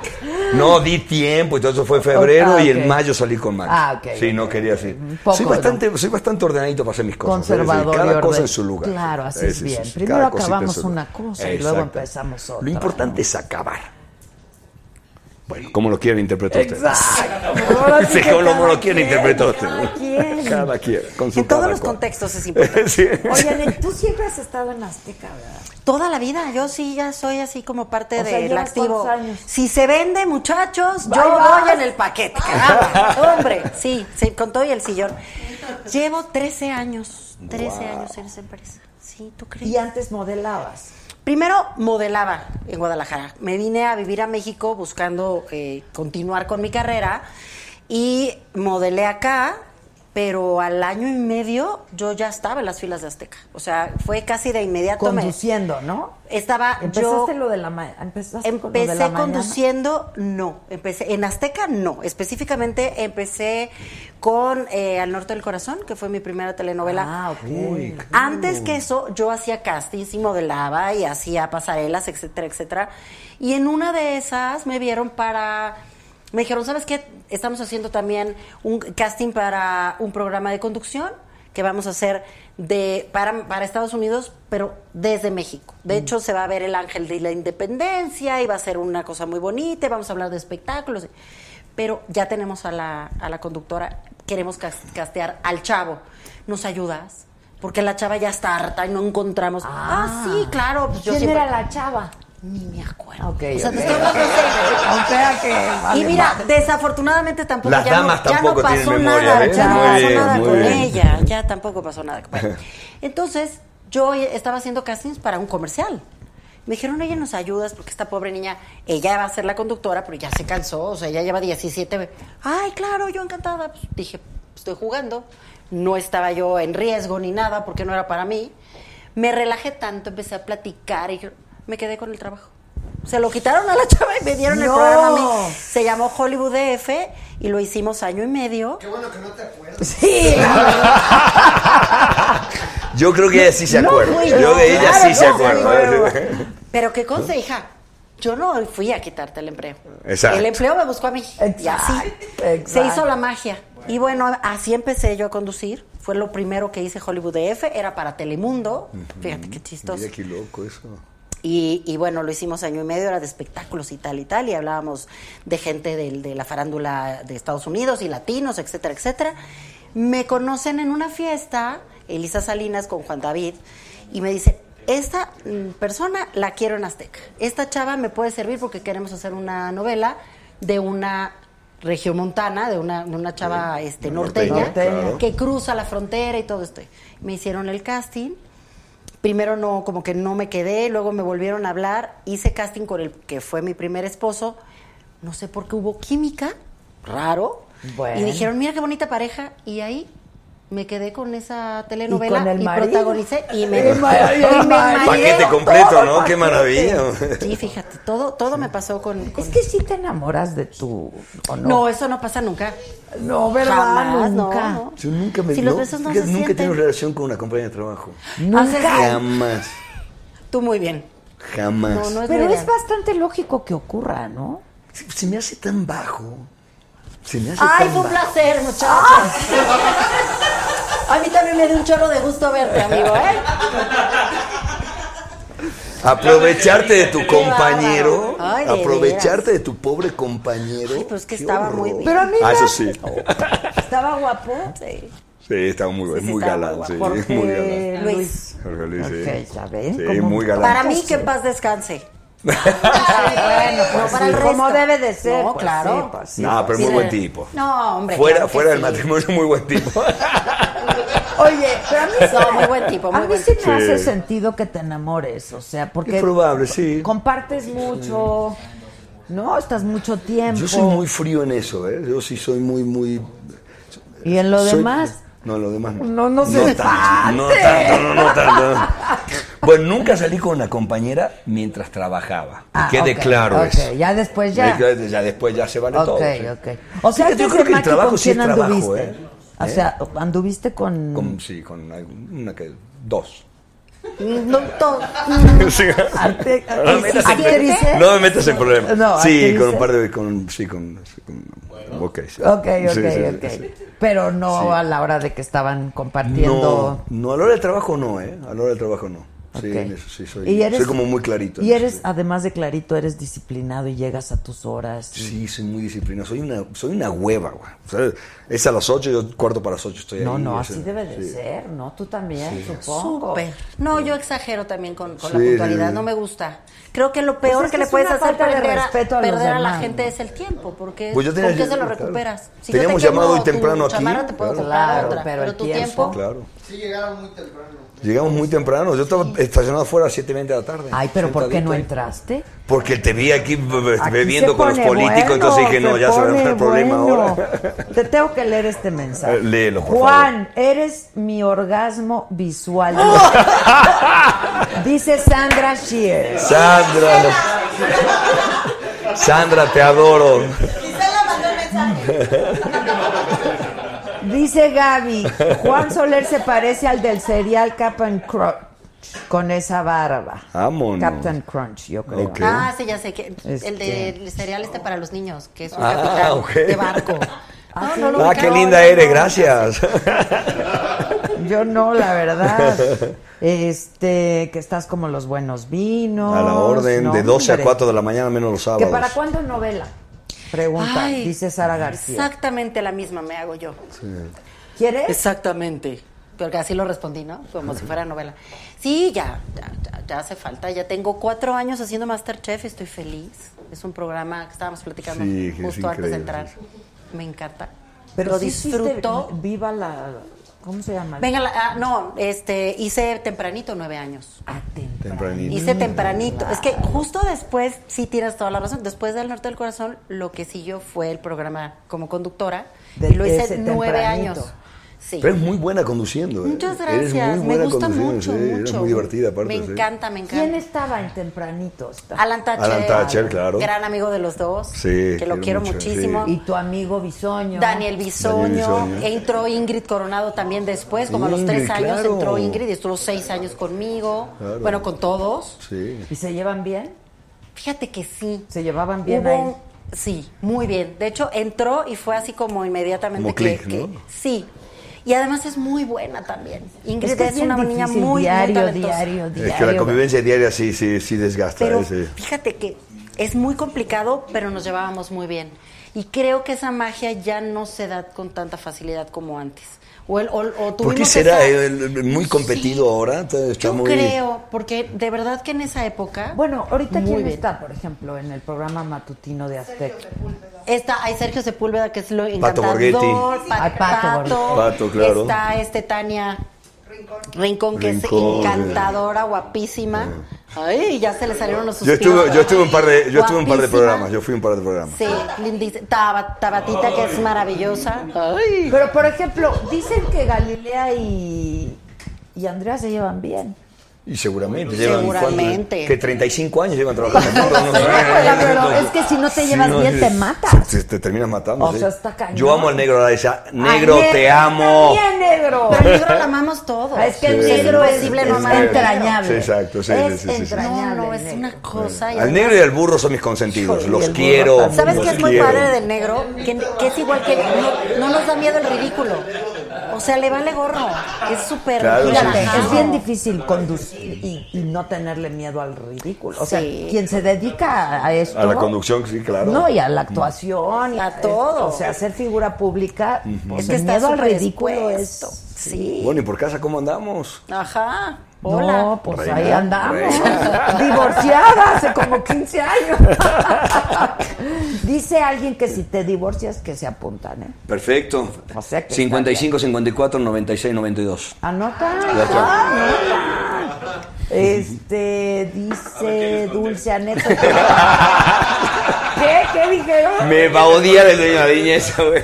No, di tiempo, entonces fue febrero Ah, y ok. en mayo salí con Max. Ah, ok, Sí, ok, no quería así. poco, soy, bastante, soy bastante ordenadito para hacer mis cosas. ¿eh? es decir, Conservador. y Cada cosa orden- en su lugar. Claro, así Sí, es sí, bien. sí, sí, Primero cada cosita en acabamos su lugar. una cosa y luego Exacto. empezamos otra. Lo importante es acabar. Bueno, como lo quieran interpretar (laughs) Exacto. Ahora ustedes. (laughs) sí Sí, que como cada lo quieran quien, interpretar cada ustedes. (laughs) quien. Cada quien. Con su En todos cada los cual. contextos es (laughs) importante. Sí. Oye, Nick, tú siempre has estado en Azteca, ¿verdad? Toda la vida, yo sí ya soy así como parte O sea, del ¿llevas activo. cuántos años? Si se vende, muchachos, yo Ahí vas. voy en el paquete. (laughs) caramba. Ah, Hombre, sí, sí, con todo y el sillón. Llevo 13 años, 13 años en esa empresa. Sí, ¿tú crees? Y antes modelabas. Primero modelaba en Guadalajara. Me vine a vivir a México buscando eh, continuar con mi carrera y modelé acá, pero al año y medio yo ya estaba en las filas de Azteca. O sea, fue casi de inmediato. me- Conduciendo, ¿no? Estaba Ah, yo Empezaste lo de la ma- empezaste con lo de la Empecé mañana. conduciendo, no. Empecé en Azteca, no. Específicamente empecé con eh, Al Norte del Corazón, que fue mi primera telenovela. Ah, ok. Antes que eso, yo hacía castings y modelaba y hacía pasarelas, etcétera, etcétera. Y en una de esas me vieron para. Me dijeron, ¿sabes qué? Estamos haciendo también un casting para un programa de conducción que vamos a hacer de para, para Estados Unidos, pero desde México. De hecho, se va a ver el ángel de la independencia y va a ser una cosa muy bonita, y vamos a hablar de espectáculos. Pero ya tenemos a la, a la conductora, queremos cas- castear al chavo. ¿Nos ayudas? Porque la chava ya está harta y no encontramos. Ah, sí, claro. pues yo ¿Quién siempre- era la chava? Ni me acuerdo. Ok, O sea, ok. te estoy hablando en serio. O sea que, vale, y mira, madre. desafortunadamente tampoco Las ya, no- damas ya no, tampoco tienen pasó memoria, nada, ¿eh? ya no Muy pasó bien, nada muy con bien. ella, ya tampoco (laughs) pasó nada. Bueno, entonces, yo estaba haciendo castings para un comercial. Me dijeron, oye, nos ayudas porque esta pobre niña, ella va a ser la conductora, pero ya se cansó, o sea, ella lleva 17. ve- Ay, claro, yo encantada. Pues dije, estoy jugando. No estaba yo en riesgo ni nada porque no era para mí. Me relajé tanto, empecé a platicar y me quedé con el trabajo. Se lo quitaron a la (laughs) chava y me dieron el No. programa a mí. Se llamó Hollywood DF y lo hicimos año y medio. Qué bueno que no te acuerdas. Sí, la verdad. Yo creo que ella sí se No acuerda. fui yo yo, de ella claro, sí se ¿eh? no fui acuerda. Pero qué cosa, hija. Yo no fui a quitarte el empleo. Exacto. El empleo me buscó a mí. Y así Exacto. se hizo la magia. Y bueno, así empecé yo a conducir. Fue lo primero que hice Hollywood DF, era para Telemundo. Fíjate qué chistoso. Mira qué loco eso. Y, y bueno, lo hicimos año y medio, era de espectáculos y tal y tal, y hablábamos de gente del- de, la farándula de Estados Unidos y latinos, etcétera, etcétera. Me conocen en una fiesta, Elisa Salinas con Juan David, y me dice, esta mm, persona la quiero en Azteca, esta chava me puede servir porque queremos hacer una novela de una regiomontana, de una, de una chava este, norteña, norteña, claro. que cruza la frontera y todo esto. Me hicieron el casting primero no, como que no me quedé, luego me volvieron a hablar, hice casting con el que fue mi primer esposo, no sé por qué hubo química, raro, y dijeron, mira qué bonita pareja, y ahí me quedé con esa telenovela Y y, con el marido. protagonicé y me, Y ma- y (laughs) el y me marido. mareé. Paquete completo, ¿no? Qué maravilla. Sí, fíjate, todo, todo me pasó con... con- Es que si te enamoras de tu. ¿o no? no? eso no pasa nunca. No, ¿verdad? Jamás, no, Nunca. no. Yo nunca me Si los no, besos no fíjate, se nunca he tenido sienten. Ah, relación con una compañera de trabajo. Nunca. Jamás, Tú muy bien. jamás. No, no es Pero verdad. es bastante lógico que ocurra, ¿no? Se, se me hace tan bajo. Se me hace Ay, tan fue un bajo. placer, muchachos. (laughs) A mí también me dio un chorro de gusto verte, amigo, ¿eh? Aprovecharte de tu Qué compañero. bárbaro. Ay, de aprovecharte de tu pobre compañero. Pues que Qué estaba horror. muy bien. Pero a mí Ah, me- eso sí. Estaba guapo. Sí. Sí, estaba muy, Sí, sí, muy estaba galán. muy Sí, guapo. muy galán. Luis. Jorge Luis, sí. Ok, ya ven. Sí, cómo- muy galán. pues Para mí, que en (laughs) paz descanse. Bueno, No, pues para el sí. resto. Como debe de ser. No, pues claro. sí, pues sí, no, pero pues muy sí. buen tipo. No, hombre. fuera claro que fuera del sí. matrimonio, muy buen (laughs) tipo. Oye, pero a mí No, muy buen tipo, muy a mí buen sí me tipo. Sí. hace sentido que te enamores, o sea, porque Es probable, sí. compartes mucho, no, estás mucho tiempo. Yo soy muy frío en eso, ¿eh? Yo sí soy muy, muy. y en lo soy- demás, No, lo demás no. No, no se espante. No tanto, no, no tanto. Bueno, nunca salí con una compañera mientras trabajaba. Ah, Que quede ok, claro ok, eso. ya después Pues ya. Ya- ya después ya se vale Ok, todo. sí. ok. O sea, Fíjate, este yo creo que el Semaki, trabajo ¿con sí es quién trabajo, anduviste? ¿eh? O ¿Eh? sea, anduviste con, Con- sí, con algún- una que. Dos. No, to- (laughs) Sí. arte- (laughs) No me metas en- actrices. No me metas en problemas. No, sí, con actrices. un par de. Con, sí, con. sí, con- ok, sí. Ok, ok, Sí, sí, sí, ok. sí. Pero no Sí. a la hora de que estaban compartiendo. No, no, a la hora del trabajo no, ¿eh? A la hora del trabajo no. Sí, Ok. en eso sí, soy, Y eres- soy como muy clarito. en Y eso, eres, sí. además de clarito, eres disciplinado y llegas a tus horas. Sí, soy muy disciplinado. Soy una, soy una hueva, güey. O sea, es a las 8, yo cuarto para las 8 estoy ahí. No, no, o así sea, debe de sí. ser, ¿no? Tú también, supongo. Súper. No, yo exagero también con, con la Sí, puntualidad, sí, sí. no me gusta. Creo que lo peor Pues es que que le es puedes una hacer falta de perder, a, respeto a los perder a la demás, gente ¿no? es el tiempo, porque Pues yo tenía- ¿con qué se lo claro. recuperas? Si yo Teníamos te quemo llamado hoy tu temprano aquí, chamarra, te puedo claro. comprar Claro, otra, pero pero, el tu tiempo. tiempo... Claro. Sí, llegaron muy temprano. Llegamos muy temprano. Yo estaba estacionado afuera a las 7.20 de la tarde. Ay, pero ¿por qué sentadito no ahí. entraste? Porque te vi aquí be- be- Aquí bebiendo se con los pone políticos, bueno, entonces dije, no, se ya se va a pone entrar el problema bueno. ahora. Te tengo que leer este mensaje. Eh, (laughs) léelo, por Juan, eres mi orgasmo visual. (laughs) Dice Sandra Shears. Sandra. Sandra, te adoro. Quizá la mandó el mensaje. (laughs) Dice Gaby, Juan Soler se parece al del serial Captain Crunch con esa barba. Vámonos. Captain Crunch, yo creo. Ok. Ah, sí, ya sé que el Este. de el cereal este para los niños, que es un Ah, capitán ok. de (laughs) barco. Ah, sí. lo Ah, ubicaba, qué linda no, eres, no. gracias. Yo no, la Ah, verdad. Este, que estás como los buenos vinos. (laughs) A la orden, no, de 12 a hombre. 4 de la mañana, menos los ¿Que sábados. para cuándo novela? Pregunta, Ay, dice Sara García. Exactamente la misma me hago yo. ¿Quieres? Exactamente. Porque así lo respondí, ¿no? Como si fuera novela. Sí, ya, ya, ya, ya hace falta. Ya tengo cuatro años haciendo Masterchef, estoy feliz. Es un programa que estábamos platicando Sí, que es justo antes increíble, de entrar. sí, Me encanta. Pero lo sí hiciste disfruto. Viva la. ¿Cómo se llama? Venga, la- ah, no, este, hice tempranito nueve años. Tempranito. Hice tempranito. Es que justo después, sí tienes toda la razón, después del Norte del Corazón, lo que siguió fue el programa como conductora. De- y lo ese hice nueve tempranito. años. Sí. Pero es muy buena conduciendo. ¿eh? Muchas Eres muy gracias. Me buena gusta conduciendo, mucho, sí, Eres mucho. muy divertida, aparte. Me sí. encanta, me ¿Quién encanta. estaba en tempranito? Está- Alan Thatcher. Alan Thatcher, claro. Gran amigo de los dos. Sí, Que lo quiero quiero mucho, muchísimo. Y tu amigo Bisoño. Daniel Bisoño, Bisoño. e entró Ingrid Coronado también después, como a los Ingrid, tres años claro. entró Ingrid y estuvo seis años conmigo, Claro. bueno, con todos. Sí. ¿Y se llevan bien? Fíjate que sí. ¿Se llevaban bien Hubo- ahí? Sí, muy bien. De hecho, entró y fue así como inmediatamente Como que, clic, que- ¿no? sí. Y además es muy buena también. Ingrid Es es, que es bien una niña difícil, muy, muy diario, talentosa. diario, Es que la convivencia diaria sí, sí, sí desgasta. Pero ese- fíjate que es muy complicado, pero nos llevábamos muy bien. Y creo que esa magia ya no se da con tanta facilidad como antes. O, el, o, o ¿Por qué tuvimos será esa- el- el- muy competido ahora? Está- Está Yo muy... creo, porque de verdad que en esa época. Bueno, Ahorita quién está, por ejemplo, en el programa matutino de Aztec. Está, hay Sergio Sepúlveda, que es lo Pato encantador. Borghetti. Pa- Ay, Pato Pato. Borghetti. Pato, claro. Está este Tania Rincón, que Rincón, es encantadora, guapísima. Ay, ya se le salieron los Yo suspiros. estuve, yo estuve un par de, yo estuve un par de Guapísima. programas, yo fui un par de programas. Sí, lindis- Taba- Tabatita, que es maravillosa. Ay. Pero, por ejemplo, dicen que Galilea y, y Andrea se llevan bien. Y seguramente, Seguramente. llevan que 35 años llevan (laughs) trabajando juntos. no sé. pero es que si no te llevas no, bien, es- te matas. Se- se- te terminas matando. O sí. sea, está cañón. Yo amo al negro Araiza. Negro, Ay, te negro, amo. Bien, negro. Pero el negro lo amamos todos. Es que el Sí, negro es, imposible es no amar al negro. entrañable. Sí, exacto, sí, sí, es sí, sí, sí. entrañable. No, es una cosa. y Al negro y al burro son mis consentidos. Los burro quiero. ¿Sabes los qué es muy quiero. padre del negro? Que, que es igual que no, no nos da miedo el ridículo. O sea, le vale gorro. Es súper Claro, sí, Fíjate, sí, es sí. bien difícil conducir y, y no tenerle miedo al ridículo. O sea, Sí. quien se dedica a esto. A la conducción, sí, claro. No, y a la actuación. y A todo. O sea, hacer figura pública. Ujú. pues, Es que el está miedo al súper ridículo es. Sí. Bueno, ¿y por casa cómo andamos? Ajá. Hola. No, pues Reina, ahí andamos. reina. (laughs) Divorciada hace como 15 años. (laughs) Dice alguien que si te divorcias, que se apuntan, ¿eh? Perfecto. O sea que 55, 54, 96, 92. Anota. Gracias. Anota. Ah, Este, dice Dulce Aneto. (laughs) ¿Qué? ¿Qué dijeron? (laughs) Me va a odiar el dueño de la viña esa, güey.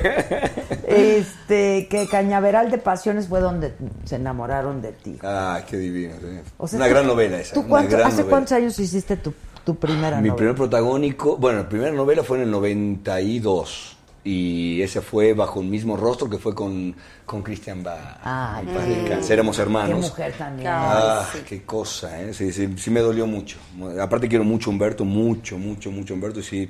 Este, que Cañaveral de Pasiones fue donde se enamoraron de ti. Ah, qué divino. sí. O sea, una tú- gran novela esa. ¿tú una cuánto- gran ¿Hace novela. cuántos años hiciste tu, tu primera Mi novela? primer protagónico, bueno, la primera novela fue en el 92 y ese fue bajo un mismo rostro que fue con, con Christian Bach. Ah, En paz descanse, éramos hermanos. Qué mujer también. Ah, qué cosa, ¿eh? Sí, sí, sí me dolió mucho. Aparte quiero mucho a Humberto, mucho, mucho, mucho a Humberto y sí,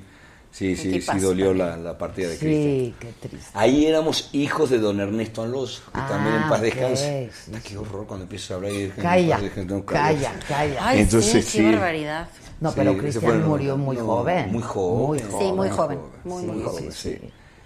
sí, sí, sí tipazo dolió la, la partida de Cristian. Sí, qué triste. Ahí éramos hijos de don Ernesto Alonso, que también en paz Ah, ok, descanse. Puta, qué horror cuando empiezo a hablar y... Calla, No, calla, calla. Ay, Entonces, sí, qué sí. barbaridad. No, Sí, pero ese fue Cristian el- murió muy no, joven. muy joven. Sí, muy joven. Muy, Sí, muy joven. joven, sí.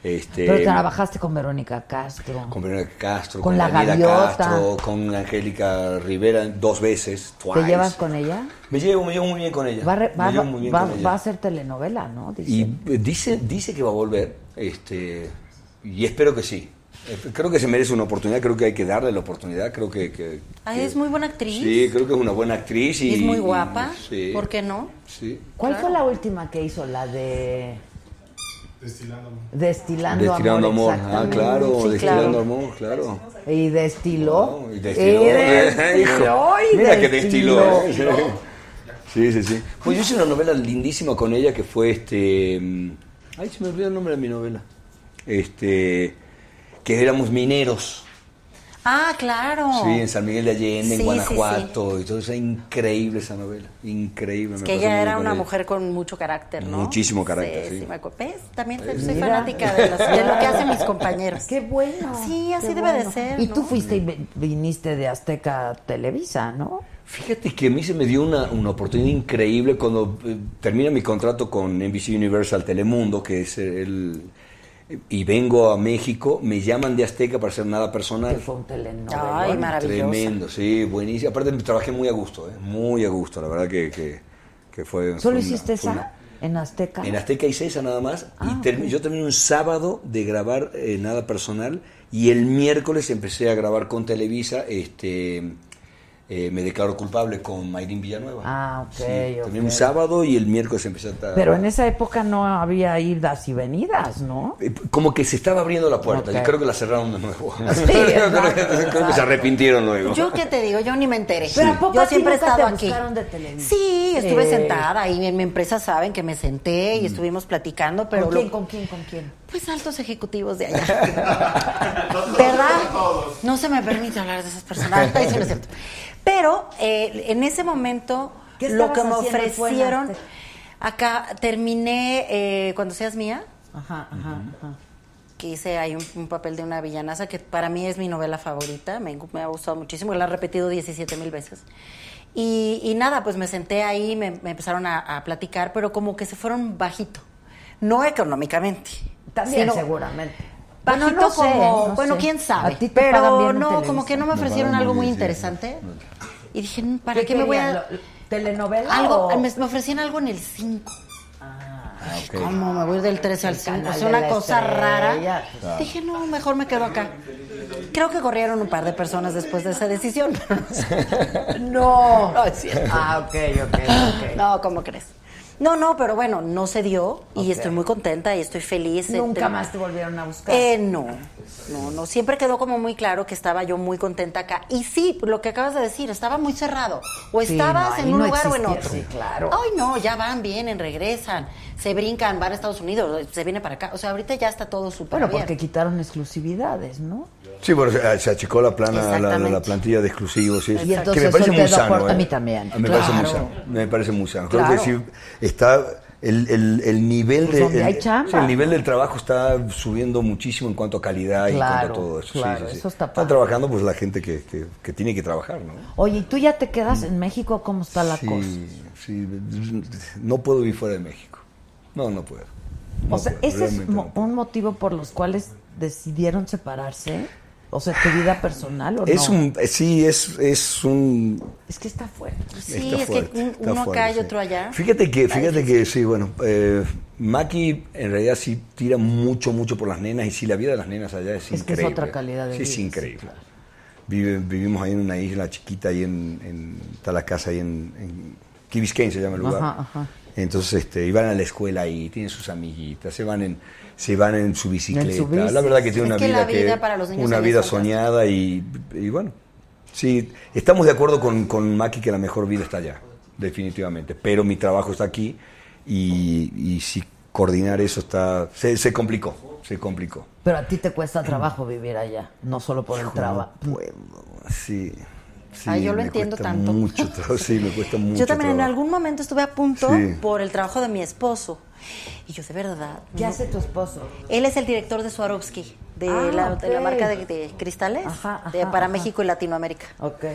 Este, Pero trabajaste con Verónica Castro. con Verónica Castro, Con con, la Daniela gaviota. Castro, con Angélica Rivera dos veces, twice. ¿Te llevas con ella? Me llevo, me llevo muy bien con ella. Va, a re- Me va- llevo muy bien va- con ella. va a ser telenovela, ¿no? Dice. Y eh, dice, dice que va a volver, este, y espero que sí. Eh, Creo que se merece una oportunidad, creo que hay que darle la oportunidad, creo que... que- Ay, es muy buena actriz. sí, creo que es una buena actriz y... Y es muy y- guapa. sí, ¿Por qué no? sí. ¿Cuál fue la última que hizo? La de Destilando, Destilando amor, Amor. ah, exactamente. claro, Sí, destilando claro. amor, claro. Y destiló. Y y destiló, eh, destiló, (laughs) hijo. y Mira que destiló. destiló. eh. Sí, sí, sí. Pues yo hice una novela lindísima con ella que fue este. mm, Ay, se me olvidó el nombre de mi novela. Este. Que éramos mineros. Ah, claro. Sí, en San Miguel de Allende, Sí, sí, en Guanajuato. Y todo eso era increíble esa novela. Increíble. me Que pasé muy ella bien era con una mujer con mucho carácter, ¿no? Muchísimo carácter, Sí, sí. me acuerdo. ¿Ves? También soy soy Mira. fanática de, los- de lo que hacen mis compañeros. (laughs) Qué bueno. Sí, así Qué debe bueno. de ser. Y ¿no? tú fuiste y vi- viniste de Azteca a Televisa, ¿no? Fíjate que a mí se me dio una, una oportunidad increíble cuando eh, termina mi contrato con NBC Universal Telemundo, que es el... Y vengo a México, me llaman de Azteca para hacer nada personal. Fue un telenovela. Ay, maravillosa. Tremendo, sí, buenísimo. Aparte trabajé muy a gusto, eh, muy a gusto, la verdad que, que, que fue... fue ¿Solo una- hiciste fue esa? una- ¿En Azteca? en Azteca hice esa nada más. Ah, y termi- ok. Yo terminé un sábado de grabar eh, nada personal. Y el miércoles empecé a grabar con Televisa. Este, eh, me declaro culpable con Mayrin Villanueva. Ah, ok, ok. Terminé un sábado y el miércoles empecé a. ta- Pero en esa época no había idas y venidas, ¿no? Eh, Como que se estaba abriendo la puerta. Ok. Yo creo que la cerraron de nuevo. Sí, (laughs) creo, que- exacto, creo que se arrepintieron luego. Yo qué te digo, yo ni me enteré. Pero ¿a poco yo a ti siempre he nunca estado te aquí. buscaron de Eh. Televisa? Sí, estuve Sí. sentada y en mi empresa saben que me senté Mm. y estuvimos platicando, pero ¿Con quién, lo- con quién, con quién? pues altos ejecutivos de allá. ¿Verdad? No se me permite hablar de esas personas. (laughs) Ay, sí, no es cierto. Pero eh, en ese momento ¿Qué lo que me estabas haciendo tú en ofrecieron Azteca? Acá terminé eh, cuando seas mía, Ajá, ajá, ajá. que hice ahí un, un papel de una villanaza que para mí es mi novela favorita, me, me ha gustado muchísimo, la he repetido 17 mil veces. Y, y nada, pues me senté ahí, me, me empezaron a, a platicar, pero como que se fueron bajito, no económicamente. También sino- seguramente. Bajito Bueno, no sé, como, no bueno, sé. quién sabe. A ti te pagan pero bien en no, como Televisa. que no Me me ofrecieron pagan algo muy muy bien, sí. interesante. Y dije, "Mm, ¿para qué, me voy querían? a...? ¿Lo- ¿Telenovela Algo, o- me, me ofrecían algo en el 5. ¿Cómo? ¿Cómo? Me voy del 13 al Ah, El 5. canal Es de una la cosa estrella. rara. Claro. Dije, no, mejor me quedo acá. Creo que corrieron un par de personas después de esa decisión. (laughs) pero no sé. No. No, es cierto. Ah, ok, ok, ok. No, ¿cómo crees? No, no, pero bueno, no se dio y Ok. estoy muy contenta y estoy feliz. Nunca Este, más te volvieron a buscar. eh, no, no, no. Siempre quedó como muy claro que estaba yo muy contenta acá. Y sí, lo que acabas de decir, estaba muy cerrado. O Sí, no, estabas ahí en un no lugar o en existía, otro. sí, claro. Ay, no, ya van, vienen, regresan, se brincan, van a Estados Unidos, se viene para acá. O sea, ahorita ya está todo súper Bueno, bien. porque quitaron exclusividades, ¿no? Sí, bueno, se, se achicó la, plana, la, la- Exactamente. la plantilla de exclusivos. Y, eso, Y que entonces me parece el muy dedo sano. aporta ¿eh? a mí también. Me Claro. parece muy sano. Me parece muy sano. Creo Claro. que sí está. El, el- el nivel Pues de- donde el- hay chamba. sí, el nivel del trabajo está subiendo muchísimo en cuanto a calidad y en cuanto Claro, a todo eso. Sí, claro, sí, sí. eso está Están trabajando pues la gente que, que- que tiene que trabajar, ¿no? Oye, ¿y tú ya te quedas en México? ¿Cómo está la cosa? sí, sí, no puedo vivir fuera de México. No, no puedo. No O sea, puedo, ¿ese es realmente mo- un motivo por los cuales decidieron separarse? O sea, tu vida personal o Es no? un, eh, sí, es, es un... Es que está fuerte. Sí, está es fuerte, que un- está uno acá fuerte, y otro allá. Fíjate que, fíjate que sí, bueno, eh, Maki en realidad sí tira mucho, mucho por las nenas y sí, la vida de las nenas allá es, Es que es increíble. otra calidad de Sí, es vida, sí, increíble. Vive- vivimos ahí en una isla chiquita, ahí en, en- está la casa ahí en, en Key Biscayne se llama el lugar. Ajá, ajá. Entonces, este, iban a la escuela ahí, tienen sus amiguitas, se van en, se van en su bicicleta. bici. La verdad que tiene Es una que vida, la vida que, para los niños una allá vida es fantástica. soñada y, y bueno, sí, estamos de acuerdo con, con Maki que la mejor vida está allá, definitivamente. Pero mi trabajo está aquí y, y sí, coordinar eso está, se, se complicó, se complicó. Pero a ti te cuesta trabajo vivir allá, no solo por el trabajo. Sí. sí, Ay, Ah, yo lo me entiendo cuesta tanto. Mucho trabajo, sí, me cuesta mucho (laughs) Yo también en trabajo. algún momento estuve a punto Sí. por el trabajo de mi esposo. Y yo, de verdad. ¿Qué no- hace tu esposo? Él es el director de Swarovski, de, Ah, la, de la ok. marca de, de cristales Ajá, ajá, de- ajá. para México y Latinoamérica. Ok.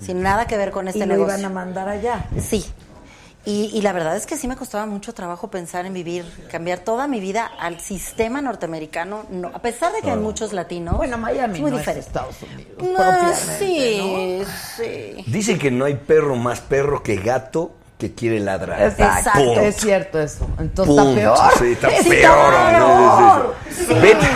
Sin nada que ver con este y lo negocio. iban a mandar allá. Sí. Y, y la verdad es que sí me costaba mucho trabajo pensar en vivir, cambiar toda mi vida al sistema norteamericano. No, a pesar de que Claro. hay muchos latinos, Bueno, Miami es muy no es diferente. Estados Unidos. No, propiamente, sí, sí. Dicen que no hay perro más perro que gato que quiere ladrar. Exacto. Punto. Es cierto eso. Entonces Punto. está peor. Sí, (laughs) está peor. hombre. Sí, sí, sí. Vete,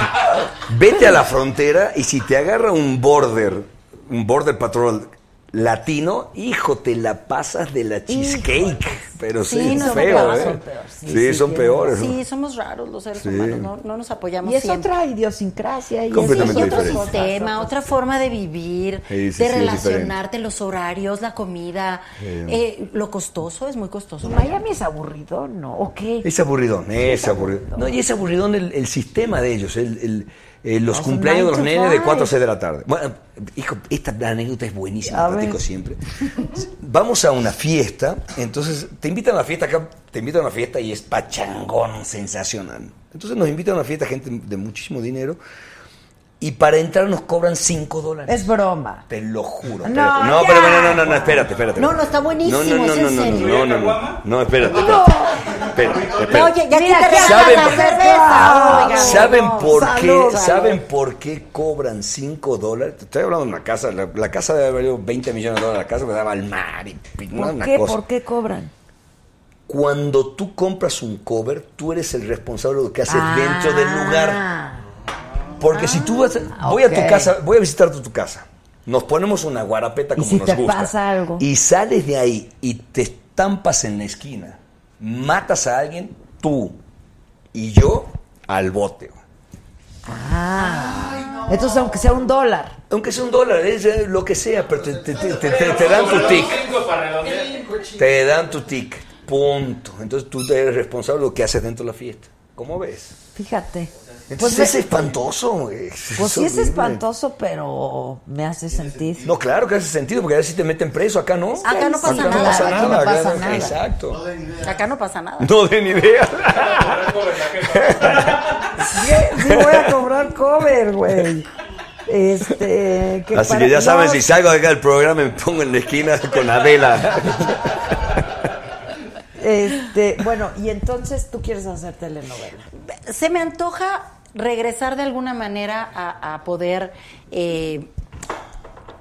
vete a la frontera y si te agarra un border, un border patrol latino, hijo, te la pasas de la cheesecake. Pero sí, Sí, es no, son feo, peores, ¿eh? son peores. Sí, son peores. ¿no? Sí, somos raros los seres Sí. humanos, no, no nos apoyamos Y es siempre. otra idiosincrasia. Y es- Completamente Sí, y otro diferente. sistema, otra forma de vivir, Sí, sí, de sí, es relacionarte, los horarios, la comida, Sí. eh, lo costoso, es muy costoso. Miami es aburrido, ¿no? ¿O qué? Es aburridón, es aburridón. No, y es aburridón el, el sistema de ellos, el, el- eh, los Los cumpleaños de los nine to nenes de five. 4 a 6 de la tarde. Bueno, hijo, esta anécdota es buenísima, A la platico ver. siempre. Vamos a una fiesta, entonces te invitan a la fiesta acá, te invitan a una fiesta y es pachangón, sensacional. Entonces nos invitan a una fiesta gente de muchísimo dinero y para entrar nos cobran 5 dólares. Es broma. Te lo juro. No, espérate. No, ya. pero no, no, no, no, espérate, espérate. No, no, está buenísimo, No, no, no, es en no, no, serio. no, no, no, no, espérate. No. Espérate, espérate. Oye, Mira, ya quita ¿qué la saben- cerveza. oiga. ¿Saben No, por salud, qué? salud. ¿Saben por qué cobran 5 dólares? Te Estoy hablando de una casa, la, la casa debe haber valido 20 millones de dólares la casa, que daba al mar y pi- ¿Por una qué? cosa. ¿Por qué cobran? Cuando tú compras un cover, tú eres el responsable de lo que haces Ah. dentro del lugar. Porque si tú vas, a- voy a ok. tu casa, voy a visitar tu, tu casa. Nos ponemos una guarapeta Y como si nos te gusta. pasa algo. Y sales de ahí y te estampas en la esquina, matas a alguien, tú y yo al bote. Ah. Entonces, aunque sea un dólar. Aunque sea un dólar, es eh, lo que sea, pero te, te- te- te- te- te dan tu tic. Te Pues dan tu tic. Punto. Entonces tú eres responsable de lo que haces dentro de la fiesta. ¿Cómo ves? Fíjate. Entonces es espantoso. Es, Pues sí es horrible. espantoso, pero me hace sentir. No, claro que hace sentido, porque a veces te meten preso. Acá no. Acá no pasa no nada, pasa aquí no nada, acá pasa no- nada. Exacto. Acá no (laughs) pasa nada. No den idea. Sí, sí voy a cobrar cover, güey. Este, Así para- que ya saben, no, si salgo de acá del programa, me pongo en la esquina con la vela. Este, bueno, y entonces tú quieres hacer telenovela. se me antoja regresar de alguna manera a, a poder eh,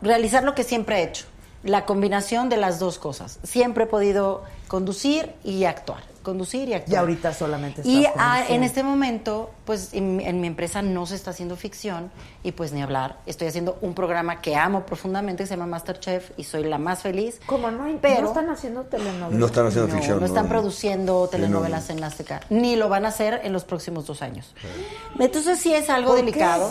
realizar lo que siempre he hecho, la combinación de las dos cosas. Siempre he podido conducir y actuar, conducir y actuar. Y ahorita solamente estás Y con ah, eso. en este momento, pues en, en mi empresa no se está haciendo ficción y pues ni hablar. Estoy haciendo un programa que amo profundamente que se llama Masterchef y soy la más feliz. Como no, hay- Pero- no están haciendo telenovelas. No están haciendo No, ficción. No están no. produciendo telenovelas en la Azteca, ni lo van a hacer en los próximos dos años. Entonces sí es algo ¿Por qué? delicado.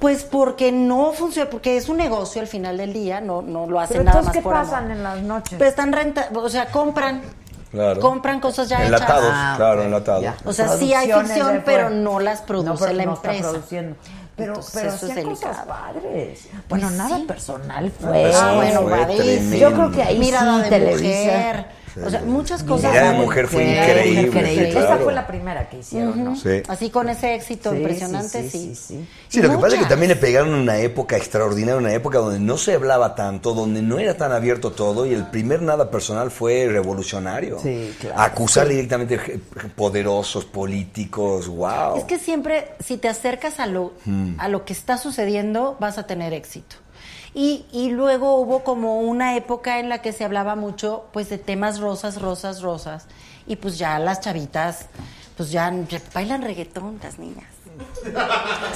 Pues porque no funciona, porque es un negocio al final del día, no, no lo hacen Pero nada entonces, más ¿qué por pasan amor. en las noches? Pero están renta, o sea, compran, Claro. compran cosas ya enlatados, Ah, hechas. Ah, claro, enlatados. O sea, sí Producciones hay de ficción, fuera. pero no las No, produce pero la no está empresa. produciendo. Pero, Entonces, pero eso es hacían cosas delicado. padres. Bueno, nada personal fue. Ah, bueno, fue padrísimo. tremendo. Yo creo que ahí Mirada sí, de Televisa. mujer. O sea, muchas cosas. Mirada de mujer fue Mirada de mujer increíble, claro. Esa fue la primera que hicieron, ¿no? Ujú. Sí. Así con ese éxito Sí, impresionante, sí, sí. sí, Sí, lo que pasa es que Muchas. también le pegaron una época extraordinaria, una época donde no se hablaba tanto, donde no era tan abierto todo y el primer nada personal fue revolucionario. Sí, claro. Acusar directamente je- poderosos políticos, wow. Es que siempre, si te acercas a lo, Hmm. a lo que está sucediendo, vas a tener éxito. Y, y luego hubo como una época en la que se hablaba mucho pues de temas rosas, rosas, rosas. Y pues ya las chavitas, pues ya bailan reggaetón las niñas.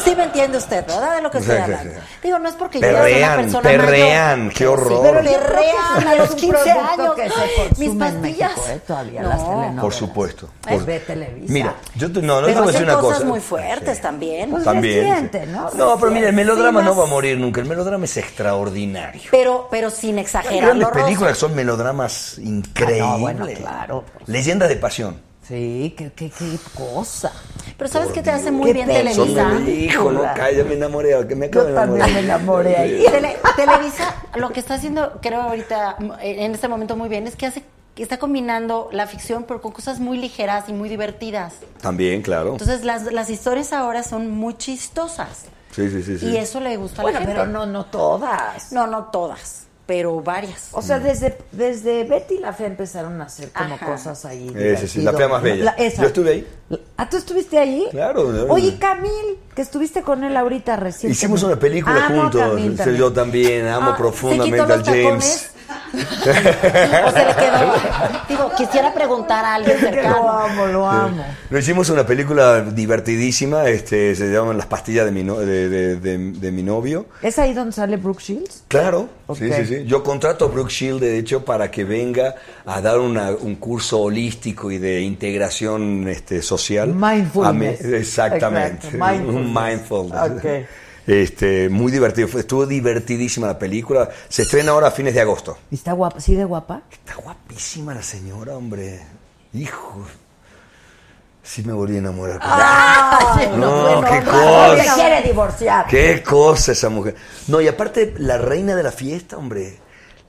Sí me entiende usted, ¿verdad? De lo que Sí, estoy sí, hablando. sí. Digo, no es porque yo sea una Perrean, persona perrean, mayor. qué horror. Pero Yo creo que perrean sí a es los un 15 producto años. que se Mis consume en pastillas. México, ¿eh? Todavía No. las telenovelas. Por supuesto. Eh, por- ve Televisa. Mira, yo te- no, no te Pero voy a decir hacen una cosas cosa. muy fuertes también. Pues También. reciente, ¿no? pero mira, el melodrama Sí, no más- va a morir nunca. El melodrama es extraordinario. Pero, pero sin Hay exagerar. grandes lo rosa. películas que son melodramas increíbles. Ah, no, bueno, claro. Leyendas de pasión. Sí, qué, qué, qué cosa. Pero ¿sabes qué te hace Qué muy bien película. Televisa? Son de- hijo, no, calla, me enamoré. Que me acabo de Yo también enamorar. me enamoré ahí. Tele- Televisa lo que está haciendo, creo ahorita, m- en este momento muy bien, es que hace que está combinando la ficción pero con cosas muy ligeras y muy divertidas. También, claro. Entonces las, las historias ahora son muy chistosas sí, sí, sí. sí. y eso le gusta Bueno, a la gente. pero no, no todas. no, no todas, pero varias. O sea, desde, desde Betty la Fe empezaron a hacer como Ajá. cosas ahí. Eh, sí, sí, divertido. la fea más bella. La- esa. Yo estuve ahí. ¿Ah, tú estuviste ahí? Claro, claro. Oye, Camil, que estuviste con él ahorita recién. Hicimos una película Ah, juntos. yo también amo Ah, profundamente al ¿se quitó los James. tacones? o se le quedó. Ah, Digo, quisiera preguntar a (laughs) alguien Lo cercano. amo, lo amo. Lo hicimos una película divertidísima, este, se llaman Las pastillas de mi, no- de, de- de- de mi novio. ¿Es ahí donde sale Brooke Shields? Claro, Ok. sí, sí, sí. Yo contrato a Brooke Shield, de hecho, para que venga a dar una- un curso holístico y de integración este, social. Mindfulness. A mí- exactamente. Exacto, mindfulness. Un mindfulness. Ok. Este, muy divertido. Fue- Estuvo divertidísima la película. Se estrena ahora a fines de agosto. ¿Y está guapa? ¿Sí de guapa? Está guapísima la señora, hombre. Hijo. Sí me volví a enamorar. con ella. ¡Ay, no, qué Ah, no cosa. Se quiere divorciar. Qué cosa esa mujer. No, y aparte, la reina de la fiesta, hombre.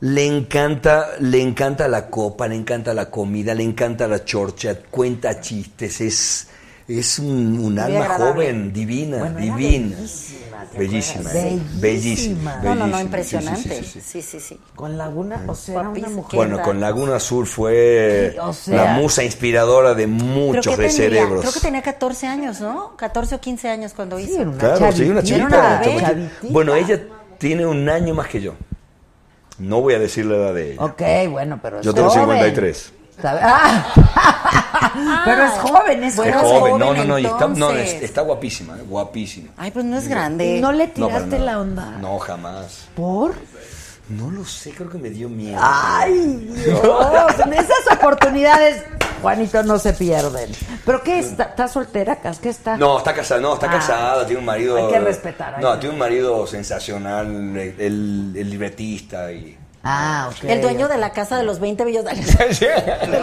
Le encanta, le encanta la copa, le encanta la comida, le encanta la chorcha, cuenta chistes, es, es un, un alma agradable. joven, divina, Bueno, era divina. bellísima, ¿te Bellísima, acuerdas? bellísima, Bellísima. bellísima. No, no, bellísima. Sí, no, sí, impresionante. sí, sí, sí. sí, sí. sí. Con Laguna, o sea, era una Guapísima. mujer. Bueno, con Laguna Azul fue Sí, o sea. la musa inspiradora de Creo muchos que de tendría- cerebros. Creo que tenía 14 años, ¿no? 14 o 15 años cuando hizo. era una Claro, sí, una chavita, chiquita. una chamaquita. chavitita. Bueno, ella tiene un año más que yo. No voy a decir la edad de ella. Ok, bueno, pero es Yo tengo Oh, joven. 53. ¿Sabe? Ah, (laughs) pero es joven, es Bueno, es es joven. joven, no, joven, no, no, y está, no, es- entonces. está guapísima, eh, guapísima. Ay, pues no es ¿Y grande. no le No, para tiraste nada. la onda? No, jamás. ¿Por? No lo sé, creo que me dio miedo. Ah. ¡Ay, Dios! En esas oportunidades, Juanito, no se pierden. ¿Pero qué está? ¿Estás soltera, Cas? ¿Qué está? No, está casada, no, está Ah. casada, tiene un marido. Hay que respetar, hay No, que- tiene un marido sensacional, el, el libretista y Ah, ok. El dueño de la casa de los 20 billones de los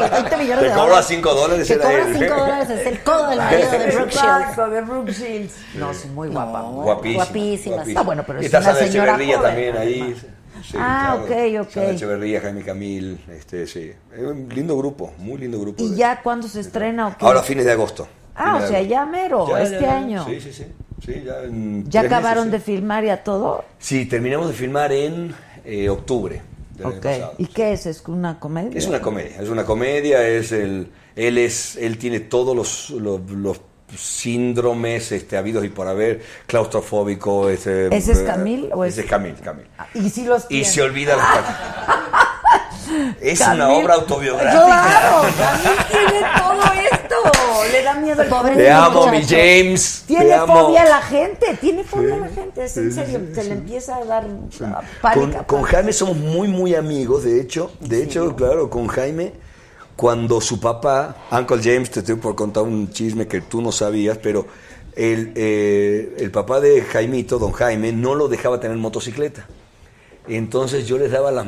20 millones Te de cobra dólares. cinco dólares, Te era cobra él. 5 (laughs) dólares, es el codo del marido de Brooke Shields. Exacto, de Brooke Shields. No, sí, muy guapa. muy Guapísima. Guapísima, sí. Ah, bueno, pero y es está una Sara señora Echeverría joven, también ¿no? ahí. Sí, Ah, claro. ok, ok. Sara Echeverría, Jaime Camil, este, sí. Es un lindo grupo, muy lindo grupo. ¿Y de- ya cuándo se estrena o qué? Ahora fines de agosto. Ah, Fines o de sea, agosto. ya mero, Ya, este ya, ya. año. Sí, sí, sí. Sí, ya en ¿Ya tres acabaron meses, de filmar ya todo? sí. Sí, terminamos de filmar en eh, octubre del año Ok. pasado. ¿Y qué es? ¿Es una comedia? Es una comedia, es una comedia, es el, él es, él tiene todos los, los, los síndromes este, habidos y por haber, claustrofóbico, este, ¿Ese es eh, Camil o es- ese es Camil, Camil. Y si los Y tiene. se olvida Es una Camil- obra autobiográfica. ¡Claro! Camil tiene todo esto. Le da miedo el pobre Te amo, mi este muchacho. James. te Tiene amo. fobia a la gente, tiene fobia a la gente, es en sí, serio, sí, se le empieza a dar ah, Con, pánica. con Jaime somos muy, muy amigos, de hecho. De hecho, claro, con Jaime, cuando su papá, Uncle James, te estoy por contar un chisme que tú no sabías, pero el, eh, el papá de Jaimito, don Jaime, no lo dejaba tener motocicleta. Entonces yo les daba las-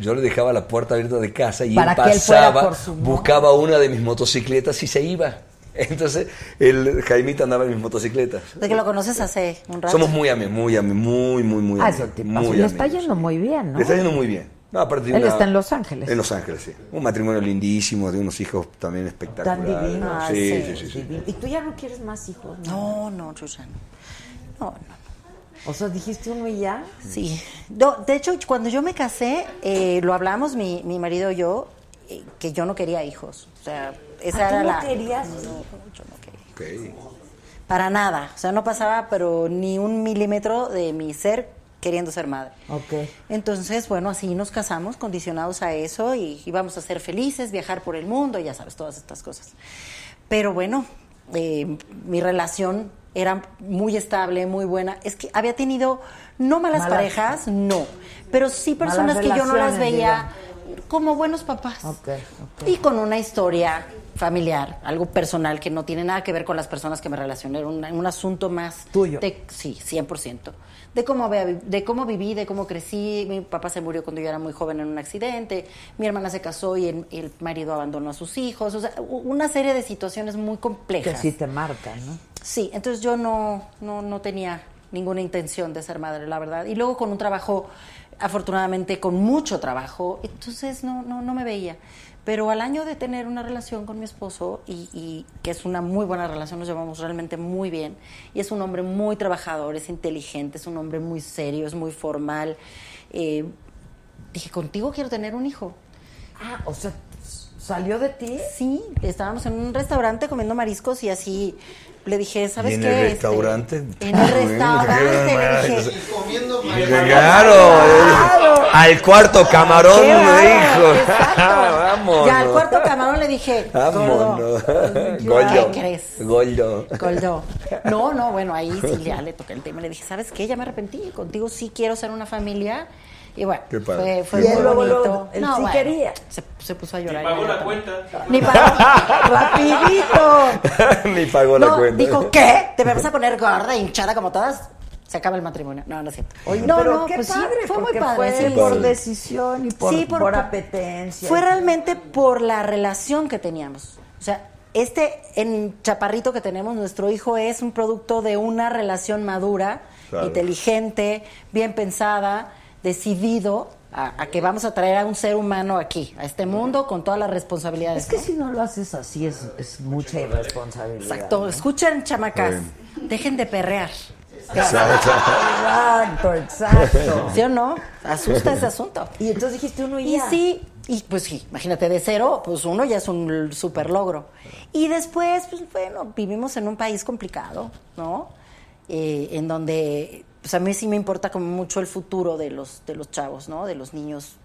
yo le dejaba la puerta abierta de casa y Para él que él fuera pasaba, por su moto. buscaba una de mis motocicletas y se iba. (laughs) Entonces el Jaimito andaba en mis motocicletas. De que lo conoces hace un rato. Somos muy amigos, muy amigos, muy, muy, muy Ah, amigos. es un tipazo. muy le está amigos. yendo muy bien, ¿no? Le está yendo muy bien. No, aparte de Él una- está en Los Ángeles. En Los Ángeles, sí. Un matrimonio lindísimo, de unos hijos también Tan espectaculares. divino. ¿no? Ay, Sí, sí, sí, sí, sí. divino. ¿Y tú ya no quieres más hijos? No, no, yo ya no. No, no. O sea, dijiste uno y ya. Sí. No, de hecho, cuando yo me casé, eh, lo hablamos mi, mi marido y yo, eh, que yo no quería hijos. O sea, esa Ah, ¿tú era no la. querías? No, no, yo no quería. Para nada. O sea, no pasaba, pero ni un milímetro de mi ser queriendo ser madre. Ok. Entonces, bueno, así nos casamos, condicionados a eso, y íbamos a ser felices, viajar por el mundo, ya sabes, todas estas cosas. Pero bueno, eh, mi relación era muy estable, muy buena. Es que había tenido, no malas, Malas. parejas, no, pero sí Malas personas que yo no las relaciones, veía como buenos papás. Y con una historia familiar, algo personal que no tiene nada que ver con las personas que me relacioné, era un, un asunto más tuyo. sí, 100%. De cómo, había vi- de cómo viví, de cómo crecí, mi papá se murió cuando yo era muy joven en un accidente, mi hermana se casó y el, el marido abandonó a sus hijos, o sea, u- una serie de situaciones muy Que complejas. sí te marca, ¿no? Sí, entonces yo no, no, no tenía ninguna intención de ser madre, la verdad. Y luego con un trabajo, afortunadamente con mucho trabajo, entonces no, no, no me veía. Pero al año de tener una relación con mi esposo, y, y que es una muy buena relación, nos llevamos realmente muy bien, y es un hombre muy trabajador, es inteligente, es un hombre muy serio, es muy formal, eh, dije, contigo quiero tener un hijo. Ah, o sea, ¿salió de ti? Sí, estábamos en un restaurante comiendo mariscos y así le dije, ¿sabes Y en qué? el Este, (laughs) restaurante. (laughs) en el restaurante le dije, Claro, eh, al cuarto camarón, Qué bárbaro, hijo. (laughs) exacto. Vamos. Ya al cuarto camarón le dije, gordo, Ah, Vámonos. (laughs) ¿qué Goldo. crees? Goldo. Goldo. (laughs) No, no, bueno, ahí sí ya le toqué el tema. Le dije, ¿sabes qué? Ya me arrepentí. Contigo sí quiero ser una familia. Y bueno, Qué padre, fue, fue qué muy padre. bonito. Luego, él sí quería. Se, se puso a llorar. pagó la inmediatamente. cuenta. Ni (laughs) pagó. (laughs) Rapidito. Ni pagó la No, cuenta. (laughs) dijo, ¿qué? ¿Te me vas a poner gorda, hinchada como todas? Se acaba el matrimonio. No, no es cierto. Oye, no, pero no, qué pues sí, padre, fue muy porque padre. fue sí. por Sí. decisión y por, Sí, por, por- apetencia. Fue realmente por la relación que teníamos. O sea, este en chaparrito que tenemos, nuestro hijo es un producto de una relación madura, Claro. inteligente, bien pensada, decidido a, a que vamos a traer a un ser humano aquí, a este mundo, con todas las responsabilidades. Es que si no lo haces así es, es mucha irresponsabilidad. Exacto. ¿no? Escuchen, chamacas, dejen de perrear. Exacto. Exacto, exacto. (laughs) ¿Sí o no? Asusta ese asunto. Y entonces dijiste uno y, Y ya. sí, y pues sí, imagínate, de cero, pues uno ya es un super logro. Y después, pues bueno, vivimos en un país complicado, ¿no? Eh, en donde, pues a mí sí me importa como mucho el futuro de los, de los chavos, ¿no? De los niños,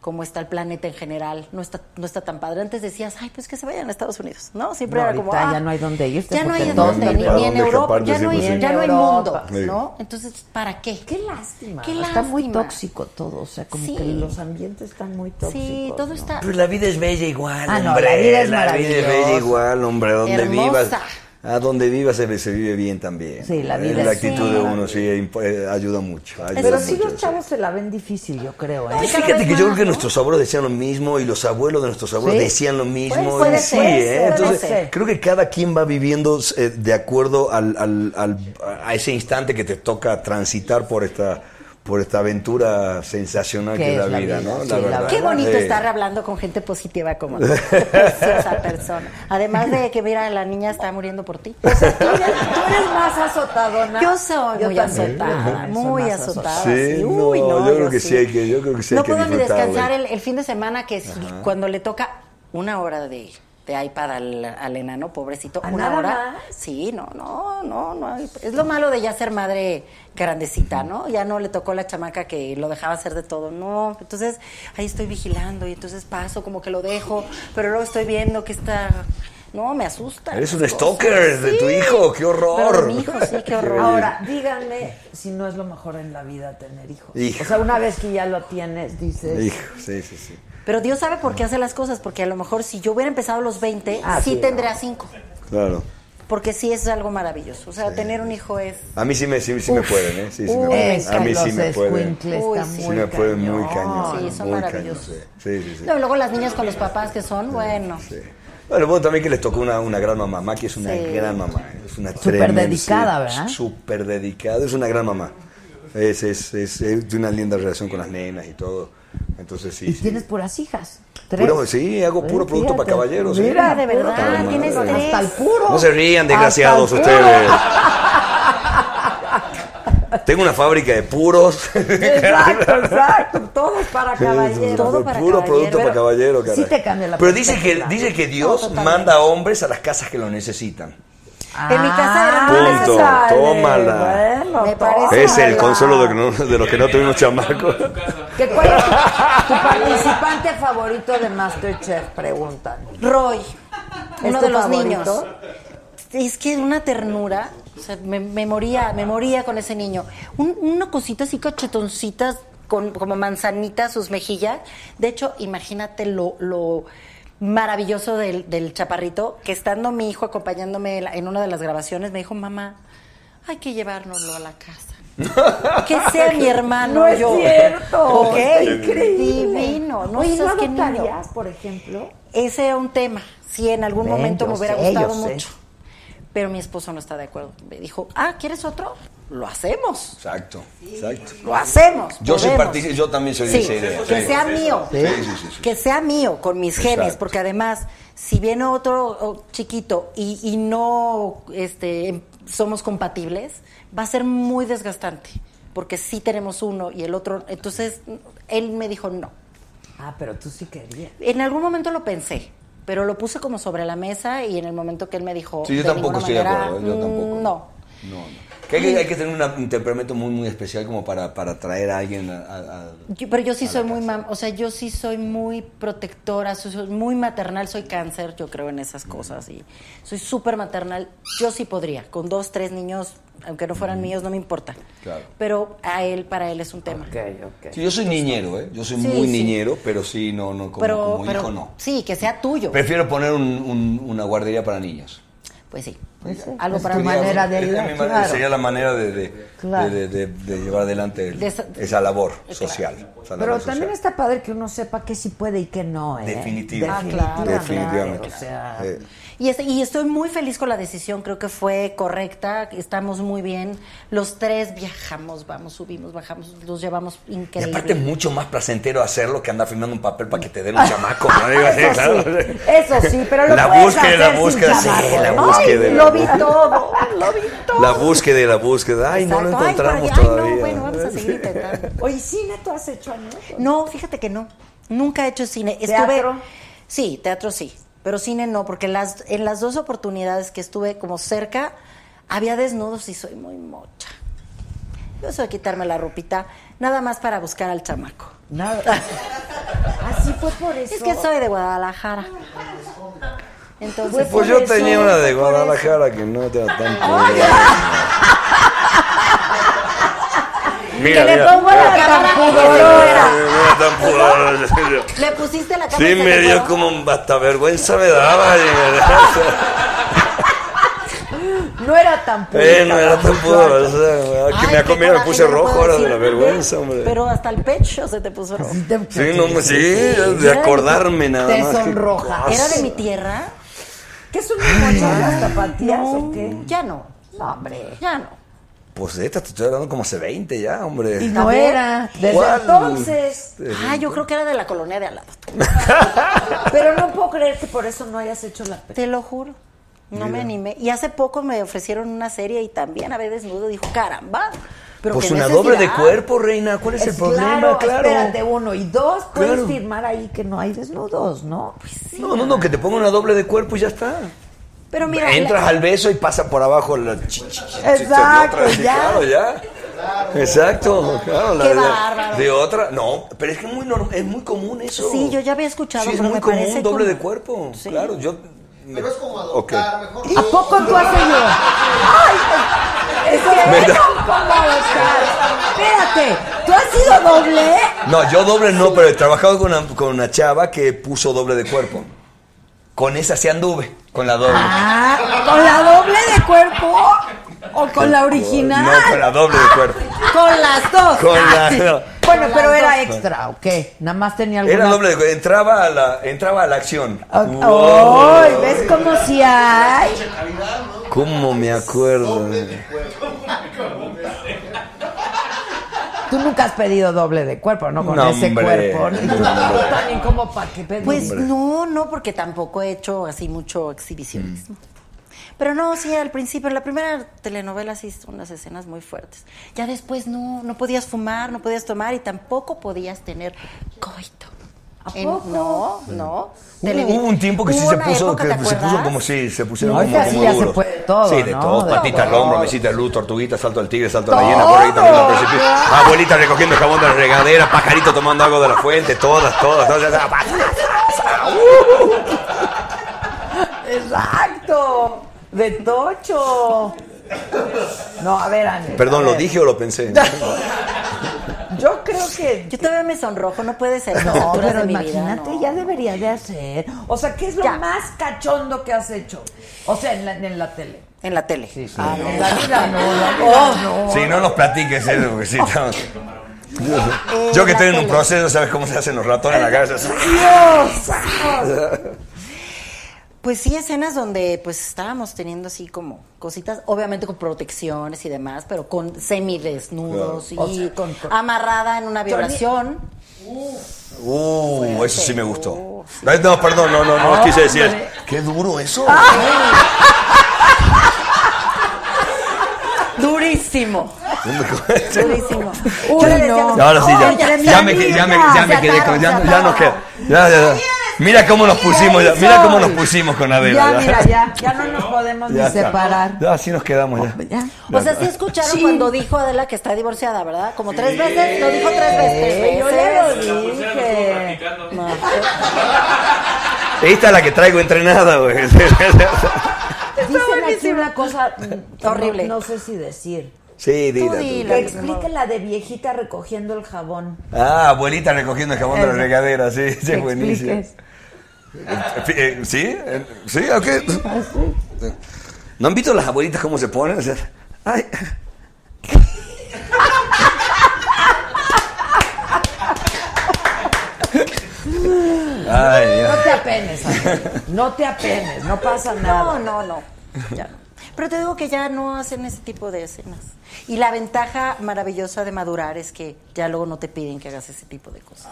cómo está el planeta en general, no está, no está tan padre. Antes decías, ay, pues que se vayan a Estados Unidos, ¿no? Siempre No, era como, ahorita "Ah, ya no hay dónde irte Ya no porque hay todo dónde, está ni, para ni en dónde Europa, escaparte, ya no sí, hay, pues sí. ya no hay En mundo, Europa. ¿no? Entonces, ¿para qué? Qué lástima. Qué lástima. Está muy tóxico todo, o sea, como Sí. que los ambientes están muy tóxicos. Sí, todo ¿no? (laughs) está... Ah, Pues la vida es bella igual, Ah, no, hombre. la vida es bella maravillosa. igual, hombre, donde Hermosa. vivas. a donde viva se, se vive bien también. Sí, la Eh, vida La es- actitud sí. de uno sí imp- eh, ayuda mucho. ayuda Pero sí mucho. los chavos se la ven difícil, yo creo. ¿eh? Fíjate que yo creo que nuestros abuelos decían lo mismo y los abuelos de nuestros abuelos Sí. decían lo mismo. Puede- puede y sí, ser, ¿eh? puede Entonces, ser. creo que cada quien va viviendo eh, de acuerdo al, al- al- a ese instante que te toca transitar por esta por esta aventura sensacional Que que es es Ah, la la vida, vida, ¿no? sí, La la verdad. Qué bonito Sí. estar hablando con gente positiva como tú. (laughs) Preciosa persona. Además de que, mira, la niña está muriendo por ti. Tú eres más azotadona. Yo soy muy también. azotada, Soy muy más azotada. Sí, sí. Uy, no, no, yo creo que sí hay que, yo creo que sí hay No que puedo ni disfrutarlo. descansar el, el fin de semana que si- Ajá. cuando le toca una hora de, de iPad al, al enano, pobrecito, ¿Ah, una nada hora. más? Sí, no, no, no, no. hay- Es lo malo de ya ser madre grandecita, ¿no? Ya no le tocó la chamaca que lo dejaba hacer de todo, no. Entonces ahí estoy vigilando y entonces paso como que lo dejo, pero luego estoy viendo que está, no, me asusta. Eres un stalker de tu hijo, qué horror. Pero de mi hijo, sí, (laughs) qué horror. Ahora, díganme si no es lo mejor en la vida tener hijos. Hijo. O sea, una vez que ya lo tienes, dices. Hijo, sí, sí, sí. Pero Dios sabe por qué hace las cosas, porque a lo mejor si yo hubiera empezado a los 20, Ah, sí, sí, tendría no. 5. Claro. Porque sí es algo maravilloso. O sea, tener un hijo es. A mí sí me, sí, sí me Uf. pueden, ¿eh? Sí, sí me Uy, pueden. A mí sí los me pueden. escuincles Uy, están sí muy me pueden muy cañón. cañón. Sí, son muy maravillosos. cañón, sí. Sí, sí, sí. No, y luego las niñas con los papás que son, bueno. Bueno, bueno, también que les tocó una, una gran mamá. Maki es una Sí. gran mamá. Es una Súper tremenda- dedicada, sí, ¿verdad? Súper dedicada. Es una gran mamá. Es, es, es, es de una linda relación con las nenas y todo. Entonces sí. Y sí. tienes puras hijas. Tres. Puro- sí, hago puro producto para caballeros. sí. Mira, de Puta verdad, madre. tienes tres. Hasta el puro. No se rían, desgraciados Hasta el ustedes. (laughs) Tengo una fábrica de puros. (laughs) Exacto, exacto. Todos para Sí, caballeros. sí, sí, puro producto para caballero, caray. Sí te cambia la Pero dice que, perspectiva. dice que No, Dios totalmente. manda hombres a las casas que lo necesitan. en mi casa era Ah, punto. sale. Tómala. Bueno, me parece. es el consuelo de, que no- de los que no tuvimos chamacos. ¿Qué, ¿Cuál es tu, (laughs) tu participante favorito de Masterchef? Preguntan. Roy, uno tu de los favorito? niños. Es que una ternura. O sea, me, me moría, me moría con ese niño. Un- una cosita así, cachetoncitas, con, como manzanitas, sus mejillas. De hecho, imagínate lo. lo maravilloso del, del chaparrito que estando mi hijo acompañándome en la- en una de las grabaciones me dijo mamá hay que llevárnoslo a la casa que sea mi (laughs) hermano No es yo cierto. ok Está increíble. divino no Oye, sé ¿no qué adoptarías, por ejemplo? ese era un tema. Sí, en algún Ven, momento yo me hubiera sé, gustado yo sé. mucho. Pero mi esposo no está de acuerdo. Me dijo, ah, ¿quieres otro? Lo hacemos. Exacto, exacto. Lo hacemos. Yo soy podemos". partícipe, yo también soy de Sí, esa idea. Que sí. sea mío. Sí, sí, sí, sí. Que sea mío con mis Exacto. genes. Porque además, si viene otro o, chiquito y, y no este, em- somos compatibles, va a ser muy desgastante. Porque sí tenemos uno y el otro. Entonces, él me dijo no. Ah, pero tú sí querías. En algún momento lo pensé, pero lo puse como sobre la mesa y en el momento que él me dijo. Sí, yo tampoco ninguna estoy de manera, acuerdo, ¿eh? yo mm, tampoco. No. No, no. Que hay, que, hay que tener una- un temperamento muy, muy especial como para, para atraer a alguien a- a- a- Yo- pero yo sí soy muy mam, o sea, yo sí soy muy protectora, soy, soy muy maternal, soy cáncer, yo creo en esas cosas y soy súper maternal. Yo sí podría, con dos, tres niños, aunque no fueran míos, no me importa. Claro. Pero a él, para él es un tema. Sí, yo soy niñero, ¿eh? Yo soy Sí, muy sí. niñero, pero sí, no, no, como, pero, como pero hijo no. sí, que sea tuyo. Prefiero poner un- un- una guardería para niños. Pues sí. Algo para tu una manera diablo. de Es que ayudar. mi manera- claro. Sería la manera de, de- Claro. de- de- de- de llevar adelante el- De esa- esa labor social. esa labor Pero social. también está padre que uno sepa qué sí puede y qué no, ¿eh? Definitivo. Ah, claro. Definitivamente. O sea, Eh, Y, es- y estoy muy feliz con la decisión, creo que fue correcta, estamos muy bien. Los tres viajamos, vamos, subimos, bajamos, los llevamos y increíble. aparte es mucho más placentero hacerlo que andar firmando un papel para que te den Ah. un chamaco. ¿no? Digo, sí, claro. Eso sí, pero lo La puedes búsqueda, hacer la sin búsqueda, sí, chamaco. la Ay, búsqueda, la Lo vi búsqueda. todo, lo vi La búsqueda y la búsqueda. Ay, no lo Exacto. Ay, encontramos ay, ay, no, todavía. bueno, vamos a seguir intentando. (laughs) Oye, cine tú has hecho años. No, fíjate que no, nunca he hecho cine. Estuve, ¿Teatro? Sí, teatro sí, pero cine no, porque las, en las dos oportunidades que estuve como cerca, había desnudos y soy muy mocha. Yo soy de quitarme la ropita, nada más para buscar al chamaco. (laughs) Nada. Así fue por eso. Es que soy de Guadalajara. Entonces, Pues yo tenía una de Guadalajara que no te tan (laughs) Mira, Que le mira, pongo la mira, cámara mira, en el mira, mira, (laughs) tan pudorosa, en serio. Le pusiste la cara. Sí, (laughs) me dio como un- hasta vergüenza me daba. de verdad. No era tan pura. Eh, no era tan puro, o sea, que Ay, me ha qué comido, me coraje, puse yo no rojo puedo ahora de decir la nada. vergüenza, hombre. Pero hasta el pecho se te puso rojo. Sí, no, sí, de acordarme nada Te más. qué sonroja. cosa. ¿Era de mi tierra? ¿Qué son los mochos, las zapatillas o qué? Ya no. No, hombre. Ya no. Pues de esta te estoy hablando como hace 20 ya, hombre. Y no era. Desde ¿Cuál? entonces. Ah, yo creo que era de la colonia (laughs) de al lado. Pero no puedo creer que por eso no hayas hecho la Te lo juro. No me Mira. animé. Y hace poco me ofrecieron una serie y también a ver desnudo dijo, caramba. Pero Pues qué una doble de necesidad". cuerpo, reina. ¿Cuál es, el problema? Claro. Espérate, uno y dos, puedes Claro. firmar ahí que no hay desnudos, ¿no? No, no, no, que te ponga una doble de cuerpo y ya está. Pero Entras al beso y pasa por abajo la chi- chi- chi- de Exacto, otra, sí, ya. Claro, ya. Exacto, claro. la- Qué la- bárbaro. de otra, no, pero es que es muy, norm- es muy común eso. Sí, yo ya había escuchado, Sí, es pero muy me común, parece doble como- de cuerpo. Claro, yo. Pero es como ¿A poco tú has ido? ¡Ay! Es que Mira. eran como adoptar. Espérate, ¿tú has sido doble? No, yo doble no, pero he trabajado con una, con una chava que puso doble de cuerpo. Con esa sí anduve, con la doble. Ah, ¿con la doble de cuerpo? ¿O con la original? No, con la doble de cuerpo. Con las dos. Con Ah, la- sí. no. Bueno, Con pero las era dos. extra, ¿o qué? Nada más tenía alguna... Era doble de cuerpo, entraba a la, entraba a la acción. ¡Ay! ¿Ves cómo si hay? ¿Cómo me acuerdo? Tú nunca has pedido doble de cuerpo, ¿no? Con No, ese hombre. cuerpo. No, Tú también como para qué pedir. Pues no, no, porque tampoco he hecho así mucho exhibicionismo. Pero no, sí, al principio, en la primera telenovela sí son unas escenas muy fuertes. Ya después no, no podías fumar, no podías tomar y tampoco podías tener coito. ¿A poco? no, no. Hubo, Televi- hubo un tiempo que sí Hubo se una puso, época, que ¿te se puso acuerdas? como sí, se pusieron No, como, ahora sí como ya se duros. puede todo, sí, de ¿no? todo, De patita al todo. hombro, mesita de luz, tortuguita, salto al tigre, salto a la Todo. ballena, por ahí también al precipicio. Abuelita recogiendo jabón de la regadera, pajarito tomando agua de la fuente, todas, todas, todas. (laughs) ¡Exacto! ¡De tocho! No, a ver, Ángel. Perdón, ¿lo dije o lo pensé? Yo creo que... Yo todavía me sonrojo, no puede ser. (laughs) No, alturas pero de mi vida, imagínate, no. ya debería de hacer. O sea, ¿qué es lo Ya. más cachondo que has hecho? O sea, en la, en la tele. En la tele. Oh. Ah, no, la vida no, la vida no. Sí, no nos platiques eso, porque sí, estamos- (laughs) Yo que estoy en un proceso, ¿sabes cómo se hacen los ratones en la cabeza? ¡Dios! Pues sí, escenas donde pues estábamos teniendo así como cositas, obviamente con protecciones y demás, pero con semidesnudos Claro. y O sea, con- con- amarrada en una Yo ni- violación. (laughs) Uh, eso sí me gustó. No, no, perdón, no, no, Ah, no quise decir. eso. Qué duro eso. Durísimo. Durísimo. Uy, Yo le decía a no. mis- Ahora sí, ya. Oye, Ya, Alexandra, me, que- ya, me, ya me se quedé con. ataron, Ya, se ya nos quedé. Ya, ya, ya. Mira cómo nos pusimos. Ya, mira cómo nos pusimos con Adela. Ya, mira, ya, ya no nos podemos Ya ni está. separar. Ya, así nos quedamos ya. O sea, sí escucharon Sí. cuando dijo Adela que está divorciada, ¿verdad? Como tres veces, lo dijo tres veces. yo ya lo Veces. dije. No. Esta es la que traigo entrenada, güey. (laughs) Dicen aquí una cosa mm, Horrible. No, no sé si decir. Sí, dila. tú. dila. Que explique la de viejita recogiendo el jabón. Ah, abuelita recogiendo el jabón de la Eso. regadera. Sí, sí, Que es buenísimo. Eh, expliques. eh, ¿Sí? Eh, ¿Sí? ¿O qué? ¿No han visto las abuelitas cómo se ponen? O sea, ay. (laughs) Ay, No ya. te apenes, Ángel. no te apenes, no pasa No, nada. no, no. Ya no. Pero te digo que ya no hacen ese tipo de escenas. Y la ventaja maravillosa de madurar es que ya luego no te piden que hagas ese tipo de cosas.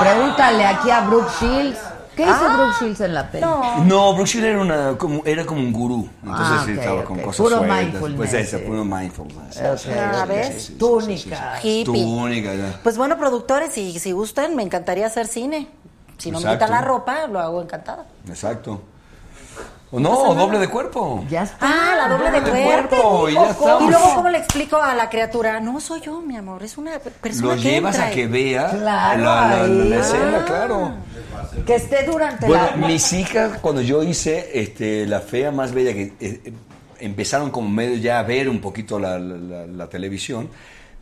Pregúntale aquí a Brooke Shields. ¿Qué hizo Brooke Shields en la peli? Ah, No, Brooke Shields era, una, como, era como un gurú. Entonces Ah, sí, ok, estaba ok. con cosas Puro sueltas. mindfulness, Pues eso, sí. puro mindfulness. Ah, ¿ves? Túnica. Hippie. Tu única, ya. Pues bueno, productores, si, si gustan, me encantaría hacer cine. Si no me Exacto. quitan la ropa, lo hago encantada. Exacto. O no, doble de cuerpo. Ya está. Ah, la doble de cuerpo. y ya está. Y luego, ¿cómo le explico a la criatura? No soy yo, mi amor, es una Lo persona que llevas entra a y- que vea Claro, la, la- la- la ahí. escena, claro. Que esté durante Bueno, la. mis hijas, cuando yo hice este, La Fea Más Bella, que eh, eh, empezaron como medio ya a ver un poquito la, la- la- la televisión,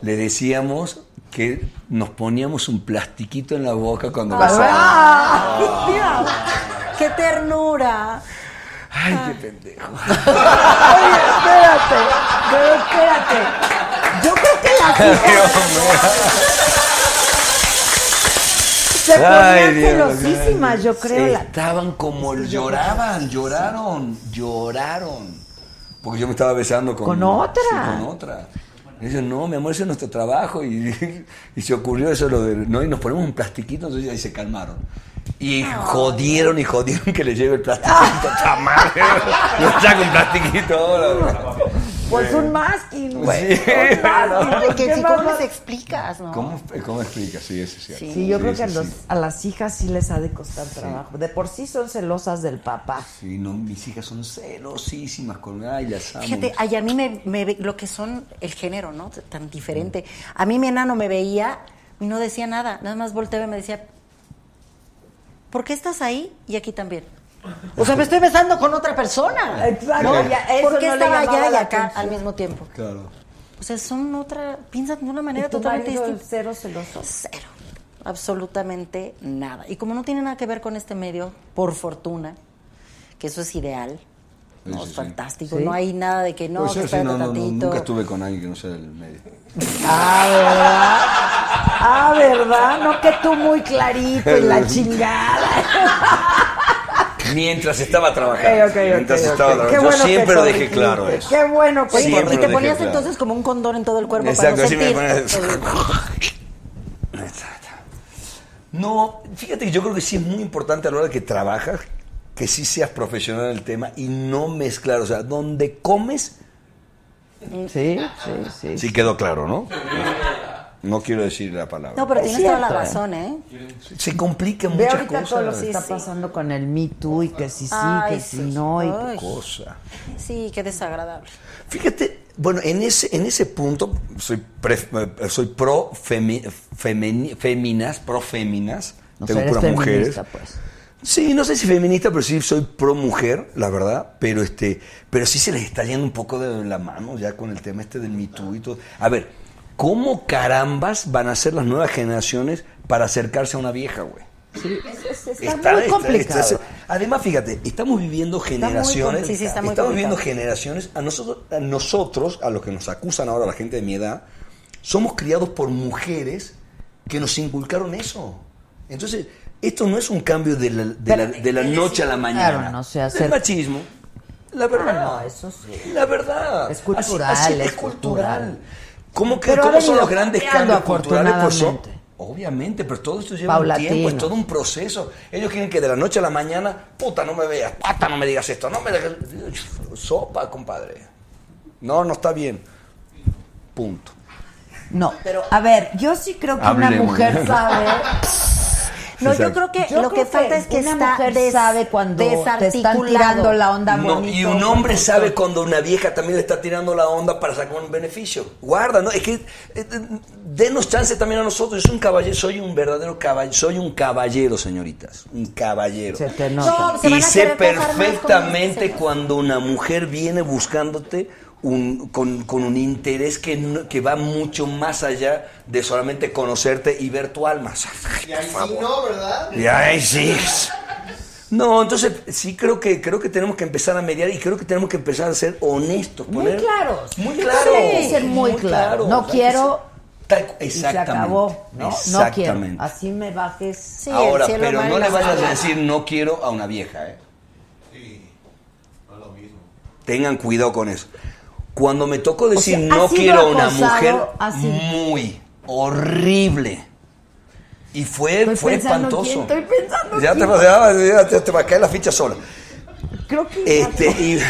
le decíamos que nos poníamos un plastiquito en Ah. Ah, Ah. la boca cuando besábamos. ¡Ay, mira! ¡Qué Ah. ternura! Ay, Ah. qué pendejo. Oye, espérate, pero espérate. Yo creo que las hijas se Ay, ponían Dios, celosísimas, yo creo. la- Estaban como lloraban, lloraron, lloraron. Porque yo me estaba besando con, Con otra. Sí, con otra. Y dice, no, mi amor, ese es nuestro trabajo. Y, (laughs) y se ocurrió eso, lo de, no, y nos ponemos un plastiquito, entonces ahí se calmaron. Y jodieron y jodieron que le lleve el plastiquito. Ah. ¡Ta (laughs) madre! Yo saco un plastiquito ahora. bro. (laughs) Pues Sí. un masking, (laughs) güey. Sí. Un masking, No, ¿por Porque qué si más cómo va- les explicas, ¿no? ¿Cómo, ¿Cómo explica? Sí, eso es cierto. Sí, yo creo que a, sí, los- sí. a las hijas sí les ha de costar trabajo. De por sí son celosas del papá. Sí, no, mis hijas son celosísimas con... Ay, las amo. Fíjate, ay, a mí me, me ve- lo que son el género, ¿no? Tan diferente. A mí mi enano me veía y no decía nada, nada más volteaba y me decía, ¿por qué estás ahí y aquí también? O sea, me estoy besando con otra persona. Exacto, ¿no? ya, eso ¿Por qué no le estaba llamaba allá y la acá atención. al mismo tiempo? Claro. O sea, son otra, piensan de una manera ¿Y tu totalmente marido, el distinta. cero celoso? Cero. Absolutamente nada. Y como no tiene nada que ver con este medio, por fortuna, que eso es ideal, no, es fantástico, Sí. no hay nada de que no, Puede ser, que Pues sí, espérate no, no, no, tantito. nunca estuve con alguien que no sea del medio. Ah, ¿verdad? Ah, ¿verdad? No que tú muy clarito y (laughs) la chingada. Mientras estaba trabajando. Ok, ok, ok, mientras ok. estaba trabajando. Qué Yo bueno que siempre lo dejé corregiste. claro eso. Qué bueno, pues. Sí, Oye, y pero te dejé ponías claro. entonces como un condón en todo el cuerpo Exacto, para no así me sentir. No, fíjate que yo creo que sí es muy importante a la hora que trabajas que sí seas profesional en el tema y no mezclar. O sea, donde comes. Sí, sí, sí. Sí quedó claro, ¿no? No quiero decir la palabra. No, pero Es tienes toda la cierto, ¿eh? razón, ¿eh? Se complican Ve muchas ahorita todo lo cosas. que está pasando con el Me Too y que si sí, Ay, que si sí. no. Y Ay. Cosa. Sí, qué desagradable. Fíjate, bueno, en ese, en ese punto soy, pre- eh, soy pro femi- femeni- féminas, pro féminas. No tengo sé, eres puras mujeres. feminista, pues. Sí, no sé si feminista, pero sí soy pro mujer, la verdad. Pero este, pero sí se les está yendo un poco de la mano ya con el tema este del Me Too y todo. A ver, ¿cómo carambas van a ser las nuevas generaciones para acercarse a una vieja, güey? está muy (laughs) complicado. está- además, fíjate, estamos viviendo muy generaciones. complicado. Sí, sí, está muy estamos viviendo complicado. generaciones. A nosotros, a nosotros, a los que nos acusan ahora, la gente de mi edad, somos criados por mujeres que nos inculcaron eso. Entonces, esto no es un cambio de la, de la- de la noche a la mañana. Claro, no se hace- Es machismo. La verdad. Ah, no, eso sí. La verdad. Es cultural, Así- así es es cultural. cultural. ¿Cómo, que, Pero ha cómo son venido los grandes cambiando, cambios culturales? Pues son- afortunadamente. Obviamente, pero todo esto lleva un tiempo, es Paulatino. todo un proceso. Ellos quieren que de la noche a la mañana, puta, no me veas, pata, no me digas esto, no me digas... Sopa, compadre. No, no está bien. Punto. No, pero a ver, yo sí creo que una Hablemos. (laughs) mujer sabe. No, yo Exacto. creo que Yo lo que creo falta es que una está mujer des- sabe cuando te están desarticulado. tirando la onda No, bonito. y un hombre sabe cuando una vieja también le está tirando la onda para sacar un beneficio. Guarda, ¿no? Es que eh, eh, denos chance también a nosotros. Yo soy un caballero, soy un verdadero caballero, soy un caballero, señoritas. Un caballero. Se te nota. se van y a sé querer casar más con este perfectamente señor. cuando una mujer viene buscándote un- con, con un interés que, no- que va mucho más allá de solamente conocerte y ver tu alma. Y ahí sí no, ¿verdad? Y ahí sí. No, entonces sí creo que creo que tenemos que empezar a mediar y creo que tenemos que empezar a ser honestos. Muy poner- claros. Muy Yo claro. creo que hay que ser muy claro. No o sea, quiero que se- tal- Y se exactamente. acabó, ¿no? No quiero. Exactamente. Así me bajes. Sí, Ahora, pero no le vayas a decir no quiero a una vieja, ¿eh? Tengan cuidado con eso. Cuando me tocó decir sea, no ¿has sido quiero a una acosado mujer así? muy horrible. Y fue, Estoy fue pensando espantoso. quién, estoy pensando ya te, quién. ya, ya te- te va a caer la ficha sola. Creo que Este, y,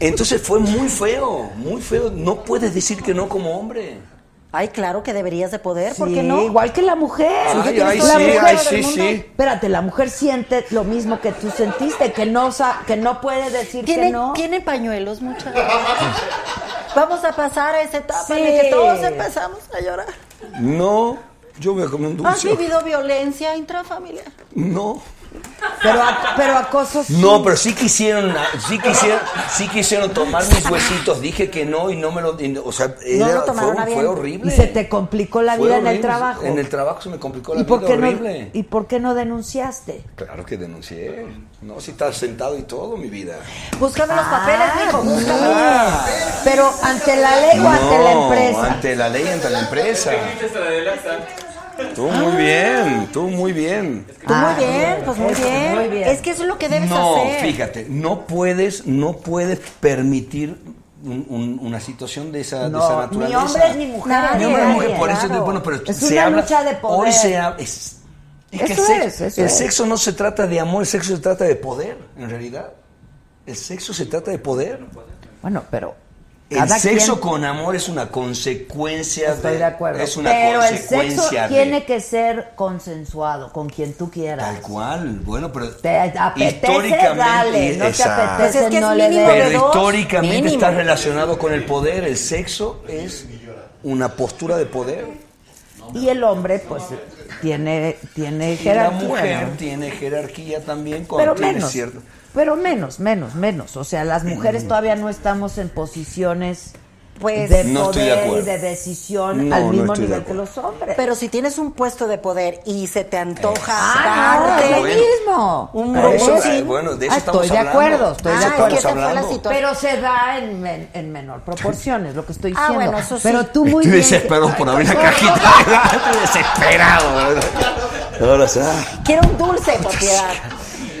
entonces fue muy feo, muy feo. No puedes decir que no como hombre. Ay, claro que deberías de poder, Sí, ¿por qué no? Igual que la mujer. Ay, Tú tienes ay, toda la sí, mujer ay, del sí, mundo. sí. Espérate, la mujer siente lo mismo que tú sentiste, que no sa- que no puede decir que ¿Tiene, no. tiene pañuelos, muchachos. (laughs) Vamos a pasar a esa etapa en Sí. la que todos empezamos a llorar. No, yo voy a comer un ¿Has dulce. vivido violencia intrafamiliar? No. Pero, a- pero acoso sí. No, pero sí quisieron, ah, sí quisieron, sí quisieron tomar mis huesitos. Dije que no y no me lo, y no- o sea, No Eh, era- lo tomaron fue, a bien. fue horrible. Y se te complicó la Fue vida en el horrible. trabajo. En el trabajo se me complicó la ¿Y por vida qué no- horrible. ¿Y por qué no denunciaste? Claro que denuncié. No, si estás sentado y todo, mi vida. Búscame los papeles, mijo, búscame. Ah. Pero ante la ley o ante la No, empresa. Ante la ley, ante la empresa. Tú muy bien, tú muy bien. Pues muy bien, pues muy Eso, bien. Ah, muy bien. Es que eso es lo que debes No, hacer. fíjate, no puedes, no puedes permitir un- un- una situación de esa, de No, esa ni naturaleza. hombres ni mujeres, Ni hombres ni mujeres, por claro. eso, bueno, pero Es se una habla- lucha de poder. Hoy se ha- es- es que Eso el es, sexo, eso el es. sexo no se trata de amor, el sexo se trata de poder, en realidad. El sexo se trata de poder. Bueno, pero. El cada sexo quien- con amor es una consecuencia Estoy de acuerdo. Es una pero el consecuencia sexo de- tiene que ser consensuado con quien tú quieras. Tal cual, bueno, pero Te apetece, históricamente dale. No te Exacto. apetece, Pues es que es no le mínimo des. Pero de dos, históricamente mínimo. está relacionado con el poder. El sexo es una postura de poder. Y el hombre, pues, tiene, tiene Y la jerarquía. mujer ¿no? tiene jerarquía también con Pero tiene menos. cierto- Pero menos, menos, menos. O sea, las Mm. mujeres todavía no estamos en posiciones Pues, de No estoy de poder y acuerdo. de decisión No, al no mismo estoy de nivel que acuerdo. los hombres. Pero si tienes un puesto de poder y se te antoja Ah, no, darte- es lo Bueno. mismo. Un Pero eso- browsing. eh, bueno, de eso Ah, estamos estoy de hablando. acuerdo, estoy de Eso Ah, acuerdo. es que esa fue la hablando. situación. Pero se da en, men- en menor proporción, es lo que estoy Ah, diciendo. bueno, eso sí. Pero tú Estoy muy bien. desesperado por abrir la cajita. (laughs) Estoy desesperado. Ahora sí. Quiero un dulce propiedad.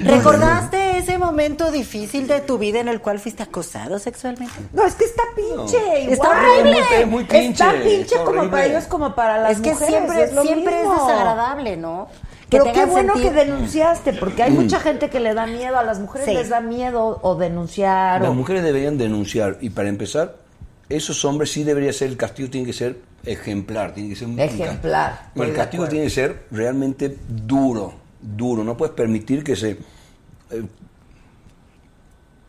¿Recordaste ese momento difícil de tu vida en el cual fuiste acosado sexualmente? No, es que está pinche. igual. Está horrible. Es muy- es muy pinche, Está pinche está como para horrible. ellos como para las es que mujeres, siempre, es lo siempre es mismo. desagradable, ¿no? Pero te qué hagan bueno sentir- que denunciaste, porque Mm. hay mucha gente que le da miedo, a las mujeres Sí. les da miedo o denunciar. Las o- mujeres deberían denunciar. Y para empezar, esos hombres sí debería ser, el castigo tiene que ser ejemplar. Tiene que ser un- Ejemplar, un castigo. estoy el de castigo acuerdo. tiene que ser realmente duro, duro. No puedes permitir que se eh,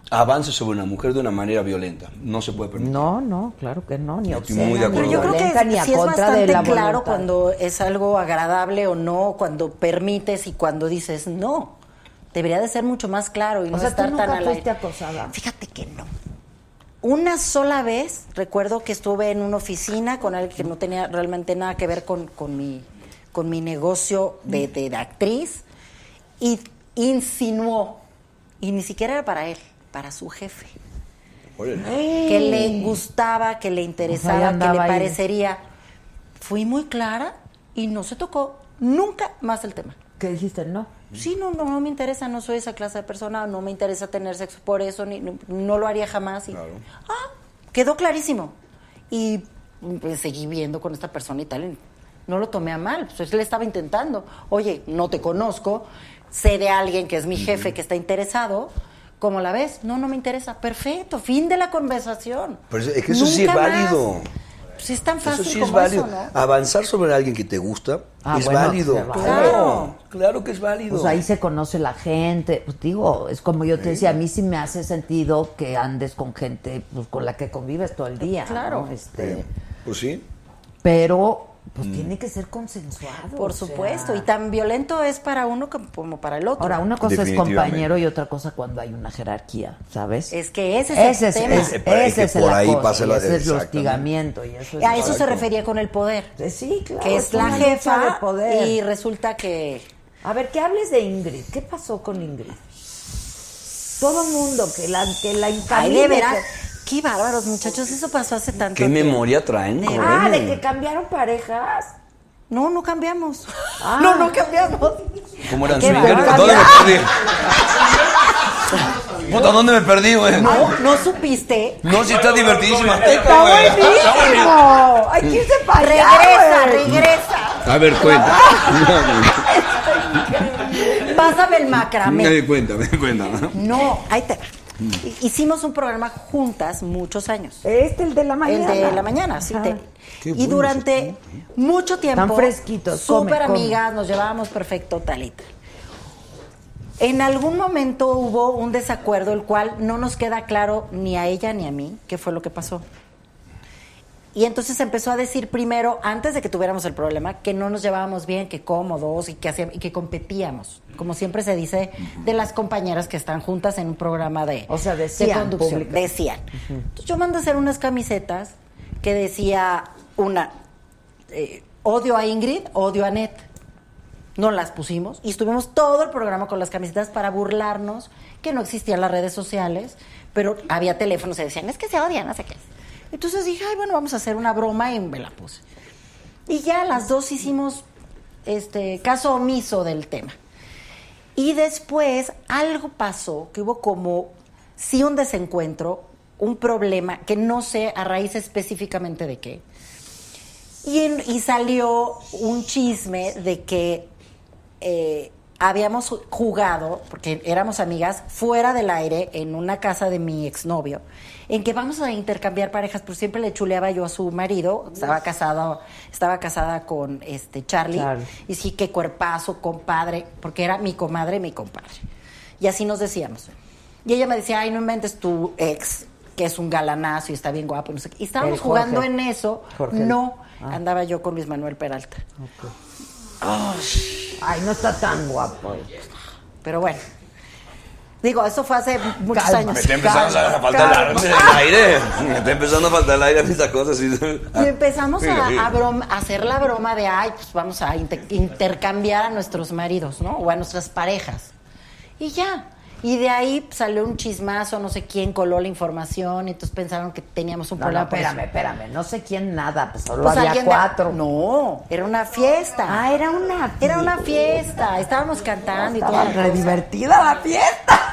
avance sobre una mujer de una manera violenta. No se puede permitir. No, no, claro que no, ni Estoy obscena, muy de ni acuerdo. Pero yo creo violenta, que ni a sí es contra de bastante la claro voluntad. cuando es algo agradable o no, cuando permites y cuando dices no. Debería de ser mucho más claro y O no sea, tú estar tan nunca al fuiste aire. acosada. Fíjate que no. Una sola vez recuerdo que estuve en una oficina con alguien que no tenía realmente nada que ver con, con mi, con mi negocio de, de- de actriz y insinuó, y ni siquiera era para él, para su jefe, que le gustaba, que le O sea, ya interesaba, que le andaba ahí. parecería. Fui muy clara y no se tocó nunca más el tema. ¿Qué dijiste? No. Sí, no, no, no me interesa, no soy esa clase de persona, no me interesa tener sexo por eso, ni, no, no lo haría jamás. y- Ah, quedó clarísimo. Y pues, seguí viendo con esta persona y tal, y no lo tomé a mal, pues él estaba intentando. Oye, no te conozco, sé de alguien que es mi jefe que está interesado, ¿cómo la ves? No, no me interesa, perfecto, fin de la conversación. Pero es que eso sí es Nunca más. válido. Pues es tan Eso fácil sí como es válido. Ah. eso, ¿no? Avanzar sobre alguien que te gusta Ah, es bueno, válido. claro. Claro, claro que es válido. Pues ahí se conoce la gente. Pues digo, es como yo te decía, a mí sí me hace sentido que andes con gente pues, con la que convives todo el día. Claro. ¿no? Este, Pues sí. Pero pues Mm, tiene que ser consensuado. Por o sea. supuesto, y tan violento es para uno como- como para el otro. Ahora, una cosa es Definitivamente. compañero y otra cosa cuando hay una jerarquía, ¿sabes? Es que ese es el tema. Es, Es- Eh, es ese que es por el ahí acoso, pasa y la- ese es el exactamente. hostigamiento. Y eso es A eso se Exacto. refería con el poder, Eh, Sí, claro. que es la una lucha jefa de poder. y resulta que A ver, que hables de Ingrid. ¿Qué pasó con Ingrid? Todo mundo que la, que la ay, encamine, de veras, que- qué bárbaros muchachos, eso pasó hace tanto ¿Qué tiempo. memoria traen? Ah, Ah, Corene? de que cambiaron parejas. No, no cambiamos. Ah. No, no cambiamos. ¿Cómo eran Qué swingers? bárbaro. ¿Dónde me perdí? (laughs) Puta, ¿dónde me perdí, güey? No, no supiste. No, si está divertidísima. ¡Está buenísimo! ¡Hay que irse para allá, Regresa, güey. regresa. A ver, (laughs) cuenta. Pásame el macramé. cuéntame, cuéntame. No, ahí te va. Mm. Hicimos un programa juntas muchos años. Este, el de la El mañana. de la mañana, sí. Ajá. te- Qué Y bueno, durante mucho tiempo. Tan fresquitos, come, Súper come. amigas, nos llevábamos perfecto, tal y tal. En algún momento hubo un desacuerdo, el cual no nos queda claro ni a ella ni a mí qué fue lo que pasó. Y entonces empezó a decir primero, antes de que tuviéramos el problema, que no nos llevábamos bien, que cómodos y que, hacíamos, y que competíamos, como siempre se dice, de las compañeras que están juntas en un programa de, O sea, de decían conducción. pública. Decían. Entonces yo mandé a hacer unas camisetas que decía una, eh, odio a Ingrid, odio a Net. No las pusimos y estuvimos todo el programa con las camisetas para burlarnos que no existían las redes sociales, pero había teléfonos y decían, es que se odian, no sé qué. Entonces dije, ay, bueno, vamos a hacer una broma y me la puse. Y ya las dos hicimos este caso omiso del tema. Y después algo pasó, que hubo como, sí, un desencuentro, un problema, que no sé a raíz específicamente de qué. Y, en- y salió un chisme de que eh, habíamos jugado, porque éramos amigas, fuera del aire, en una casa de mi exnovio, en que vamos a intercambiar parejas, pero siempre le chuleaba yo a su marido, estaba casado, estaba casada con este Charlie, Charlie. y sí, qué cuerpazo, compadre, porque era mi comadre y mi compadre. Y así nos decíamos. Y ella me decía, ay, no inventes tu ex, que es un galanazo y está bien guapo, no sé qué. Y estábamos El Jorge. jugando en eso. Jorge. Ah. No, andaba yo con Luis Manuel Peralta. Oh, Ay, no está tan guapo. Pero bueno. Digo, eso fue hace muchos años. Me está empezando a, a faltar Calma. el aire. Me está empezando a faltar el aire a mí estas cosas. Y, Y empezamos Mira, a, mira. a brom- a hacer la broma de, ay, pues vamos a inter- intercambiar a nuestros maridos, ¿no? O a nuestras parejas. Y ya. Y de ahí salió un chismazo, no sé quién coló la información, entonces pensaron que teníamos un No, no, problema. por eso. espérame, espérame. No sé quién nada, pues solo Pues había alguien de- cuatro. No, era una fiesta. Ah, era una Era una fiesta. Estábamos cantando y todo. Estaba re divertida la fiesta.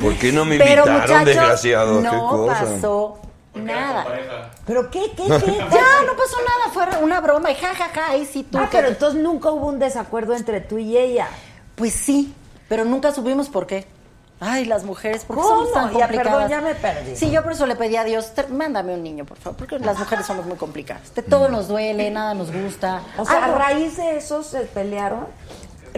¿Por qué no me Pero invitaron, muchachos, desgraciados? ¿Qué no cosa? pasó nada. ¿Pero qué, qué, qué? Ya, no pasó nada, fue una broma y ja, ja, ja, ahí sí tú. Ah, que- pero entonces nunca hubo un desacuerdo entre tú y ella. Pues sí, pero nunca supimos por qué. Ay, las mujeres, ¿por qué ¿Cómo? somos tan Ya, complicadas? perdón, ya me perdí. Sí, yo por eso le pedí a Dios, "Te- mándame un niño, por favor, porque las mujeres somos muy complicadas. De todo nos duele, nada nos gusta. Mm. O sea, Algo- a raíz de eso se pelearon.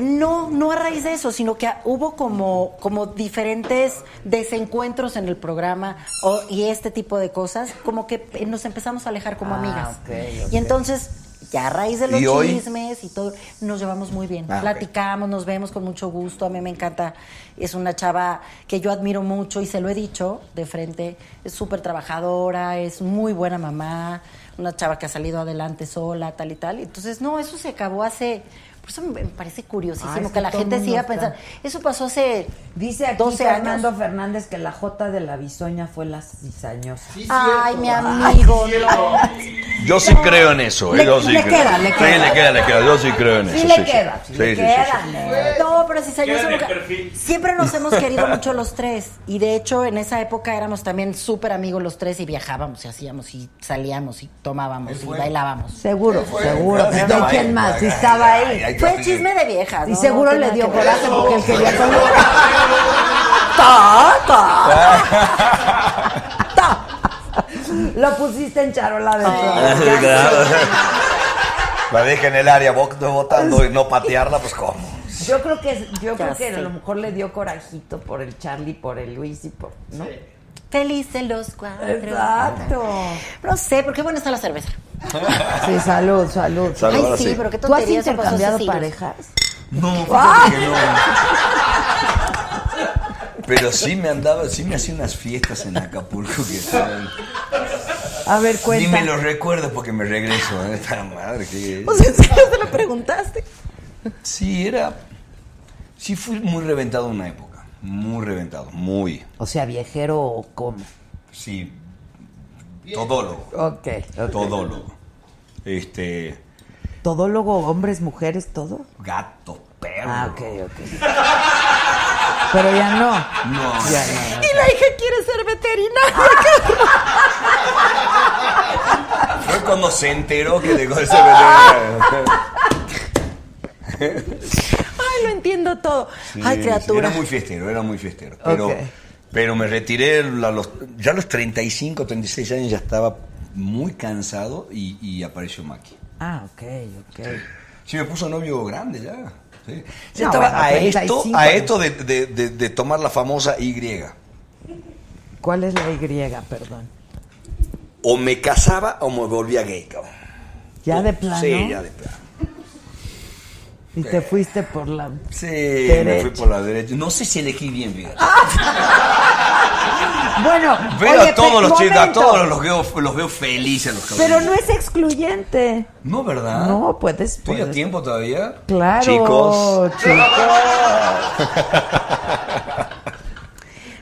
No, no a raíz de eso, sino que hubo como, como diferentes desencuentros en el programa o- y este tipo de cosas, como que nos empezamos a alejar como amigas. Y entonces, ya a raíz de los Ah, ¿Y hoy? chismes y todo, nos llevamos muy bien. Ah, ok. Platicamos, nos vemos con mucho gusto. A mí me encanta, es una chava que yo admiro mucho y se lo he dicho de frente. Es súper trabajadora, es muy buena mamá, una chava que ha salido adelante sola, tal y tal. Entonces, no, eso se acabó hace. Por eso me me parece curiosísimo Ay, es que, que la todo gente mundo siga está- pensando. Eso pasó hace. Dice aquí 12 años. Fernando Fernández que la J de la bisoña fue la cizañosa. Ay, mi amigo. no. Yo sí creo en eso. ¿eh? Le- yo sí le creo. queda, le Sí, queda. le queda, le queda. Yo sí creo en Sí eso. le queda, sí le queda. No, pero si salió Queda ese en el lugar- perfil. Siempre nos hemos querido mucho los tres. Y de hecho, en esa época éramos también súper amigos los tres y viajábamos y hacíamos y salíamos y tomábamos y bailábamos. Seguro, seguro. Sí, Pero estaba no, ¿quién ahí. más? Ay, Si ay, estaba ay, ahí. ay, ay, Fue ay, chisme de viejas. Y ¿no? seguro No le tiene dio nada que ver. coraje porque él quería con Lo pusiste en charola de todo. Ah, (laughs) Sí, claro. La deja en el área bo- botando y no patearla, pues cómo. Yo creo que yo creo que sé. a lo mejor le dio corajito por el Charlie, por el Luis y por, ¿no? Felices los cuatro. Exacto. No sé, porque bueno está la cerveza. Sí, salud, salud. Salud, Ay, ahora sí, sí. pero qué ¿Tú has tontería. eso pasó hace intercambiado siglos. parejas? No, fíjate no. (laughs) Pero sí me andaba, sí me hacía unas fiestas en Acapulco (laughs) que estaban- A ver, Ni cuenta. me los recuerdo porque me regreso. ¿eh? Esta madre (laughs) que. O sea, ¿sí que te lo preguntaste. Sí, era. Sí, fui muy reventado una época. Muy reventado, muy. O sea, viajero o cómo. Sí. Todólogo. Ok. ok. Todólogo. Este. Todólogo, hombres, mujeres, todo. Gato, perro. Ah, ok, ok. Pero ya no. No. Ya no. Y la hija quiere ser veterinaria. Fue cuando se enteró que dejó de ser (laughs) veterinario. Ay, lo entiendo todo. Sí, Ay, sí, criatura. Era muy fiestero, era muy fiestero. Pero, Ok. pero me retiré a los, ya a los 35, 36 años, ya estaba muy cansado y, y apareció Maki. Ah, ok, ok. Sí, me puso novio grande ya. sí. No, Ya estaba bueno, a 35, esto, a ¿no? esto de, de- de- de tomar la famosa Y. ¿Cuál es la Y, perdón? o me casaba o me volvía gay, cabrón. Ya de plano. Sí, ya de plano. Y te fuiste por la. Sí, me derecha. fui por la derecha. No sé si elegí bien, bien. Bueno, Veo oye, a todos pe- los chicos, a momento. todos los veo, los veo felices a los cabrones. Pero no es excluyente. No, ¿verdad? No, puedes. ¿Estoy a puedes- tiempo todavía? Claro. Chicos.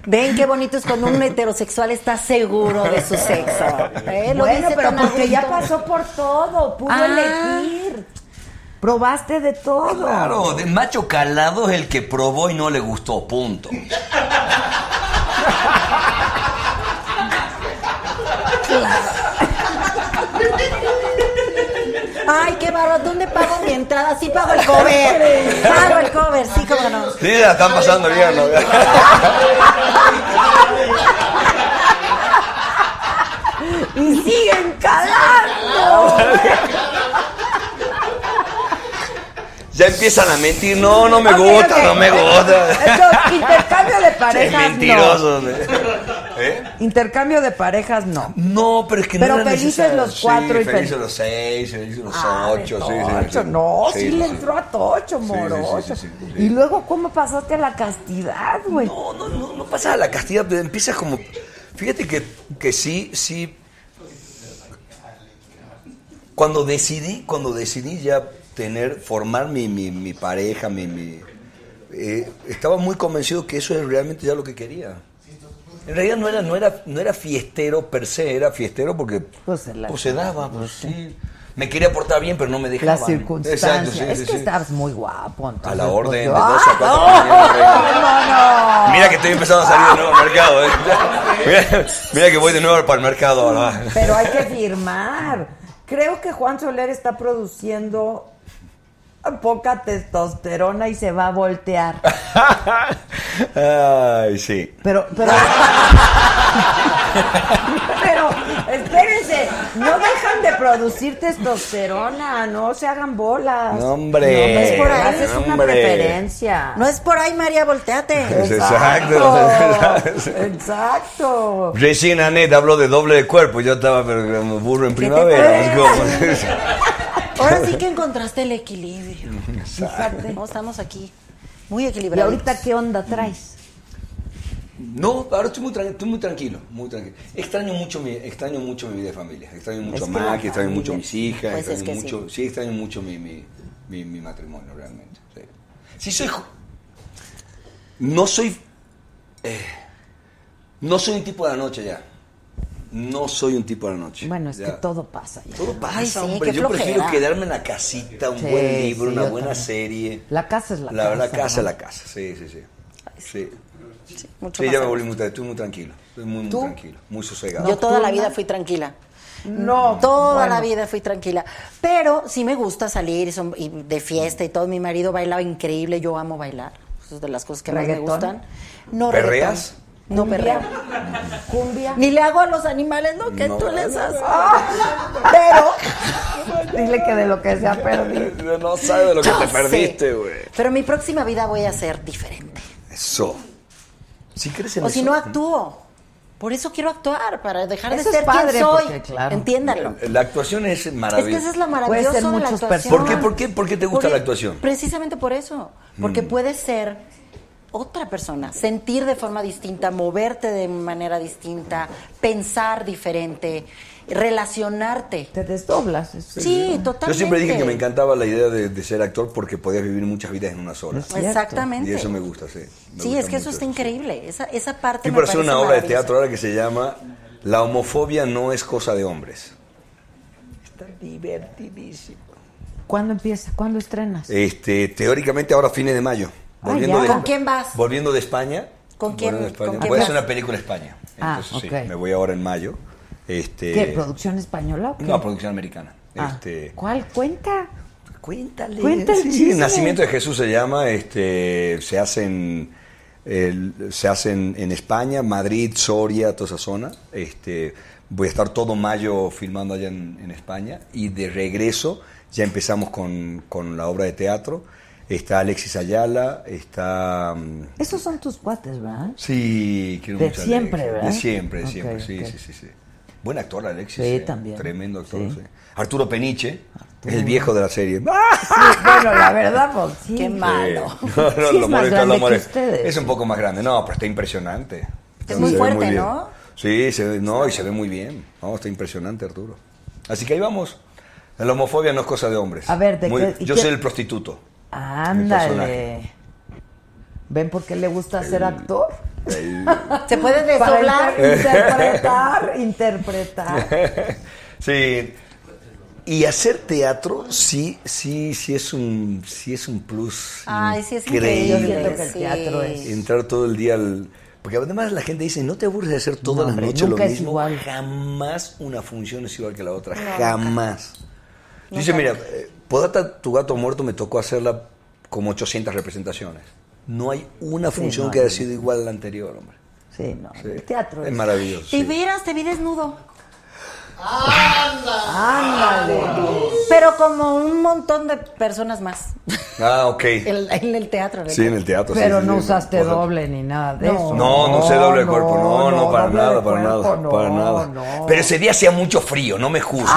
Ven qué bonito es cuando un heterosexual está seguro de su sexo. ¿eh? Lo Bueno, dice pero tan a porque ya gusto. pasó por todo, pudo Ah. elegir. Probaste de todo. Claro, de macho calado es el que probó y no le gustó, punto. Ay, qué bárbaro. ¿Dónde pago mi entrada? Sí pago el (laughs) cover. Pago el cover, sí, cómo no. Sí, la están pasando bien, (laughs) ¿no? Y siguen calando. Ya empiezan a mentir, no, no me Ok, gusta, ok. no me gusta. (laughs) Entonces, intercambio de parejas. Es mentiroso. No. ¿Eh? Intercambio de parejas no. No, pero es que Pero no era felices necesario. los sí, cuatro y felices felices. los seis, felices los Ah, ocho, sí, sí, Tocho, sí. no, sí, le sí. entró a Tocho, Sí, sí, moroso. sí, sí, sí, sí. Y luego, ¿cómo pasaste a la castidad, güey? No, no, no, no pasa la castidad, pero empiezas como. Fíjate que, que sí, sí. Cuando decidí, cuando decidí ya tener, formar mi, mi, mi pareja, mi, mi- eh, estaba muy convencido que eso es realmente ya lo que quería. En realidad no era, no era, no era fiestero per se, era fiestero porque Pues se la- pues, se daba, pues sí. Me quería portar bien, pero no me dejaba. Las circunstancias. Exacto, sí, es sí, que sí. estabas muy guapo. Entonces, A la orden, de yo- 12 a 4 de la mañana, ¡Ah! Mira que estoy empezando a salir de nuevo al (laughs) mercado. ¿eh? Mira, mira que voy de nuevo para el mercado ahora. no, no! Pero hay que firmar. Creo que Juan Soler está produciendo poca testosterona y se va a voltear. Ay, sí. Pero, pero. pero, espérense, no dejan de producir testosterona, no se hagan bolas. No, hombre. No, es por ahí, No, es una hombre. preferencia. No es por ahí, María, volteate. (laughs) Exacto. Exacto. Recién Anet habló de doble de cuerpo. Yo estaba pero como burro en ¿Qué te primavera. pasa? pues, ¿cómo? Ahora sí que encontraste el equilibrio. (laughs) Fíjate. No, estamos aquí. Muy ¿Y equilibrados. ahorita qué onda traes? No, ahora estoy muy, tran- estoy muy tranquilo, muy tranquilo. Extraño mucho mi, extraño mucho mi vida de familia. Extraño mucho Es a que la Mac, extraño familia- mucho a mis hijas, Pues es extraño que sí. mucho, sí. extraño mucho mi, mi, mi- mi matrimonio realmente. Sí, Sí soy jo- no soy eh, no soy un tipo de la noche ya. No soy un tipo de la noche. Bueno, es ya. que todo pasa ya. Todo pasa, Ay, sí, hombre. qué Yo prefiero flojera. quedarme en la casita, un Sí, buen libro, sí, una yo buena también. serie. La casa es la, La, casa. la casa es ¿no? la casa, sí, sí, sí. sí. Sí, mucho Sí, más ya me a volví gusto. muy, tra- estoy muy tranquilo. Estoy muy, muy ¿Tú? tranquilo. Muy sosegado. Yo toda la Nocturna. vida fui tranquila. No. Toda bueno. la vida fui tranquila. Pero sí me gusta salir y son- y de fiesta y todo. Mi marido bailaba increíble. Yo amo bailar. Eso es de las cosas que más me ¿Reggaetón? gustan. No, ¿Perreas? reggaetón. No perreo. Cumbia. Ni le hago a los animales lo que No. tú les haces. (laughs) Pero. Dile que de lo que se ha perdido. (laughs) No, no sabes de lo que Yo te sé. perdiste, güey. Pero mi próxima vida voy a ser diferente. Eso. Si crees en O eso. mm. si no actúo. Por eso quiero actuar, para dejar Eso de es ser padre, quien soy. porque, claro. Entiéndanlo. Eh, La actuación es Es que maravillosa. esa es la Puede ser maravillosa de la muchas actuación. ¿Por qué, por, qué, por qué te gusta Porque- la actuación? Mm. Precisamente por eso. Porque puedes ser otra persona, sentir de forma distinta, moverte de manera distinta, pensar diferente, relacionarte. Te desdoblas. eso. Sí, totalmente. Yo siempre dije que me encantaba la idea de, de ser actor porque podías vivir muchas vidas en una sola. Es- Exactamente. Y eso me gusta, sí. Me Sí, gusta es que mucho eso está increíble. Esa, esa parte Estoy me por hacer parece una obra de maravillosa. teatro ahora que se llama La homofobia no es cosa de hombres. Está divertidísimo. ¿Cuándo empieza? ¿Cuándo estrenas? Este, teóricamente ahora fines de mayo. Ah, ya. ¿Con quién vas? Volviendo de España. ¿Con quién- Volviendo de pues, España. con quién Voy a vas? hacer una película en España. Ah, Entonces ok. sí, me voy ahora en mayo. Este, ¿Qué? ¿Producción española o qué? No, producción americana. Ah, Este, ¿Cuál? Cuenta. Cuéntale. Cuenta el Sí, chisme. Nacimiento de Jesús se llama, este, se hacen, se hacen en España, Madrid, Soria, toda esa zona. Este, voy a estar todo mayo filmando allá en, en España y de regreso ya empezamos con, con la obra de teatro. Está Alexis Ayala, está... mm, Esos (laughs) son tus cuates, ¿verdad? Sí, quiero De mucho a siempre, Alexis. ¿verdad? De siempre, de Ok, siempre, sí, ok. sí, sí, sí. Buen actor, Alexis. Sí, eh. también. Tremendo actor. Sí. sí. Arturo Peniche, el viejo de la serie. ¡Ah! bueno, la verdad, pues sí. Qué Eh, (laughs) (laughs) No, no, Sí, lo es más molesto, grande lo que molesto. ustedes. Es un poco más grande, no, pero está impresionante. Es muy Se ve fuerte, bien. ¿no? Sí, se ve, no, y se ve muy bien. No, está impresionante, Arturo. Así que ahí vamos. La homofobia no es cosa de hombres. A ver, ¿de Muy- qué- y yo qué- soy el prostituto. Ándale. personaje. ¿Ven por qué le gusta ser actor? El- Se puede (laughs) Para desdoblar. inter- interpretar, (laughs) interpretar. (laughs) sí. Y hacer teatro sí, sí, sí es un, sí es un plus. Ay, sí, es increíble. increíble. Yo siento que el sí. teatro es- Entrar todo el día al. Porque además la gente dice, no te aburres de hacer todas las hombre, noches lo nunca es mismo. igual. Jamás una función es igual que la otra. No, jamás. Dice, mira, eh, Podata, tu gato muerto me tocó hacerla como 800 representaciones. No hay una Sí, función no que hay haya sido igual a la anterior, hombre. Sí, no. El teatro es maravilloso. Te vieras, te vi desnudo. Ándale. Pero como un montón de personas más. Ah, ok. En, en el teatro. ¿verdad? Sí, en el teatro. sí, Pero sí, no sí. usaste O sea, doble ni nada de No, eso. no, sé doble de cuerpo, no, no, para doble nada, de para cuerpo, nada, no, para nada. no. Pero ese día hacía mucho frío, no me juzgues.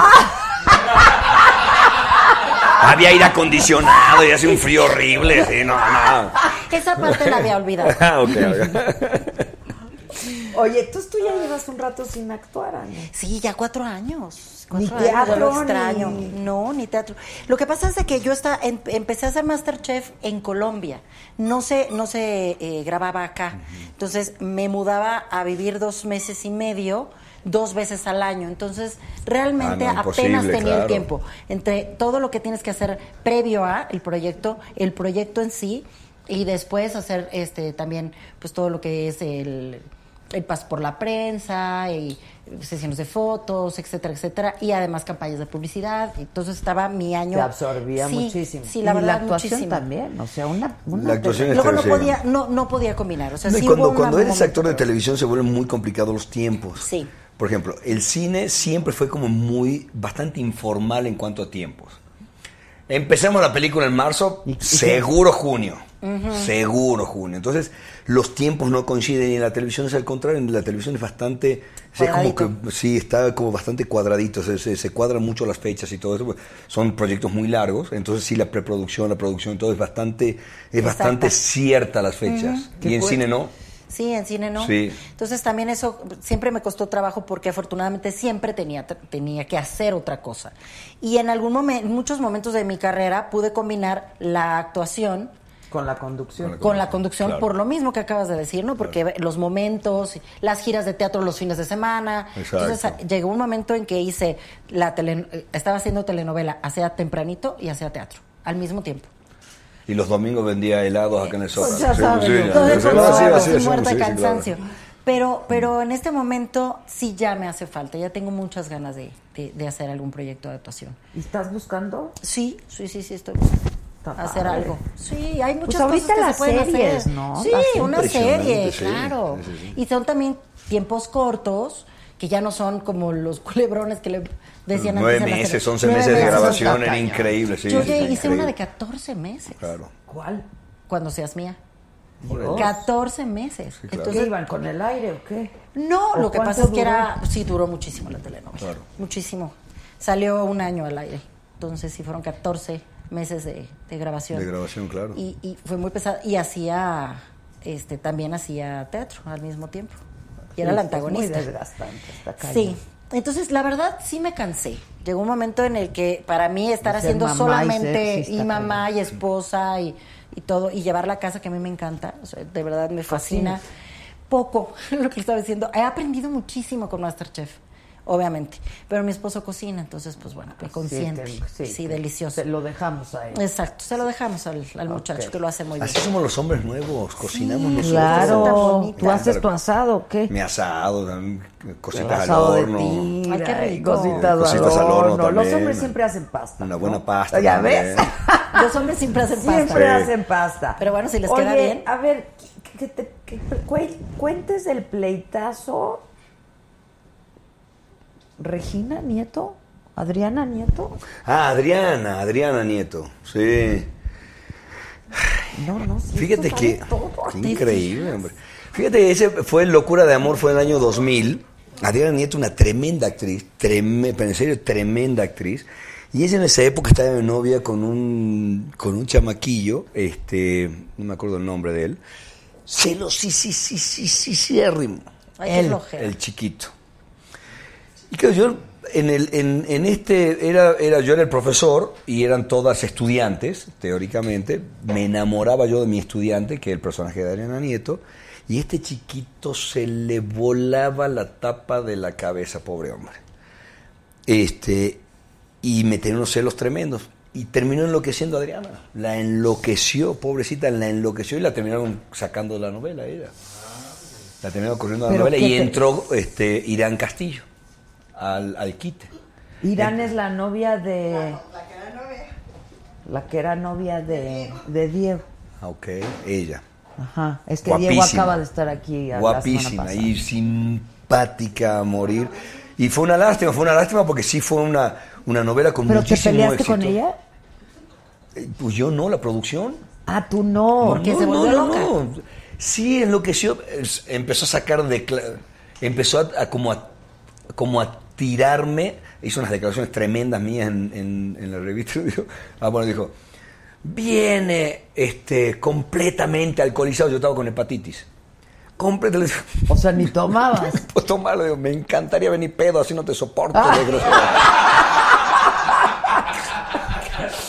Había aire acondicionado y hacía un frío horrible, sí, no, (laughs) no. Esa parte la había olvidado. Ah, ok, ok. (laughs) Oye, entonces tú ya llevas un rato sin actuar, Ani. Sí, ya (laughs) cuatro años. Ni Cuatro años de lo teatro, extraño. ni- No, ni teatro. Lo que pasa es de que yo está, em- empecé a hacer Masterchef en Colombia. No se, no se eh, grababa acá. Entonces me mudaba a vivir dos meses y medio, dos veces al año. Entonces realmente Ah, no, apenas imposible, tenía el claro. tiempo. Entre todo lo que tienes que hacer previo a el proyecto, el proyecto en sí, y después hacer este también pues todo lo que es el el paso por la prensa y sesiones de fotos, etcétera, etcétera, y además campañas de publicidad. Entonces estaba mi año Te absorbía Sí, muchísimo. Sí, la y verdad la actuación muchísimo. también, o sea, una, una La actuación es Luego no sí. podía no no podía combinar, o sea, No, y sí hubo cuando, un cuando eres momento- actor de televisión se vuelven muy complicados los tiempos. Sí. Por ejemplo, el cine siempre fue como muy, bastante informal en cuanto a tiempos. Empecemos la película en marzo, seguro junio. Ujú. Seguro junio. Entonces, los tiempos no coinciden y en la televisión es al contrario. En la televisión es bastante. o sea, Es como que, sí, está como bastante cuadradito. Se, se, se cuadran mucho las fechas y todo eso. pues, Son proyectos muy largos. Entonces, sí, la preproducción, la producción, todo es bastante, es Exacta. bastante cierta las fechas. Ujú. Y Qué en bueno. cine no. Sí, en cine no. Sí. Entonces también eso siempre me costó trabajo porque afortunadamente siempre tenía, tenía que hacer otra cosa. Y en algún momento, muchos momentos de mi carrera pude combinar la actuación con la conducción. con la conducción Claro. por lo mismo que acabas de decir, ¿no? Porque los momentos, las giras de teatro los fines de semana. Exacto. Entonces a- llegó un momento en que hice la tele, estaba haciendo telenovela, hacía tempranito y hacía teatro al mismo tiempo. Y los domingos vendía helados acá en el Zócalo. Pues ya Sí, sabes, sí, yo ya, todo sí, eso sí, lo Ah, sí, hago, así estoy es, muerta de sí, sí, claro. cansancio. Pero, pero en este momento sí ya me hace falta, ya tengo muchas ganas de, de- de hacer algún proyecto de actuación. ¿Y estás buscando? Sí, sí, sí, sí, estoy buscando hacer padre. algo. Sí, hay muchas Pues ahorita cosas que las se pueden series, hacer. ¿no? Sí, Las- una Impresionante, serie, sí, claro. sí, sí, sí. Y son también tiempos cortos que ya no son como los (laughs) culebrones que le decían Nueve antes. en la meses, serie. once Nueve meses de meses, grabación, está era cañón. increíble, sí, Yo sí, ya sí, hice increíble. una de 14 meses. Claro. ¿Cuál? Cuando seas mía. Dios. 14 meses. claro. Entonces, ¿Qué, iban con el aire o qué? no, ¿O lo que cuánto pasa es que duró? era, sí duró muchísimo la telenovela. Muchísimo. Salió un año al aire. Entonces sí fueron 14 meses de, de grabación. De grabación, claro. Y, y fue muy pesado. Y hacía, este, también hacía teatro al mismo tiempo. Y era Sí, la estás muy antagonista. desgastante, está cañón. Sí. Entonces, la verdad, sí me cansé. Llegó un momento en el que para mí estar Y ser haciendo mamá y solamente ser- sí y, está mamá y esposa y, y todo, y llevar la casa que a mí me encanta, o sea, de verdad me fascina. Poco (laughs) lo que estaba diciendo. He aprendido muchísimo con Masterchef, obviamente. Pero mi esposo cocina, entonces, pues bueno, me consiente. Sí, te- sí, te- delicioso. Lo dejamos ahí. Exacto, se lo dejamos al, al muchacho que lo hace muy bien. Así somos los hombres nuevos, cocinamos nosotros. Claro, tú Me haces tu encanta. asado, o ¿qué? Mi asado, también, cositas El al asado de horno. tira, Ay, qué y rico. Cositas, Cositas al al horno. horno Los también. hombres siempre hacen pasta. Una buena pasta. Ya también. ves. (laughs) Los hombres siempre hacen pasta. Siempre hacen pasta. Pero bueno, si les Oye, queda bien. A ver, que, que te- que cu- cuentes del pleitazo. Regina Nieto, Adriana Nieto. Ah, Adriana, Adriana Nieto. Sí. No, no, sí, Fíjate esto que. sabe todo. qué increíble, hombre. Fíjate, ese fue Locura de Amor, fue en el año 2000. Adriana Nieto, una tremenda actriz, treme- pero en serio, tremenda actriz. Y ella en esa época estaba de novia con un, con un chamaquillo, este, no me acuerdo el nombre de él, celosísimo. Ay, qué Él, flojera. el chiquito. Y claro, yo en, el, en, en este, era, era, yo era el profesor y eran todas estudiantes, teóricamente. Me enamoraba yo de mi estudiante, que es el personaje de Adriana Nieto. Y este chiquito se le volaba la tapa de la cabeza, pobre hombre. Este, y me tenía unos celos tremendos. Y terminó enloqueciendo a Adriana. La enloqueció, pobrecita, la enloqueció y la terminaron sacando de la novela ella. La terminaron corriendo de la Ah. Pero novela qué y te- entró este, Irán Castillo al, al quite. Irán Eh. es la novia de. La que era novia de, de Diego. Ah, Ok, ella. Ajá. Es que Diego Guapísima. acaba de estar aquí. a la semana guapísima pasada. y simpática a morir. Y fue una lástima, fue una lástima porque sí fue una, una novela con ¿Pero te muchísimo peleaste éxito. con ella? Eh, Pues yo no, la producción. Ah, tú no. no, no, no, no. Sí, enloqueció, es- empezó a sacar, decla- empezó a, a como a como a tirarme, hizo unas declaraciones tremendas mías en, en- en la revista, (laughs) dijo, ah, bueno, dijo, viene este, completamente alcoholizado, yo estaba con hepatitis. Completamente. O sea, ni tomabas. (laughs) pues tomarlo, digo, me encantaría venir pedo, así no te soporto. Ah. desgraciado".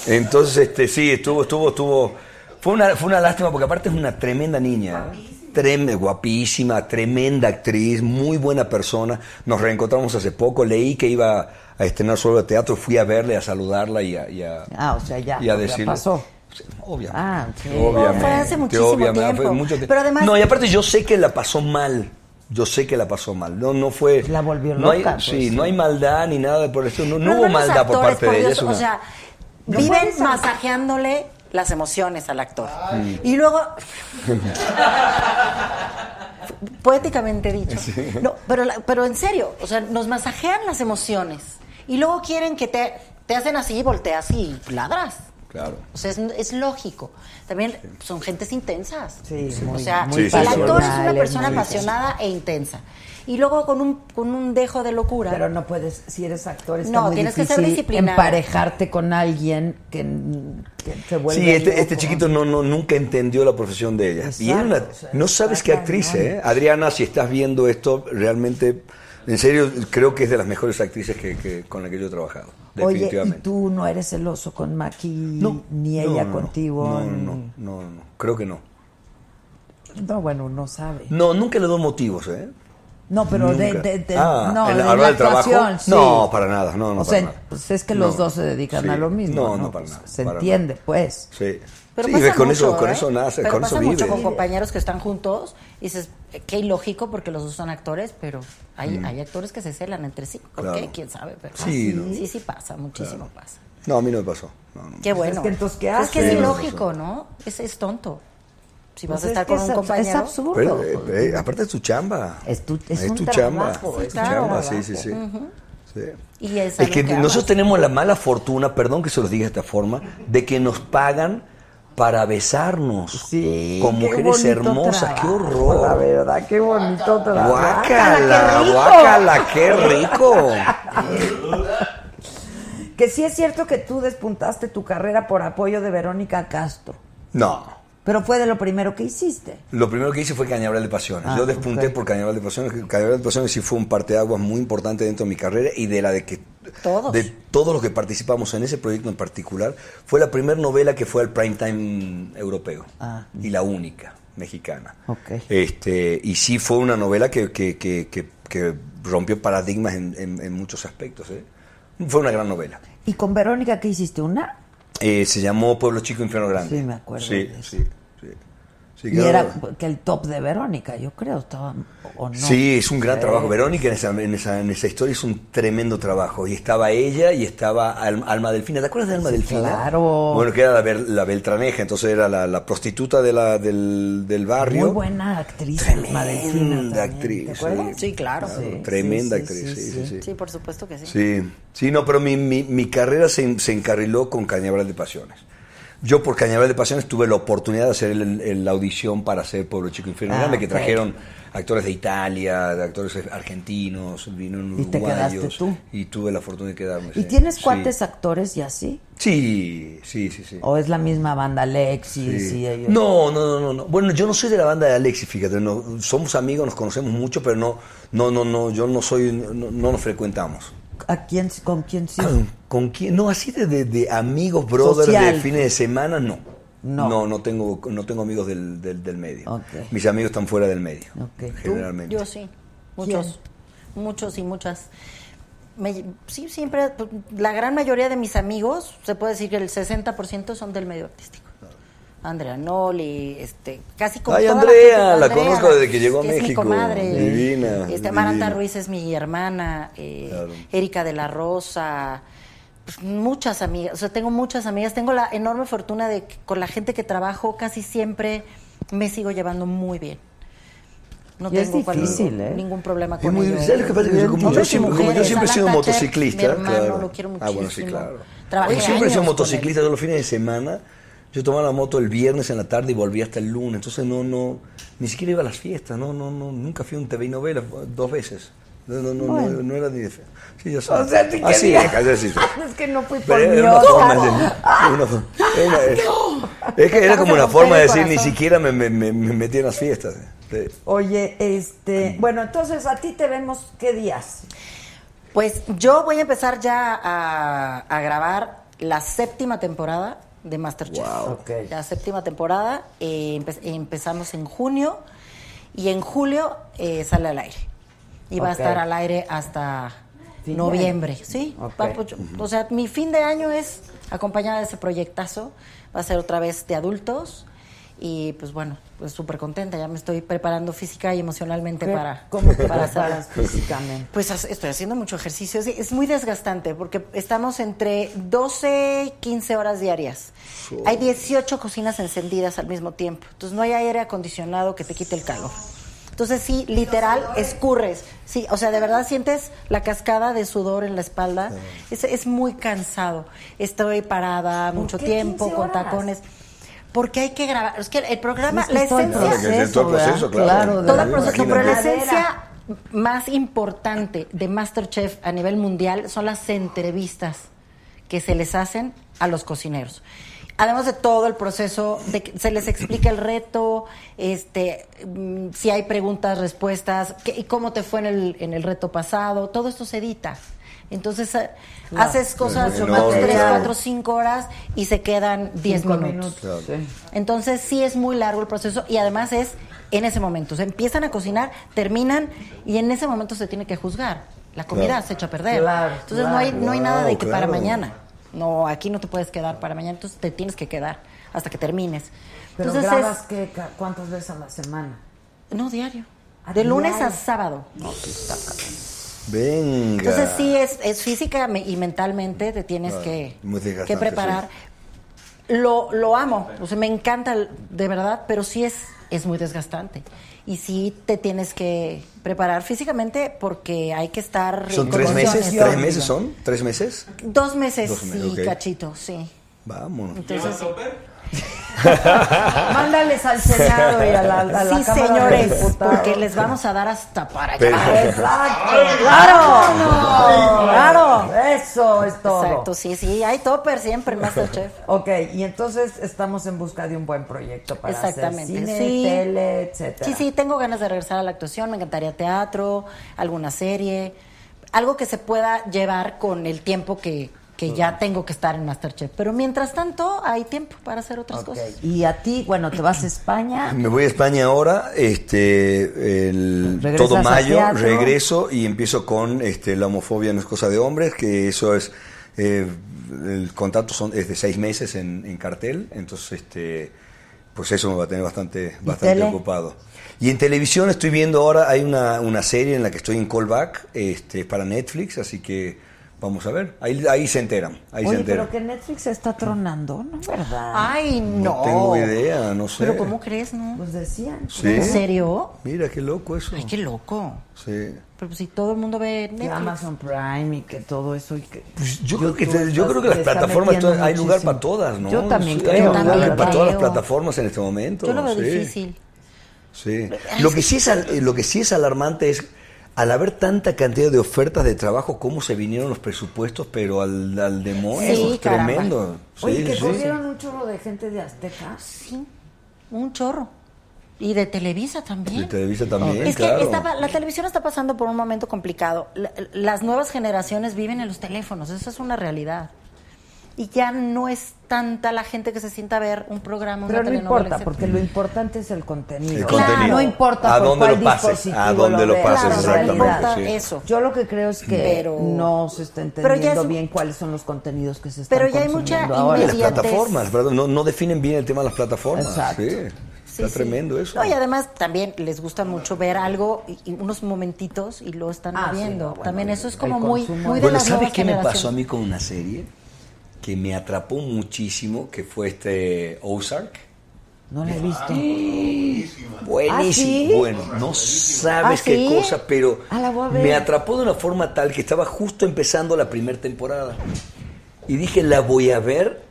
Entonces, este, sí, estuvo, estuvo, estuvo. Fue una, fue una lástima porque aparte es una tremenda niña. Trem- guapísima, tremenda actriz, muy buena persona. Nos reencontramos hace poco, leí que iba a estrenar su obra de teatro, fui a verle, a saludarla y a, y a- Ah, o sea, ya. y a ya decirle. pasó. Obviamente. Ah, sí. Obviamente, Fue hace muchísimo tiempo. fue mucho tiempo. Pero además- No, y aparte yo sé que la pasó mal. Yo sé que la pasó mal. No, no fue. La volvió no hay- loca, pues, sí, sí. no hay maldad ni nada por eso. No, no Pero hubo los maldad por actores, parte de ella. Dios, es una- O sea, viven masajeándole las emociones al actor. Ay. Y luego, poéticamente (laughs) dicho, Sí. no, pero, la- pero en serio, o sea, nos masajean las emociones y luego quieren que te, te hacen así, volteas y ladras. Claro. O sea, es, es lógico. También son gentes intensas. o muy- sea, muy el Sí, sí, actor es una pasional, persona es muy- apasionada e intensa. Y luego con un, con un dejo de locura. Pero no puedes, si eres actor, está No, muy tienes que ser difícil disciplinado. emparejarte con alguien que, que se vuelve. Sí, este, loco. este chiquito no, no, nunca entendió la profesión de ella. y era una- no sabes qué actriz, ¿eh? Adriana, si estás viendo esto, realmente, en serio, creo que es de las mejores actrices que, que- con la que yo he trabajado. Oye, ¿y Definitivamente. tú no eres celoso con Maki? ni No, no, ella no. contigo. No, ni- no, no, no, no, creo que no. No, bueno, no sabe. No, nunca le doy motivos, ¿eh? No, pero de, Nunca. de- de- Ah, no, en- de hablar la del trabajo, actuación, sí. no, para nada, no, no, O para sea, nada. pues es que los No. dos se dedican Sí. a lo mismo. No, No, no, para Pues nada, Se para entiende, pues. Sí. Pero sí, pasa ves, con mucho, eso, con ¿eh? eso nace, Pero con pasa eso mucho vive. con compañeros que están juntos y dices, eh, qué ilógico porque los dos son actores, pero hay, Mm. hay actores que se celan entre sí. ¿Por Claro. qué? ¿Quién sabe? Pero Sí, sí, ¿no? Pues sí, pasa, muchísimo pasa. No, a mí no me pasó. No, no me Qué pasó. bueno. Pues Es que entonces, ¿qué es que es haces? ilógico, ¿no? Es, es tonto. Si vas Pues a es estar que con es un abs- compañero. es absurdo. Pero, eh, eh, aparte es tu chamba. Es tu, es un tu trabajo, chamba. sí, Es tu claro. chamba, sí, sí, sí. Ujú. Sí. Y es, Es algo que amas. nosotros tenemos la mala fortuna, perdón que se los diga de esta forma, de que nos pagan para besarnos con qué mujeres bonito hermosas. ¡Qué trabajo, horror! La verdad, qué bonito trabajo. ¡Guácala! ¡Qué rico! ¡Guácala! ¡Qué rico! Que sí es cierto que tú despuntaste tu carrera por apoyo de Verónica Castro, No. pero fue de lo primero que hiciste. Lo primero que hice fue Cañaveral de Pasiones. Ah, Yo despunté ok. por Cañaveral de Pasiones. que Cañaveral de Pasiones sí fue un parteaguas muy importante dentro de mi carrera y de la de que Todos. de todos los que participamos en ese proyecto en particular, fue la primera novela que fue al prime time europeo Ah. y la única mexicana. Ok. Este, y sí fue una novela que, que- que- que- que rompió paradigmas en, en- en muchos aspectos. ¿eh? Fue una gran novela. ¿Y con Verónica qué hiciste? ¿Una? Eh, se llamó Pueblo Chico Infierno Grande. Sí, me acuerdo Sí, de eso. sí, sí. Sí, Y claro. era que el top de Verónica, yo creo, estaba o no. Sí, es un gran Sí. trabajo. Verónica en este esa, en, esa, en esa historia es un tremendo trabajo. Y estaba ella y estaba Al- Alma Delfina. ¿Te acuerdas de Alma Delfina? claro. Bueno, que era la, Bel- la Beltraneja, entonces era la, la prostituta de la- del, del barrio. Muy buena actriz, Alma Delfina Tremenda también, actriz, ¿Te acuerdas? Sí, claro. Tremenda Sí, sí, actriz, sí, sí, sí. Sí, por supuesto que sí. Sí, sí, no, pero mi, mi- mi carrera se, en- se encarriló con Cañaveral de Pasiones. Yo por Cañaveral de Pasiones tuve la oportunidad de hacer el- el- la audición para hacer Pueblo Chico Infierno Ah, Grande, que ok. trajeron actores de Italia, de actores argentinos, vino un ¿Y te quedaste uruguayos. tú? Y tuve la fortuna de quedarme. ¿Y sí. tienes Sí. cuates actores y así? Sí, sí, sí, sí. ¿O es la misma banda Alexis Sí. y ellos? No, no, no, no, no. Bueno, yo no soy de la banda de Alexis, fíjate. no, somos amigos, nos conocemos mucho, pero no, no, no, no, yo no soy, no, no nos frecuentamos. ¿A quién, ¿Con quién sí? (clears throat) ¿Con quién? No, así de, de- de amigos, brothers, Social. de (laughs) fines de semana, no. No. No, no tengo, no tengo amigos del, del- del medio. Ok. Mis amigos están fuera del medio, Ok. generalmente. Yo sí, muchos, muchos y muchas. Me- sí, siempre, pues, la gran mayoría de mis amigos, se puede decir que el 60% son del medio artístico. Andrea Noli, este, casi como Ay, toda Andrea, gente- la conozco desde que llegó a es mi México. comadre. Divina, Este, Amaranta divina. Ruiz es mi hermana, eh, Claro. Erika de la Rosa, pues, muchas amigas, o sea, tengo muchas amigas, tengo la enorme fortuna de que con la gente que trabajo casi siempre me sigo llevando muy bien. No Y es tengo cual- difícil, ¿eh? ningún problema Es con muy ello. difícil. ¿Sabes lo que pasa? Que yo como yo Hombres y siempre- como yo mujeres. siempre he sido Alan Thatcher, motociclista, Mi hermano claro. lo quiero muchísimo. Ah, bueno, sí, claro. Trabajé Yo siempre he sido años con motociclista, yo los fines de semana, yo tomaba la moto el viernes en la tarde y volvía hasta el lunes, entonces no, no, ni siquiera iba a las fiestas, no, no, no, nunca fui a un TV y novela, dos veces. No, no, no, Bueno. no, no era ni de fe. Ah, Sí, yo sé. O sea, sí Así quería. es, así es. él. (laughs) Es que no fui por Ah, Pero mi era una forma de- otra. una forma- (laughs) era- Es que era acabas de como una romper forma de el decir, ni corazón. siquiera me, me, me- me metí en las fiestas. Sí. Oye, (clears throat) este, bueno, entonces a ti te vemos qué días. Pues yo voy a empezar ya a, a grabar la séptima temporada de Masterchef. Wow. Ok. La séptima temporada. eh, empe- empezamos en junio y en julio eh, sale al aire. Y va Ok. a estar al aire hasta Fin de noviembre. año. Sí. Ok. Va, pues, yo- O sea, mi fin de año es acompañada de ese proyectazo. Va a ser otra vez de adultos. Y pues bueno, pues súper contenta. Ya me estoy preparando física y emocionalmente ¿Qué? para. ¿Cómo te (laughs) para preparas hacerlo. físicamente? Pues as- estoy haciendo mucho ejercicio. Es, es muy desgastante porque estamos entre 12 y 15 horas diarias. Hay 18 cocinas encendidas al mismo tiempo. Entonces no hay aire acondicionado que te quite el calor. Entonces sí, literal, escurres. Sí, o sea, de verdad sientes la cascada de sudor en la espalda. Es, es muy cansado. Estoy parada mucho qué tiempo 15 con horas? tacones. Porque hay que grabar. Es que el programa, Es que la todo el esencia. proceso, Claro, que es todo el ¿verdad? proceso, claro. Claro, Todo el de- proceso, pero la imagínate. esencia más importante de Masterchef a nivel mundial son las entrevistas que se les hacen a los cocineros. Además de todo el proceso de que se les explica el reto, este, mm, si hay preguntas, respuestas, qué- y cómo te fue en el, en el reto pasado, todo esto se edita. Entonces eh, Claro. haces cosas Es son enorme, 3, claro. 4, 5 horas y se quedan 10 Cinco minutos. minutos, sí. Entonces sí es muy largo el proceso y además es en ese momento. O sea, empiezan a cocinar, terminan y en ese momento se tiene que juzgar. La comida Claro. se echa a perder. Claro, Entonces no hay no hay nada de Wow, que para claro. mañana. No, aquí no te puedes quedar para mañana, entonces te tienes que quedar hasta que termines. Pero entonces grabas qué, ca- cuántas veces a la semana. es no diario. Ah, De lunes diario. pues, a sábado. Venga. Entonces sí es, es física me- y mentalmente te tienes Claro, que, muy desgastante, que preparar. Lo, lo amo, o sea, me encanta el- de verdad, pero sí es, es muy desgastante. Y sí te tienes que preparar físicamente porque hay que estar... ¿Son en tres meses? condiciones. ¿Tres meses son? ¿Tres meses? Dos meses, Dos meses, sí, ok. cachito, sí. Vámonos. Entonces, sí. (laughs) Mándales al Senado y a la, a la sí, Cámara de señores, Diputados. porque les vamos a dar hasta para allá. Pero- Exacto, claro, claro, eso es todo. Exacto, sí, sí, hay topper siempre, Masterchef. (laughs) Ok, y entonces estamos en busca de un buen proyecto para Exactamente, hacer cine, sí. tele, etcétera. Sí, sí, tengo ganas de regresar a la actuación, me encantaría teatro, alguna serie, algo que se pueda llevar con el tiempo que, que ya tengo que estar en Masterchef. Pero mientras tanto, hay tiempo para hacer otras Ok, cosas. Y a ti, bueno, te vas a España. Me voy a España ahora, este, el, Regresas todo al mayo teatro. regreso y empiezo con este, la homofobia no es cosa de hombres, que eso es, eh, el contrato son, es de seis meses en, en cartel, entonces este, pues eso me va a tener bastante, bastante tele? ocupado. Y en televisión estoy viendo ahora, hay una, una serie en la que estoy en callback este, para Netflix, así que Vamos a ver, ahí, ahí se enteran, ahí se Oye, enteran. pero que Netflix está tronando, ¿no? ¿Verdad? Ay, no. Oh. tengo idea, no sé. Pero ¿cómo crees, no? Pues decían. Sí. ¿En serio? Mira, qué loco eso. Ay, qué loco. Sí. Pero pues si todo el mundo ve Que Netflix. Amazon Prime y que todo eso. Y que, Pues Yo creo que, YouTube te- yo está- creo que le las está plataformas, metiendo todas- hay lugar muchísimo. para todas, ¿no? Yo también Sí, creo. Hay Yo lugar también para todas las creo. plataformas en este momento. Yo lo veo sí, difícil. Sí. Lo que sí es, al- eh, lo que sí es alarmante es, al haber tanta cantidad de ofertas de trabajo, cómo se vinieron los presupuestos, pero al, al demonio. Sí, es caramba. tremendo. Sí, Oye, que sí, sí. corrieron un chorro de gente de Azteca. Sí, un chorro. Y de Televisa también. De Televisa también, Es claro. que está pa- la televisión está pasando por un momento complicado. La- las nuevas generaciones viven en los teléfonos, eso es una realidad. Y ya no es tanta la gente que se sienta a ver un programa, Pero una no telenovela, importa, etcétera. porque lo importante es el contenido. El Claro. contenido. No importa A por dónde cuál lo pases, dispositivo a dónde lo veas, pases, en exactamente, realidad. sí. Eso. Yo lo que creo es que Pero- no se está Pero ya entendiendo es- bien cuáles son los contenidos que se están Pero ya hay mucha consumiendo ahora. Las inmediatez. plataformas, ¿verdad? No, no definen bien el tema de las plataformas. Exacto. sí. Está Sí, sí. tremendo eso. No, y además también les gusta mucho ver algo y, y unos momentitos y lo están Ah, sí, viendo. no, bueno, también eso es el como muy, consumo muy de Bueno, las ¿sabes nuevas qué me pasó a generaciones. mí con una serie que me atrapó muchísimo, que fue este Ozark? Ah, No la he visto. Buenísimo. ¿Ah, sí? Bueno, no sabes ¿Ah, sí? qué cosa, pero Ah, la voy a ver. me atrapó de una forma tal que estaba justo empezando la primera temporada. Y dije, la voy a ver,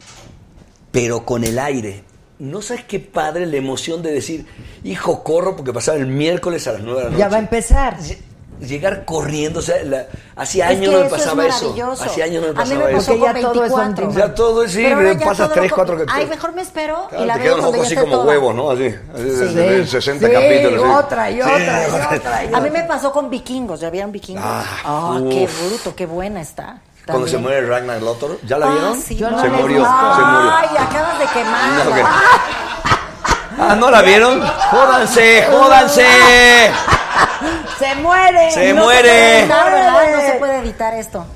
pero con el aire. No sabes qué padre la emoción de decir, hijo, corro porque pasaba el miércoles a las 9 de la noche. Ya va a empezar. Llegar corriendo, o sea, la- hace Es que años no me eso es pasaba eso. maravilloso. Hace años no me a mí pasaba me eso. pasó con Porque ya todo es 24. on Ya todo es, pues sí, Pero ahora ya pasas todo tres, lo- cuatro Ay, mejor me espero y Claro, la te queda veo un cuando ojo ya así esté como toda. huevos, ¿no? Así, así de- Sí. de 60 Sí, capítulos. ¿eh? así. otra y otra y otra y A mí otra. me pasó con vikingos, ya vieron vikingos. Ah, Ah, qué uf. bruto, qué buena está. Cuando se También. muere Ragnar Lothar, ¿ya la Ah, vieron? sí, se no la he murió, visto. se murió. Ay, acabas de quemar. No, ok. Ah, ¿no la vieron? ¡Jódanse, jódanse! ¡Se muere! Se No muere. puede editar, evitar, ¿verdad? No se puede editar esto.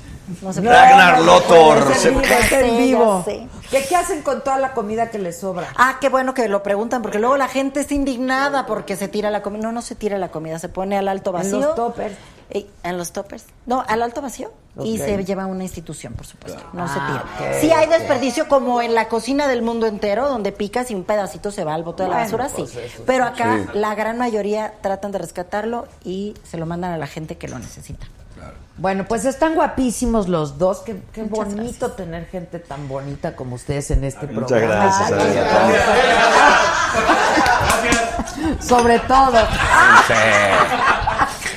No se puede. Ragnar Lothor. Es en vivo, es en Ya sé, vivo. ya sé. ¿Qué, ¿Qué hacen con toda la comida que les sobra? Ah, qué bueno que lo preguntan, porque luego la gente está indignada porque se tira la comida. No, no se tira la comida, se pone al alto vacío. los toppers. Eh, en los toppers. No, al alto vacío. Y Ok. se lleva a una institución, por supuesto. No se Ah, tira. ok, sí hay ok. desperdicio como en la cocina del mundo entero, donde picas y un pedacito se va al bote de la Bueno, basura, sí. pues eso Pero acá la gran mayoría tratan de rescatarlo y se lo mandan a la gente que lo necesita. Bueno, pues están guapísimos los dos. Qué, qué Muchas bonito tener gente tan bonita como ustedes en este programa. Muchas gracias, Ay, Adela. Sobre todo. Eh,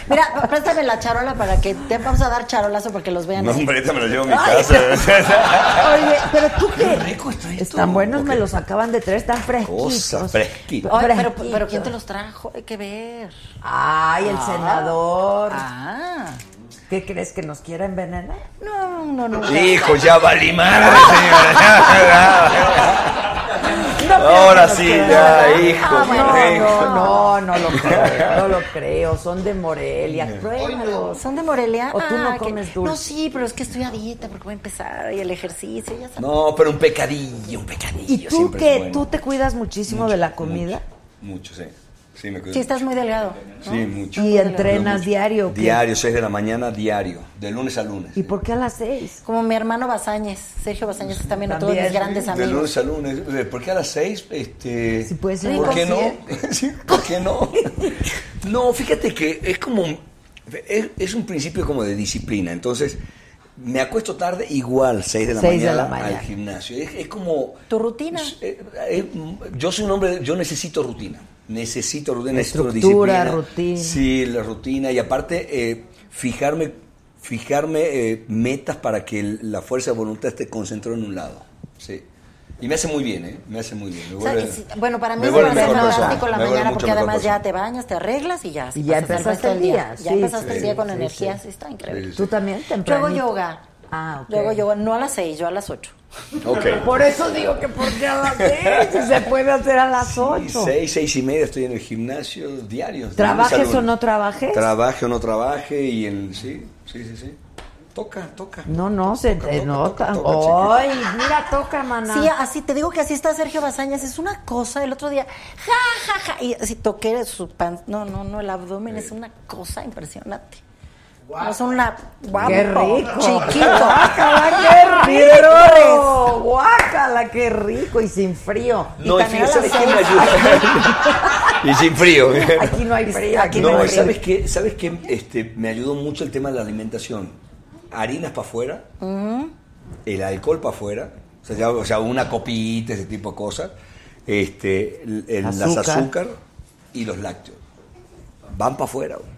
Mira, préstame la charola para que te vamos a dar charolazo porque los vean. ¿eh? así. me lo llevo a Ay. Oye, pero tú qué. rico está esto. Están buenos, Ok. me los acaban de traer, están fresquitos. Cosa fresquita. Ay, pero, Fresquitos. pero ¿quién te los trajo? Hay que ver. Ay, el senador. Ah. ¿Qué crees que nos quiera envenenar? No, no, no. (laughs) Hijo, ya valí madre, señora. Ahora sí, Ah, ya, hijo. No, hijo. no, no, no lo creo, no lo creo. Son de Morelia. Pruébalos. Son de Morelia. ¿O tú no Ah, que- comes dulce? No, sí, pero es que estoy a dieta porque voy a empezar y el ejercicio, ya sabes. No, pero un pecadillo, un pecadillo. ¿Y tú siempre es que bueno. tú te cuidas muchísimo Mucho, de la comida? Mucho, mucho, sí. Sí, me cuido Sí, estás mucho. muy delgado. ¿no? Sí, mucho. ¿Y entrenas Mucho. diario o qué? Diario, 6 de la mañana, diario. De lunes a lunes. ¿Y por qué a las seis? Como mi hermano Basáñez, Sergio Basáñez es también otro de mis También. grandes De amigos. lunes a lunes. Eh, ¿Por qué a las 6? Este, Sí, puede ser. ¿Por Rico, qué no? (laughs) Sí, ¿Por qué no? (laughs) No, fíjate que es como... Es, es un principio como de disciplina. Entonces, me acuesto tarde igual, 6 de la, Seis de mañana, la mañana. al gimnasio. Es, es como... Tu rutina. es- eh, eh, yo soy un hombre... Yo necesito rutina. Necesito rutina, necesito Estructura, disciplina. rutina. Sí, la rutina. Y aparte, eh, fijarme, fijarme eh, metas para que el- la fuerza de voluntad esté concentrada en un lado. Sí. Y me hace muy bien, ¿eh? Me hace muy bien. Me O sea, vuelve- es- bueno, para mí me es vuelve demasiado mejor persona, fantástico la me vuelve mañana mucho porque mejor además ya persona. te bañas, te arreglas y ya. Y ya pasas el empezaste resto del el día, Ya sí, empezaste sí, el día con sí, energías, sí. está increíble. Sí, ¿Tú también temprano? Luego yoga. Ah, ok. Luego yoga, no a las 6, yo a las 8. (laughs) Ok. Por eso digo que por qué (laughs) a las seis, si (laughs) se puede hacer a las Y ocho. seis, seis y media estoy en el gimnasio diario. de ¿Trabajes lunes a lunes. o no trabajes? Trabaje o no trabaje y en... Sí, sí, sí, sí. Toca, toca. No, no, se Toca, te toca, nota. toca, toca, Ay, mira, toca, maná. Sí, así te digo que así está Sergio Bazañas. Es una cosa. El otro día, ja, ja, ja. Y así toqué su pan. No, no, no. El abdomen es una cosa impresionante. Es una guapo, Qué rico. chiquito. Guácala, qué rico. Pero- Guácala, qué rico y sin frío. No, y y también a ¿sabes las quién me (laughs) ayudó? y sin frío. Aquí no hay frío, aquí no No, hay y frío. ¿sabes qué? ¿Sabes qué? Este, me ayudó mucho el tema de la alimentación. Harinas para afuera, el alcohol para afuera, o sea, ya- o sea, una copita, ese tipo de cosas, este, el- el- las Azúcar. azúcar y los lácteos. Van para afuera. güey.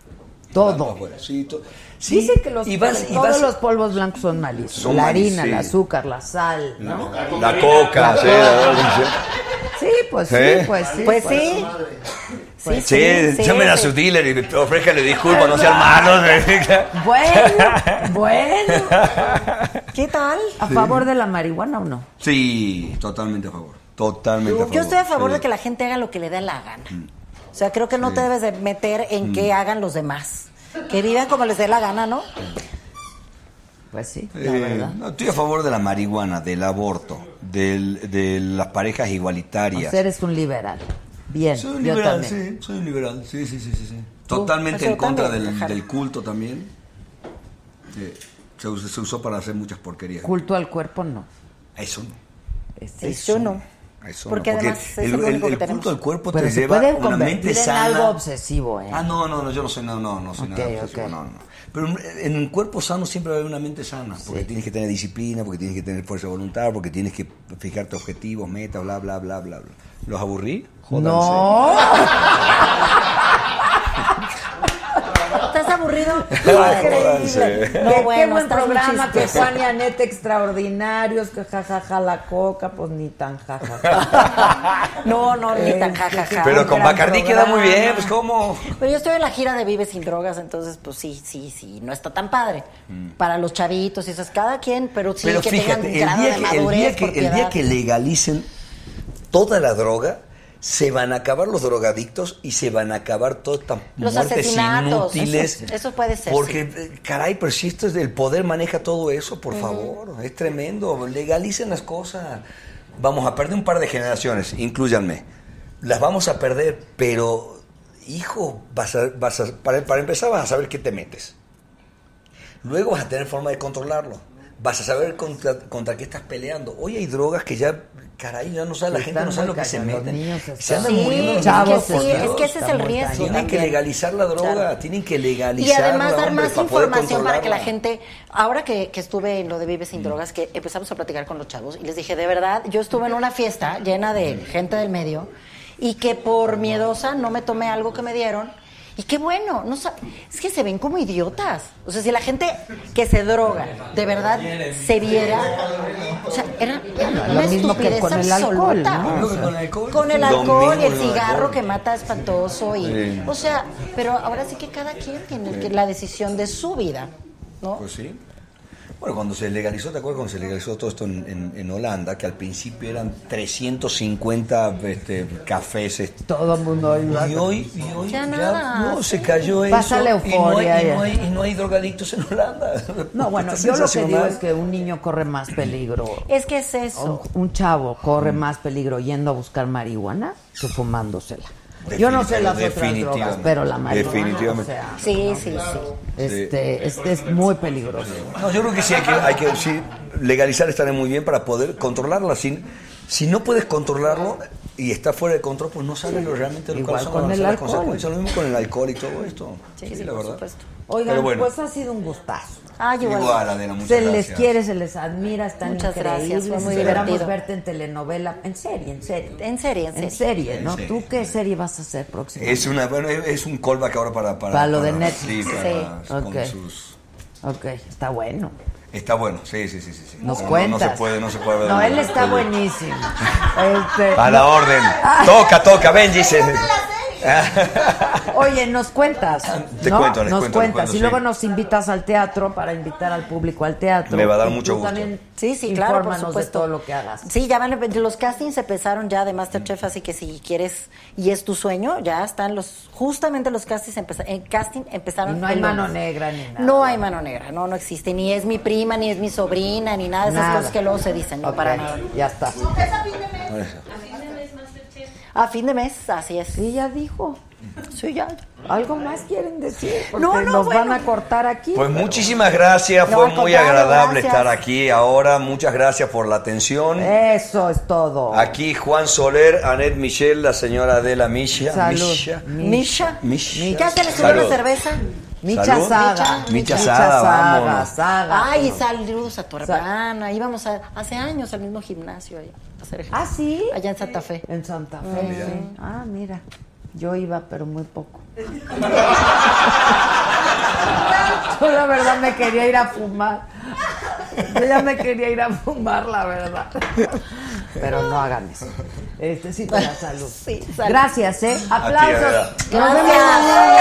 Van pa' Todo. afuera, sí, to- sí, Dicen que los, y vas- y todos vas- los polvos blancos son malísimos. Son la harina, malísimos. el azúcar, la sal. La, ¿no? la coca, sí, Sí, pues sí, ¿Eh? pues sí. Pues sí. Sí, sí, sí. llamen a su dealer y ofrézcale disculpas, no sean malos. (laughs) Bueno, (laughs) bueno. ¿Qué tal? ¿A Sí. favor de la marihuana o no? Sí, totalmente a favor. Totalmente a favor. Yo estoy a favor sí. Mm. de que la gente haga lo que le dé la gana. O sea, creo que no Sí. te debes de meter en Mm. qué hagan los demás. Que vivan como les dé la (laughs) gana, ¿no? Pues sí, Eh, no, estoy a favor de la marihuana, del aborto, del- de las parejas O igualitarias. sea, Pues eres un liberal. Bien, Soy yo un liberal, también. sí, soy un liberal, sí, sí, sí, sí. sí. Totalmente Eso en contra también, del, Jaro. del culto también. Eh, se, us- se usó para hacer muchas porquerías. Culto al cuerpo no. Eso no. Este, Eso no. Eso Porque no, porque además es el, el único el- que el culto tenemos. al cuerpo Pero te se lleva puede a una convertir mente en sana. algo obsesivo, ¿eh? Ah, no, no, no, yo no soy nada, no, no soy nada. Ok, obsesivo, ok. no, no. Pero en un cuerpo sano siempre va a haber una mente sana, porque tienes que tener disciplina, porque tienes que tener fuerza de voluntad, porque tienes que fijarte objetivos, metas, bla, bla, bla, bla, bla. ¿Los aburrí? Jódanse. No. ¿Estás aburrido? Jódanse. No, eh, qué, bueno, qué buen estás muy programa, que chistoso. Juan y Anete extraordinarios, que jajaja la coca, pues ni tan jajaja. (laughs) No, no, Eh, ni tan jajaja. Pero con Gran Bacardí queda muy bien, pues ¿cómo? Pero yo estoy en la gira de Vive sin Drogas, entonces, pues sí, sí, sí, no está tan padre. Para los chavitos y esas, cada quien, pero sí Mm. Pero que fíjate, tengan un el grado día, que, de el, madurez, día que, el propiedad. día que legalicen toda la droga, se van a acabar los drogadictos y se van a acabar todas estas Los muertes asesinatos, inútiles. eso- eso puede ser, Porque, sí. eh, caray, pero si esto es del poder maneja todo eso, por favor, es tremendo. Legalicen las cosas. Vamos a perder un par de generaciones, incluyanme. Las vamos a perder, pero, hijo, vas a- vas a- para, para empezar vas a saber qué te metes. Luego vas a tener forma de controlarlo. Vas a saber contra, contra qué estás peleando. Hoy hay drogas que ya, caray, ya no sabe, la gente Están no sabe muy lo que se cañones, meten. los niños se están- andan Sí, muriendo los chavos, niños por sí, es Dios. que ese es el Están riesgo Tienen también. que legalizar la droga, Claro. tienen que Y legalizarla. además dar hombre, más para poder información para que la controlarla. gente, ahora que, que estuve en lo de Vive sin Mm. Drogas, que empezamos a platicar con los chavos y les dije, de verdad, yo estuve en una fiesta llena de Mm. gente del medio y que por miedosa no me tomé algo que me dieron. Y qué bueno, no sa- es que se ven como idiotas. O sea, si la gente que se droga de verdad se viera, o sea, era Lo una mismo que estupidez con el alcohol, absoluta. ¿no? Lo que con el alcohol. Con el Lo alcohol y mismo con el el cigarro alcohol. que mata espantoso y, Sí. o sea, pero ahora sí que cada quien tiene que- la decisión de su vida, ¿no? Pues sí. Bueno, cuando se legalizó, ¿te acuerdas cuando se legalizó todo esto en, en- en Holanda? Que al principio eran 350 este, cafés. este, Todo el mundo iba. Y hoy, y hoy Ya ya nada, no, se cayó eso. Pasa la euforia, Y no hay, y no ya. hay- y no hay drogadictos en Holanda. (laughs) No, bueno, Está yo lo que digo sensacional. es que un niño corre más peligro. Es que es Un, eso. un chavo corre más peligro yendo a buscar marihuana que fumándosela. Yo no sé las otras Definitivamente. drogas, pero la marihuana, Definitivamente. o sea, Sí, sí, sí. este, este es muy peligroso. No, yo creo que sí, hay que, hay que sí, legalizar estaría muy bien para poder controlarla. Si, si no puedes controlarlo y está fuera de control, pues no sabes lo realmente lo Igual cuáles son con las- el las alcohol. consecuencias. Lo mismo con el alcohol y todo esto. Sí, Sí, sí, la por verdad. supuesto. Oigan, Pero bueno. pues ha sido un gustazo. Ah, igual. Igual, Adela, muchas se les gracias. quiere, se les admira, están Muchas gracias, increíbles. fue muy Esperamos divertido. verte en telenovela, en serie, en serie. En serie, en serie. En serie, ¿no? En serie. ¿Tú qué serie vas a hacer próximo? Es, una, bueno, es es un callback ahora para... Para, Para lo de sí, Netflix. para- Sí. con Ok. sus- Ok, está bueno. Está bueno, sí, sí, sí. sí, sí. Nos No, no, cuentas. No, se puede, no se puede. No, él está buenísimo. Este, A la orden. Toca, toca, Benji. se- Oye, nos cuentas. Te ¿no? cuento, les nos cuento, les cuentas. cuento, y sí. luego nos invitas al teatro para invitar al público al teatro. Me va a dar Y mucho tú gusto. También Sí, sí, claro, por infórmanos supuesto. de todo lo que hagas. Sí, ya van, a- los castings empezaron ya de Masterchef, así que si quieres y es tu sueño, ya están los, justamente los castings, empeza- en casting empezaron. Y no hay el lunes. mano negra ni nada. No hay mano negra, no, no existe, ni es mi prima, ni es mi sobrina, ni nada de esas Nada. cosas que luego se dicen, no Ok, para nada. Ya está. Es a fin de mes. A fin de mes, así es. Sí, ya dijo. Sí, ya. ¿Algo más quieren decir? Porque No, no, nos van bueno. a cortar aquí. Pues muchísimas gracias, No, fue al muy contrario, agradable gracias. estar aquí ahora, muchas gracias por la atención. Eso es todo. Aquí Juan Soler, Anet Michel, la señora Adela Misha. Salud. Misha. Misha. Misha. ¿Ya se le subió la Salud. cerveza? Micha Salud. Saga. Micha Saga, vámonos. Saga. Ay, saludos a tu hermana. Íbamos a- hace años al mismo gimnasio ahí, a hacer ejercicio. ¿Ah, sí? Allá en Santa Fe. En Santa Fe. Ah, mira. sí. Ah, mira. Yo iba, pero muy poco. (laughs) Yo la verdad me quería ir a fumar. Yo ya me quería ir a fumar, la verdad. Pero no hagan eso. Este sí te da salud. Sí, salud. Gracias, ¿eh? A ti, Aplausos. Adela. Nos vemos Gracias. mañana.